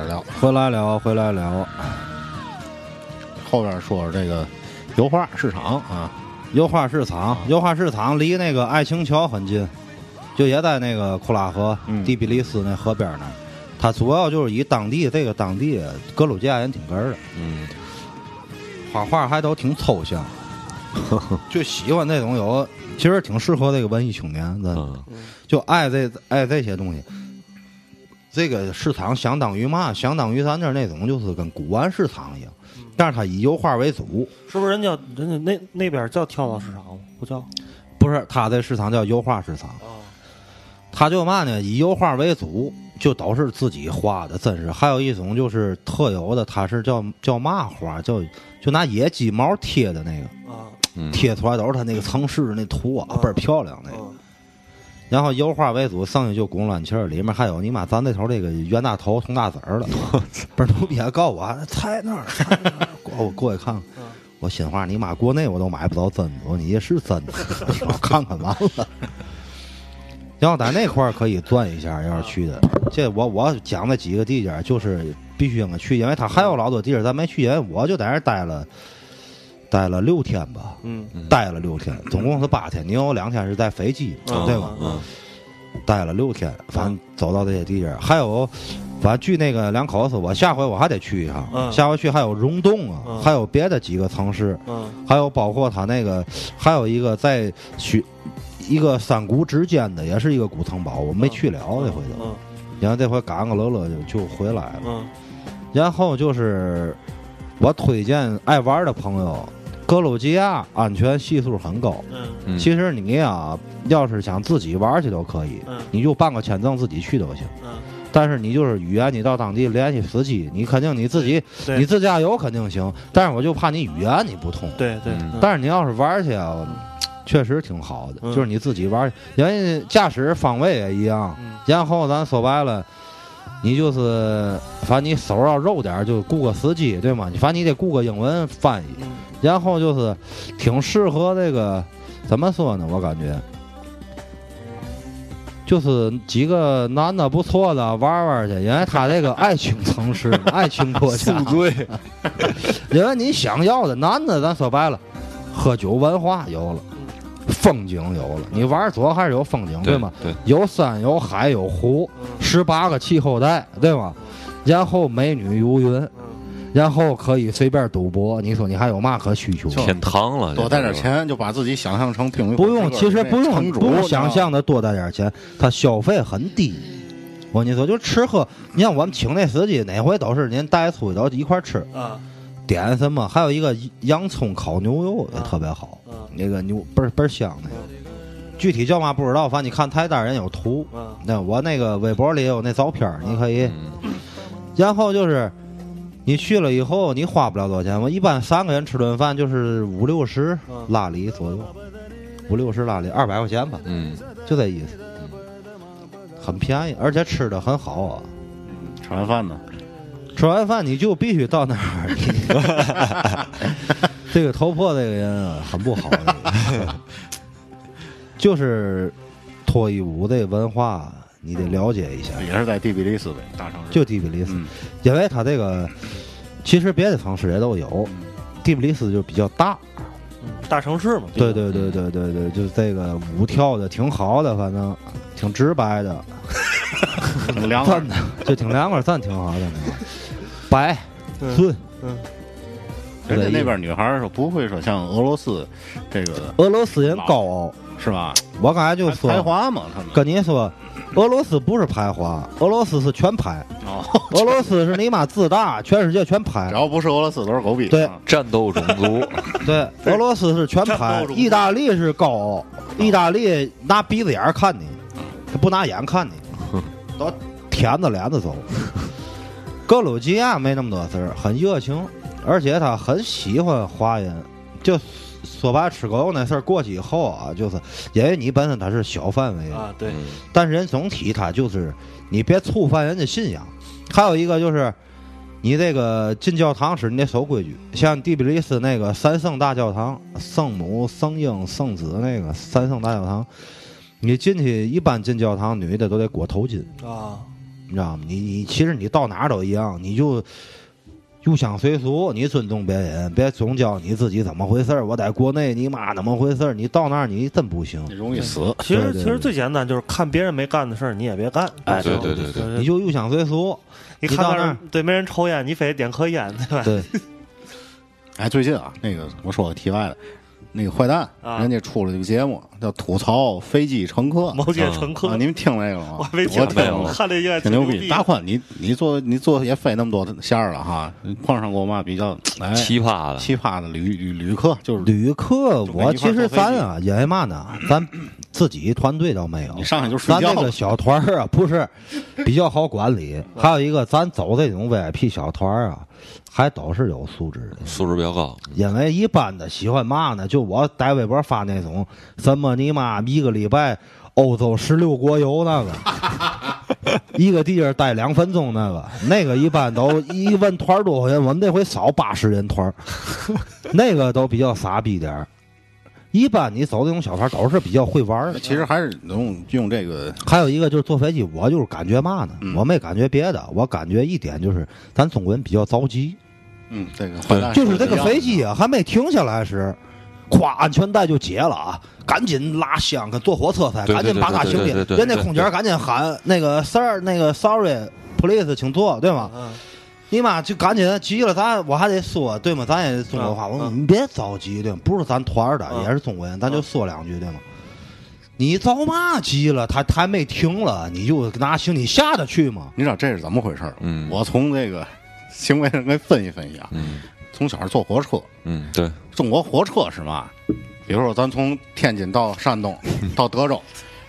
S2: 啊
S6: 回来聊，回来聊，
S2: 后边说这个油画市场啊，
S6: 油画市场，油画市场离那个爱情桥很近，就也在那个库拉河、
S2: 嗯
S6: 第比利斯那河边儿那儿。它主要就是以当地这个当地格鲁吉亚人挺哏儿的，
S7: 嗯，
S6: 画画还都挺 抽象，就喜欢这种有，其实挺适合这个文艺青年，真的。
S7: 嗯，
S6: 就爱这爱这些东西。这个市场相当于嘛？相当于咱这儿那种就是跟古玩市场一样，但是它以油画为主，
S4: 是不是人叫人家那那边叫跳蚤市场吗？不叫
S6: 不是它这市场叫油画市场。它就嘛呢？以油画为主，就都是自己画的，真是。还有一种就是特有的，它是叫叫嘛画，叫就拿野鸡毛贴的那个，
S4: 啊，
S7: 嗯
S6: 贴出来都是它那个城市那图啊，倍儿漂亮那个。
S4: 嗯
S6: 然后油画为主，剩下就拱卵气儿，里面还有你妈咱那头这个袁大头、佟大子儿了。不是，牛逼还告我啊，猜那儿，猜那儿过我过去看看。我心话，你妈国内我都买不着真的，我说 你这是真的，我看看完了。然后在那块儿可以转一下，要是去的，这我我讲的几个地点就是必须应该去，因为他还有老多地儿咱没去，因为我就在那儿待了，待了六天吧，
S4: 嗯，
S6: 待了六天，总共是八天，你有两天是在飞机，
S4: 嗯
S6: 对吧？
S7: 嗯，
S6: 待了六天，反正走到这些地界儿，还有，反正据那个两口子，我下回我还得去一趟，
S4: 嗯
S6: 下回去还有溶洞啊，
S4: 嗯
S6: 还有别的几个城市，
S4: 嗯
S6: 还有包括他那个，还有一个在雪一个山谷之间的，也是一个古城堡，我没去了、这回就，
S4: 嗯
S6: 然后这回赶个乐乐就就回来了。
S4: 嗯
S6: 然后就是我推荐爱玩的朋友，格鲁吉亚安全系数很高，
S4: 嗯
S7: 嗯
S6: 其实你啊，要是想自己玩去都可以，
S4: 嗯
S6: 你就办个签证自己去都行。
S4: 嗯，
S6: 但是你就是语言，你到当地联系司机，你肯定你自己
S4: 对
S6: 你自驾游肯定行，但是我就怕你语言你不通。
S4: 对对，
S7: 嗯
S6: 但是你要是玩去啊，确实挺好的，
S4: 嗯
S6: 就是你自己玩，人家驾驶方位也一样。
S4: 嗯
S6: 然后咱说白了，你就是反正你手要肉点儿，就雇个司机对吗？你反正你得雇个英文翻译。
S4: 嗯
S6: 然后就是挺适合这个怎么说呢？我感觉就是几个男的不错的玩玩去，因为他这个爱情城市、爱情国家，
S2: 对，
S6: 因为你想要的男的，咱说白了，喝酒文化有了。风景有了，你玩儿主要还是有风景，
S7: 对
S6: 吗？
S7: 对，
S6: 有山有海有湖，十八个气候带，对吗？然后美女如云，然后可以随便赌博，你说你还有嘛可需求？
S7: 天堂了，
S2: 多带点
S7: 这个，
S2: 钱就把自己想象成听
S6: 不用，其实不用
S2: 城主啊
S6: 不用想象的多带点钱，他消费很低。我跟你说，就吃喝，你像我们请那司机，哪回都是您带出去都一块儿吃，
S4: 啊
S6: 点什么？还有一个洋葱烤牛肉也特别好，
S2: 啊
S4: 嗯
S6: 那个牛倍儿倍儿香那个。具体叫嘛不知道，反正你看菜单人有图。
S4: 嗯
S6: 那我那个微博里有那照片儿，你可以。
S7: 嗯
S6: 然后就是你去了以后，你花不了多少钱。我一般三个人吃顿饭就是五六十
S2: 啊
S4: 嗯
S6: 拉里左右，五六十拉里，二百块钱吧，
S7: 嗯，
S6: 就这意思。嗯很便宜，而且吃的很好啊！
S2: 吃完饭呢，
S6: 吃完饭你就必须到那儿。 你这个头破这个人啊，很不好，这 个就是脱衣舞这文化，你得了解一下。
S2: 也是在第比利斯呗，大城市。
S6: 就第比利斯，
S2: 嗯
S6: 因为它这个其实别的城市也都有，第比利斯就比较大。
S4: 嗯，大城市嘛，
S6: 对对对对对对，就是这个舞跳的挺好的，反正挺直白的，
S2: 挺凉快
S6: 赞的就挺凉快，赞挺好的那个，啊白
S4: 嗯
S6: 顺。
S4: 嗯
S6: 就
S2: 人家
S6: 这意思
S2: 那边女孩儿说不会说像俄罗斯这个
S6: 俄罗斯人高傲，
S2: 是吧？
S6: 我刚才就说
S2: 排华嘛，他们
S6: 跟你说，俄罗斯不是排华，俄罗斯是全排，
S2: 哦，
S6: 俄罗斯是你妈自大，全世界全排
S2: 只。要不是俄罗斯都是狗逼。
S6: 对
S2: 啊
S7: 战斗种族，
S6: 对，俄罗斯是全
S2: 战
S6: 盘
S2: 斗，种族
S6: 意大利是高傲，意大利拿鼻子眼儿看你，他不拿眼看你，都舔着脸子走。格鲁吉亚没那么多事儿，很热情，而且他很喜欢华人。就说白了，吃狗肉那事儿过去以后啊，就是因为你本身他是小范围的，
S4: 啊对，
S7: 嗯
S6: 但是人总体他就是你别触犯人家信仰。还有一个就是，你这个进教堂时你得守规矩，像第比利斯那个三圣大教堂，圣母、圣婴、圣子那个三圣大教堂，你进去一般进教堂女的都得裹头巾，
S4: 啊
S6: 你知道吗？你你其实你到哪儿都一样，你就入乡随俗，你尊重别人，别总教你自己怎么回事儿。我在国内你妈怎么回事儿？你到那儿你真不行，
S2: 容易死。
S4: 其
S6: 对对
S4: 实其实
S6: 对
S4: 最简单就是看别人没干的事儿，你也别干。
S6: 哎
S7: 对对对对
S6: 你就入乡随俗。
S4: 你
S6: 你
S4: 看
S6: 到
S4: 那
S6: 那
S4: 儿
S6: 儿
S4: 对没人抽烟，你非点颗烟，对吧？
S6: 对，
S2: 哎，最近啊，那个我说个题外的，那个坏蛋，
S4: 啊
S2: 人家出了一个节目叫《吐槽飞机乘客》
S4: 毛线乘客
S2: 啊，，你们听这个了吗？
S4: 我还没
S2: 我
S4: 听
S2: 听
S4: 过
S2: 了，
S4: 看这应该
S2: 挺
S4: 挺
S2: 牛
S4: 逼。
S2: 大宽，你你做你做也飞那么多线儿了哈，碰上过嘛比较哎
S7: 奇葩的，
S2: 奇葩的旅旅旅客，就是旅
S6: 旅
S2: 就
S6: 客，
S2: 跟
S6: 我
S2: 一块
S6: 其
S2: 儿坐
S6: 实
S2: 飞
S6: 咱
S2: 机
S6: 啊，因为 嘛呢，咱自己团队倒没有，
S2: 你上来就睡
S6: 咱
S2: 觉
S6: 这
S2: 了
S6: 个小团儿啊，不是比较好管理。还有一个，咱走这种 VIP 小团儿啊，还都是有素质的。
S7: 素质比较高。
S6: 因为一般的喜欢嘛呢，就我在微博发那种什么你妈一个礼拜欧洲十六国游那个， 一个地儿待两分钟那个，那个一般都一问团儿多少人，我们那回少八十人团儿，那个都比较傻逼点儿。一般你走这种小团儿都是比较会玩儿的。
S2: 其实还是能用这个
S6: 还有一个就是坐飞机，我就是感觉嘛呢，我没感觉别的，我感觉一点就是咱中国人比较着急。
S2: 嗯这个坏蛋
S6: 就是这个飞机啊，还没停下来时，咵，安全带就解了啊！赶紧拉箱，跟坐火车才，
S7: 对对
S6: 赶紧把他行
S7: 对对
S6: 李
S7: 对对对，对
S6: 人那空姐赶紧喊那个 sir，那个 sorry，please，请坐，对吗？
S4: 嗯
S6: 你妈就赶紧急了，咱我还得说对吗？咱也中国话，
S4: 嗯
S6: 我说
S4: 嗯
S6: 你别着急对吗？不是咱团儿的，
S4: 嗯
S6: 也是中国人，咱就说两句对吗？你着嘛急了？他他还没停了，你就拿行李下得去吗？
S2: 你知道这是怎么回事儿吗？
S7: 嗯
S2: 我从这个行为上给分析分析啊。
S7: 嗯
S2: 从小坐火车，
S7: 嗯，对，
S2: 中国火车是嘛？比如说咱从天津到 山东到德州，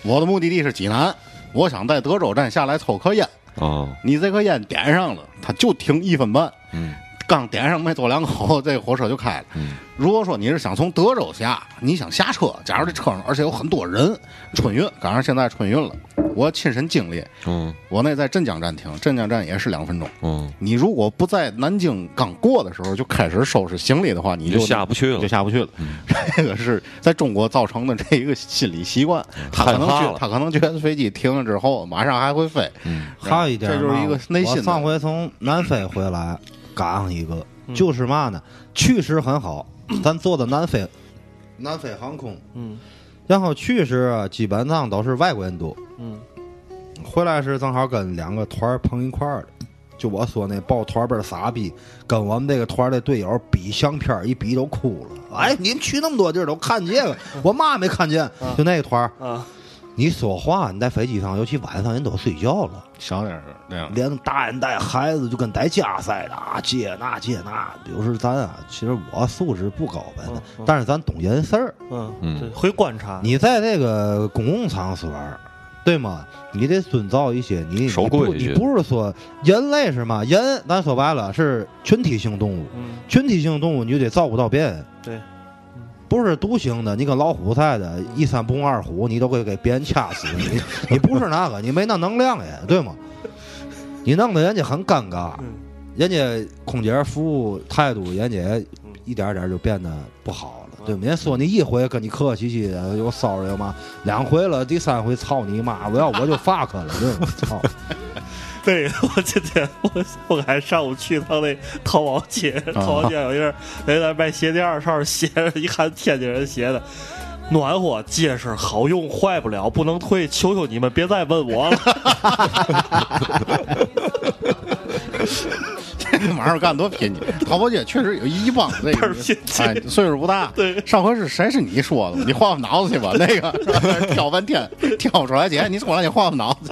S2: 我的目的地是济南，我想在德州站下来抽颗烟。
S7: 哦，
S2: 你这颗烟点上了，它就停一分半，
S7: 嗯
S2: 刚点上没走两口， 这火车就开了。
S7: 嗯
S2: 如果说你是想从德州下，你想下车，假如这车上而且有很多人，春运赶上现在春运了，我亲身经历，
S7: 嗯
S2: 我那在镇江站停，镇江站也是两分钟。
S7: 嗯，
S2: 你如果不在南京刚过的时候就开始收拾行李的话，你
S7: 你
S2: 就
S7: 就下不去
S2: 就
S7: 了。嗯
S2: 下不去了。 这个是在中国造成的这一个心理习惯，他可能
S7: 害怕
S2: 觉
S7: 了
S2: 他可能觉得飞机停了之后马上还会飞，哎
S7: 嗯
S6: 还有一点儿
S2: 这就是
S6: 嘛
S2: 一个内心的
S6: 我上回从南非回来，赶上一个，
S2: 嗯
S6: 就是嘛呢，去时 很好，咱坐的南非，南非航空，
S4: 嗯
S6: 然后去时啊基本上都是外国人多，
S4: 嗯，
S6: 回来时正好跟两个团儿碰一块儿了。就我说那抱团儿倍儿傻逼，跟我们这个团儿的队友比相片儿一比都哭了。哎，你们去那么多地儿都看见了，我嘛也没看见，
S2: 嗯
S6: 就那个团儿，
S4: 啊，
S6: 你说话你在飞机上，尤其晚上人都睡觉了。
S2: 小点儿这 样。
S6: 连大人带孩子就跟带家似的啊，这那这那。有时咱啊，其实我素质不高呗，
S4: 嗯嗯
S6: 但是咱懂人事儿。
S4: 嗯，
S7: 嗯
S4: 对，会观察。
S6: 你在这个公共场所儿，对吗？你得遵照一些你
S7: 守
S6: 你不
S7: 规矩
S6: 你不是说人类是嘛？人咱说白了是群体性动物，
S4: 嗯，
S6: 群体性动物你就得照顾到别人。
S4: 对嗯。
S6: 不是独行的，你跟老虎似的，一山不容二虎，你都会给别人掐 死。你你不是那个，你没那能量也对吗？你弄得人家很尴尬
S4: 嗯，
S6: 人家空姐服务态度，人家一点点就变得不好
S4: 嗯
S6: 了，对吗？人家说你一回跟你客客气气的，又骚扰又嘛，两回了，第三回操你妈！我要我就 fuck 了，对吗？操！
S4: 对 我今天我我还上午去趟那淘宝街， 淘宝街有一个人在卖鞋垫儿，上面鞋 一看天津人鞋的。暖和、结实、好用，坏不了，不能退。求求你们，别再问我了。
S2: 这个玩意儿干多贫瘠。 淘宝街确实有一帮这
S4: 倍
S2: 个
S4: 儿贫瘠
S2: 哎，岁数不大。
S4: 对
S2: 上回是谁是你说的？你换换脑子去吧。那 个挑半天挑不出来，姐，你出来你换换脑子。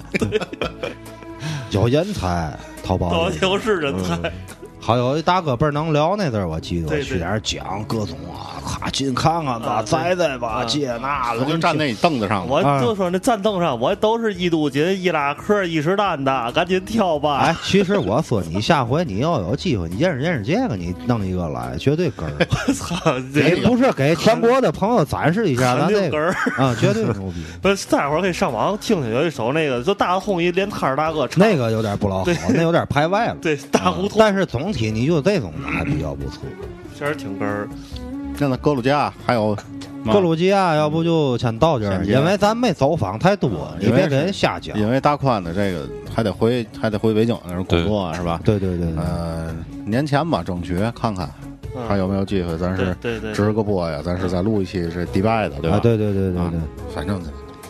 S6: 有人才，淘宝
S4: 淘
S6: 里
S4: 宝街是人才，
S6: 还有一大哥倍儿能聊那阵儿，我记得
S4: 对
S6: 我
S4: 对
S6: 去点儿讲各种啊，咔进看看吧，
S4: 啊
S6: 摘摘吧，
S4: 啊
S6: 这那
S2: 我
S6: 的，
S2: 就站那凳子上了。
S4: 我就说那站凳上，我都是一度斤、易拉克、伊什丹的，赶紧挑吧。
S6: 哎，其实我说你下回你要有机会，你认识认识这个，你弄一个来，绝对根儿。哎
S4: 我 操，这
S6: 你不是给全国的朋友展示一下咱
S4: 肯定
S6: 这
S4: 根
S6: 个
S4: 儿。
S6: 啊，绝对牛逼。
S4: 不是，大伙儿可以上网听听，有一首那个就大红一连摊儿大哥唱，
S6: 那个有点不老好
S4: 对，
S6: 那有点排外了。啊
S4: 对大胡同
S6: 但是总体你就这种的还比较不错。
S4: 确实挺哏儿。
S2: 现在格鲁吉亚还有
S6: 格鲁吉亚啊要不就先到这
S2: 先
S6: 儿，
S2: 这样
S6: 因为咱没走访太多，你
S2: 因为
S6: 别给
S2: 是
S6: 人瞎讲。
S2: 因为大宽的这个还得回还得回北京那儿工作啊是吧？
S6: 对对对对，
S2: 呃，年前吧，争取看看
S4: 嗯
S2: 还有没有机会，咱是
S4: 对对对
S2: 直个播呀，咱是再录一期这迪拜的，对吧？
S6: 啊，对对对对
S2: 啊
S6: 对。
S2: 反正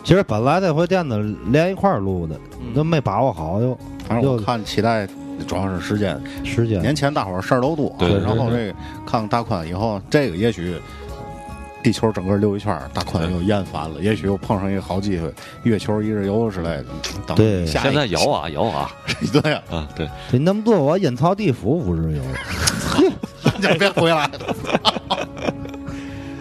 S6: 其实本来这回店子连一块儿录的，
S2: 嗯
S6: 都没把握好又
S2: 反正我
S6: 又
S2: 看期待主要是时间，
S6: 时间
S2: 年。前大伙儿事儿都多，
S7: 对对对
S2: 然后这个看看大宽以后，这个也许地球整个溜一圈儿，大宽又厌烦了，也许又碰上一个好机会，月球一日游之类的，等
S6: 对
S2: 下
S7: 现
S2: 一
S7: 在摇啊摇啊
S2: 对呀、
S7: 啊，对，
S6: 对，那么多我阴曹地府五日游，
S2: 你就别回来了。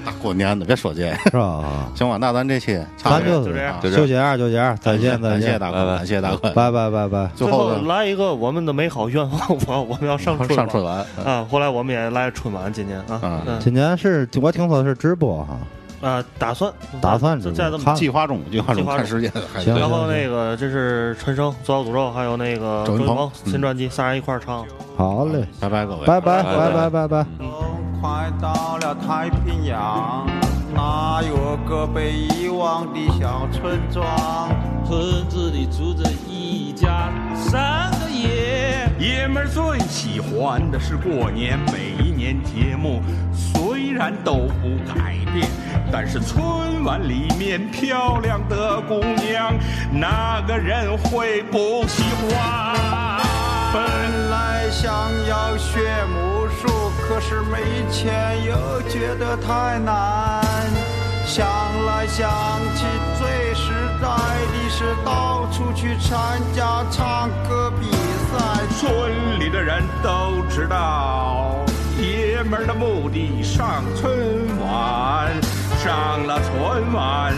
S2: 大过年的，别说这，
S6: 是 吧？
S2: 行吧？那咱这期差
S6: 咱
S2: 不多啊
S6: 就
S2: 就这
S6: 就
S4: 就这样
S6: 这样，就这样，再见，再
S2: 感谢
S6: 见，
S2: 大宽，感谢大宽。
S6: 拜拜拜拜。
S2: 最
S4: 后
S2: 后呢
S4: 来一个我们的美好愿望，我我们要上春
S2: 上
S4: 晚
S2: 春晚，
S4: 啊！后来我们也来春晚，今年啊
S2: 啊，
S4: 嗯
S6: 今年是我听说是直播哈，
S4: 啊，打算
S6: 打算直
S4: 再
S6: 播
S4: 再这么
S6: 看
S2: 计划中，计划中
S4: 计划中
S2: 看时间，还
S6: 行
S2: 对
S4: 然后那个这是陈升《左小诅咒》，还有那个
S2: 周
S4: 周
S2: 云
S4: 云
S2: 鹏
S4: 鹏
S2: 嗯
S4: 新专辑，仨人一块儿唱。
S6: 好嘞，
S2: 拜拜各位，
S6: 拜拜
S7: 拜
S6: 拜
S7: 拜
S6: 拜拜拜。
S3: 快到了太平洋，那有个被遗忘的小村庄，
S10: 村子里住着一家三个爷，
S11: 爷们儿最喜欢的是过年，每一年节目虽然都不改变，但是春晚里面漂亮的姑娘，哪个人会不喜欢？
S3: 本来想要学武术，可是没钱又觉得太难。想来想去，最实在的是到处去参加唱歌比赛。
S11: 村里的人都知道，爷们儿的目的上春晚，上了春晚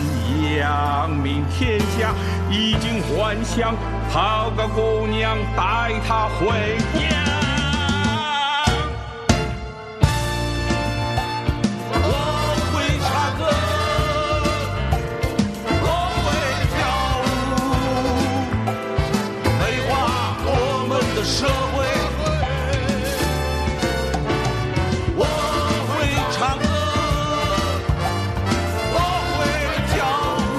S11: 扬名天下，衣锦还乡，讨个姑娘带她回家。我会唱歌，我会跳舞，美化我们的社会。我会唱歌，我会跳舞，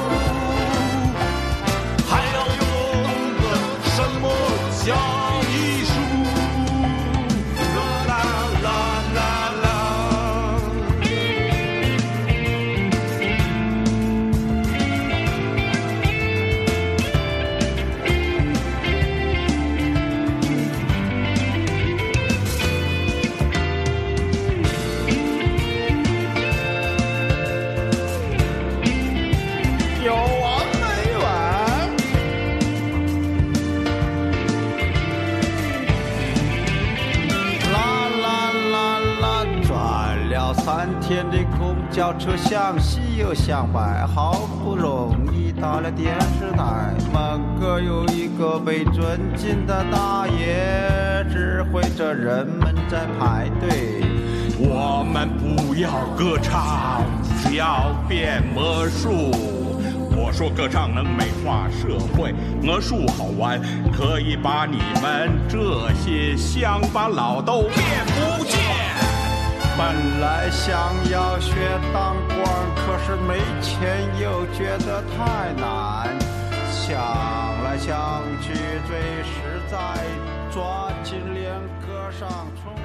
S11: 还要懂得什么叫艺术。啦啦啦啦啦。有完没完？
S3: 啦啦啦啦，转了三天的公交车，向西又向北，好不容易到了电视台。门口有一个被尊敬的大爷，指挥着人们在排队。
S11: 我们不要歌唱，只要变魔术。我说歌唱能美化社会，魔术好玩，可以把你们这些乡巴佬都变不见。
S3: 本来想要学当官，可是没钱又觉得太难。想来想去，最实在，抓紧练歌上春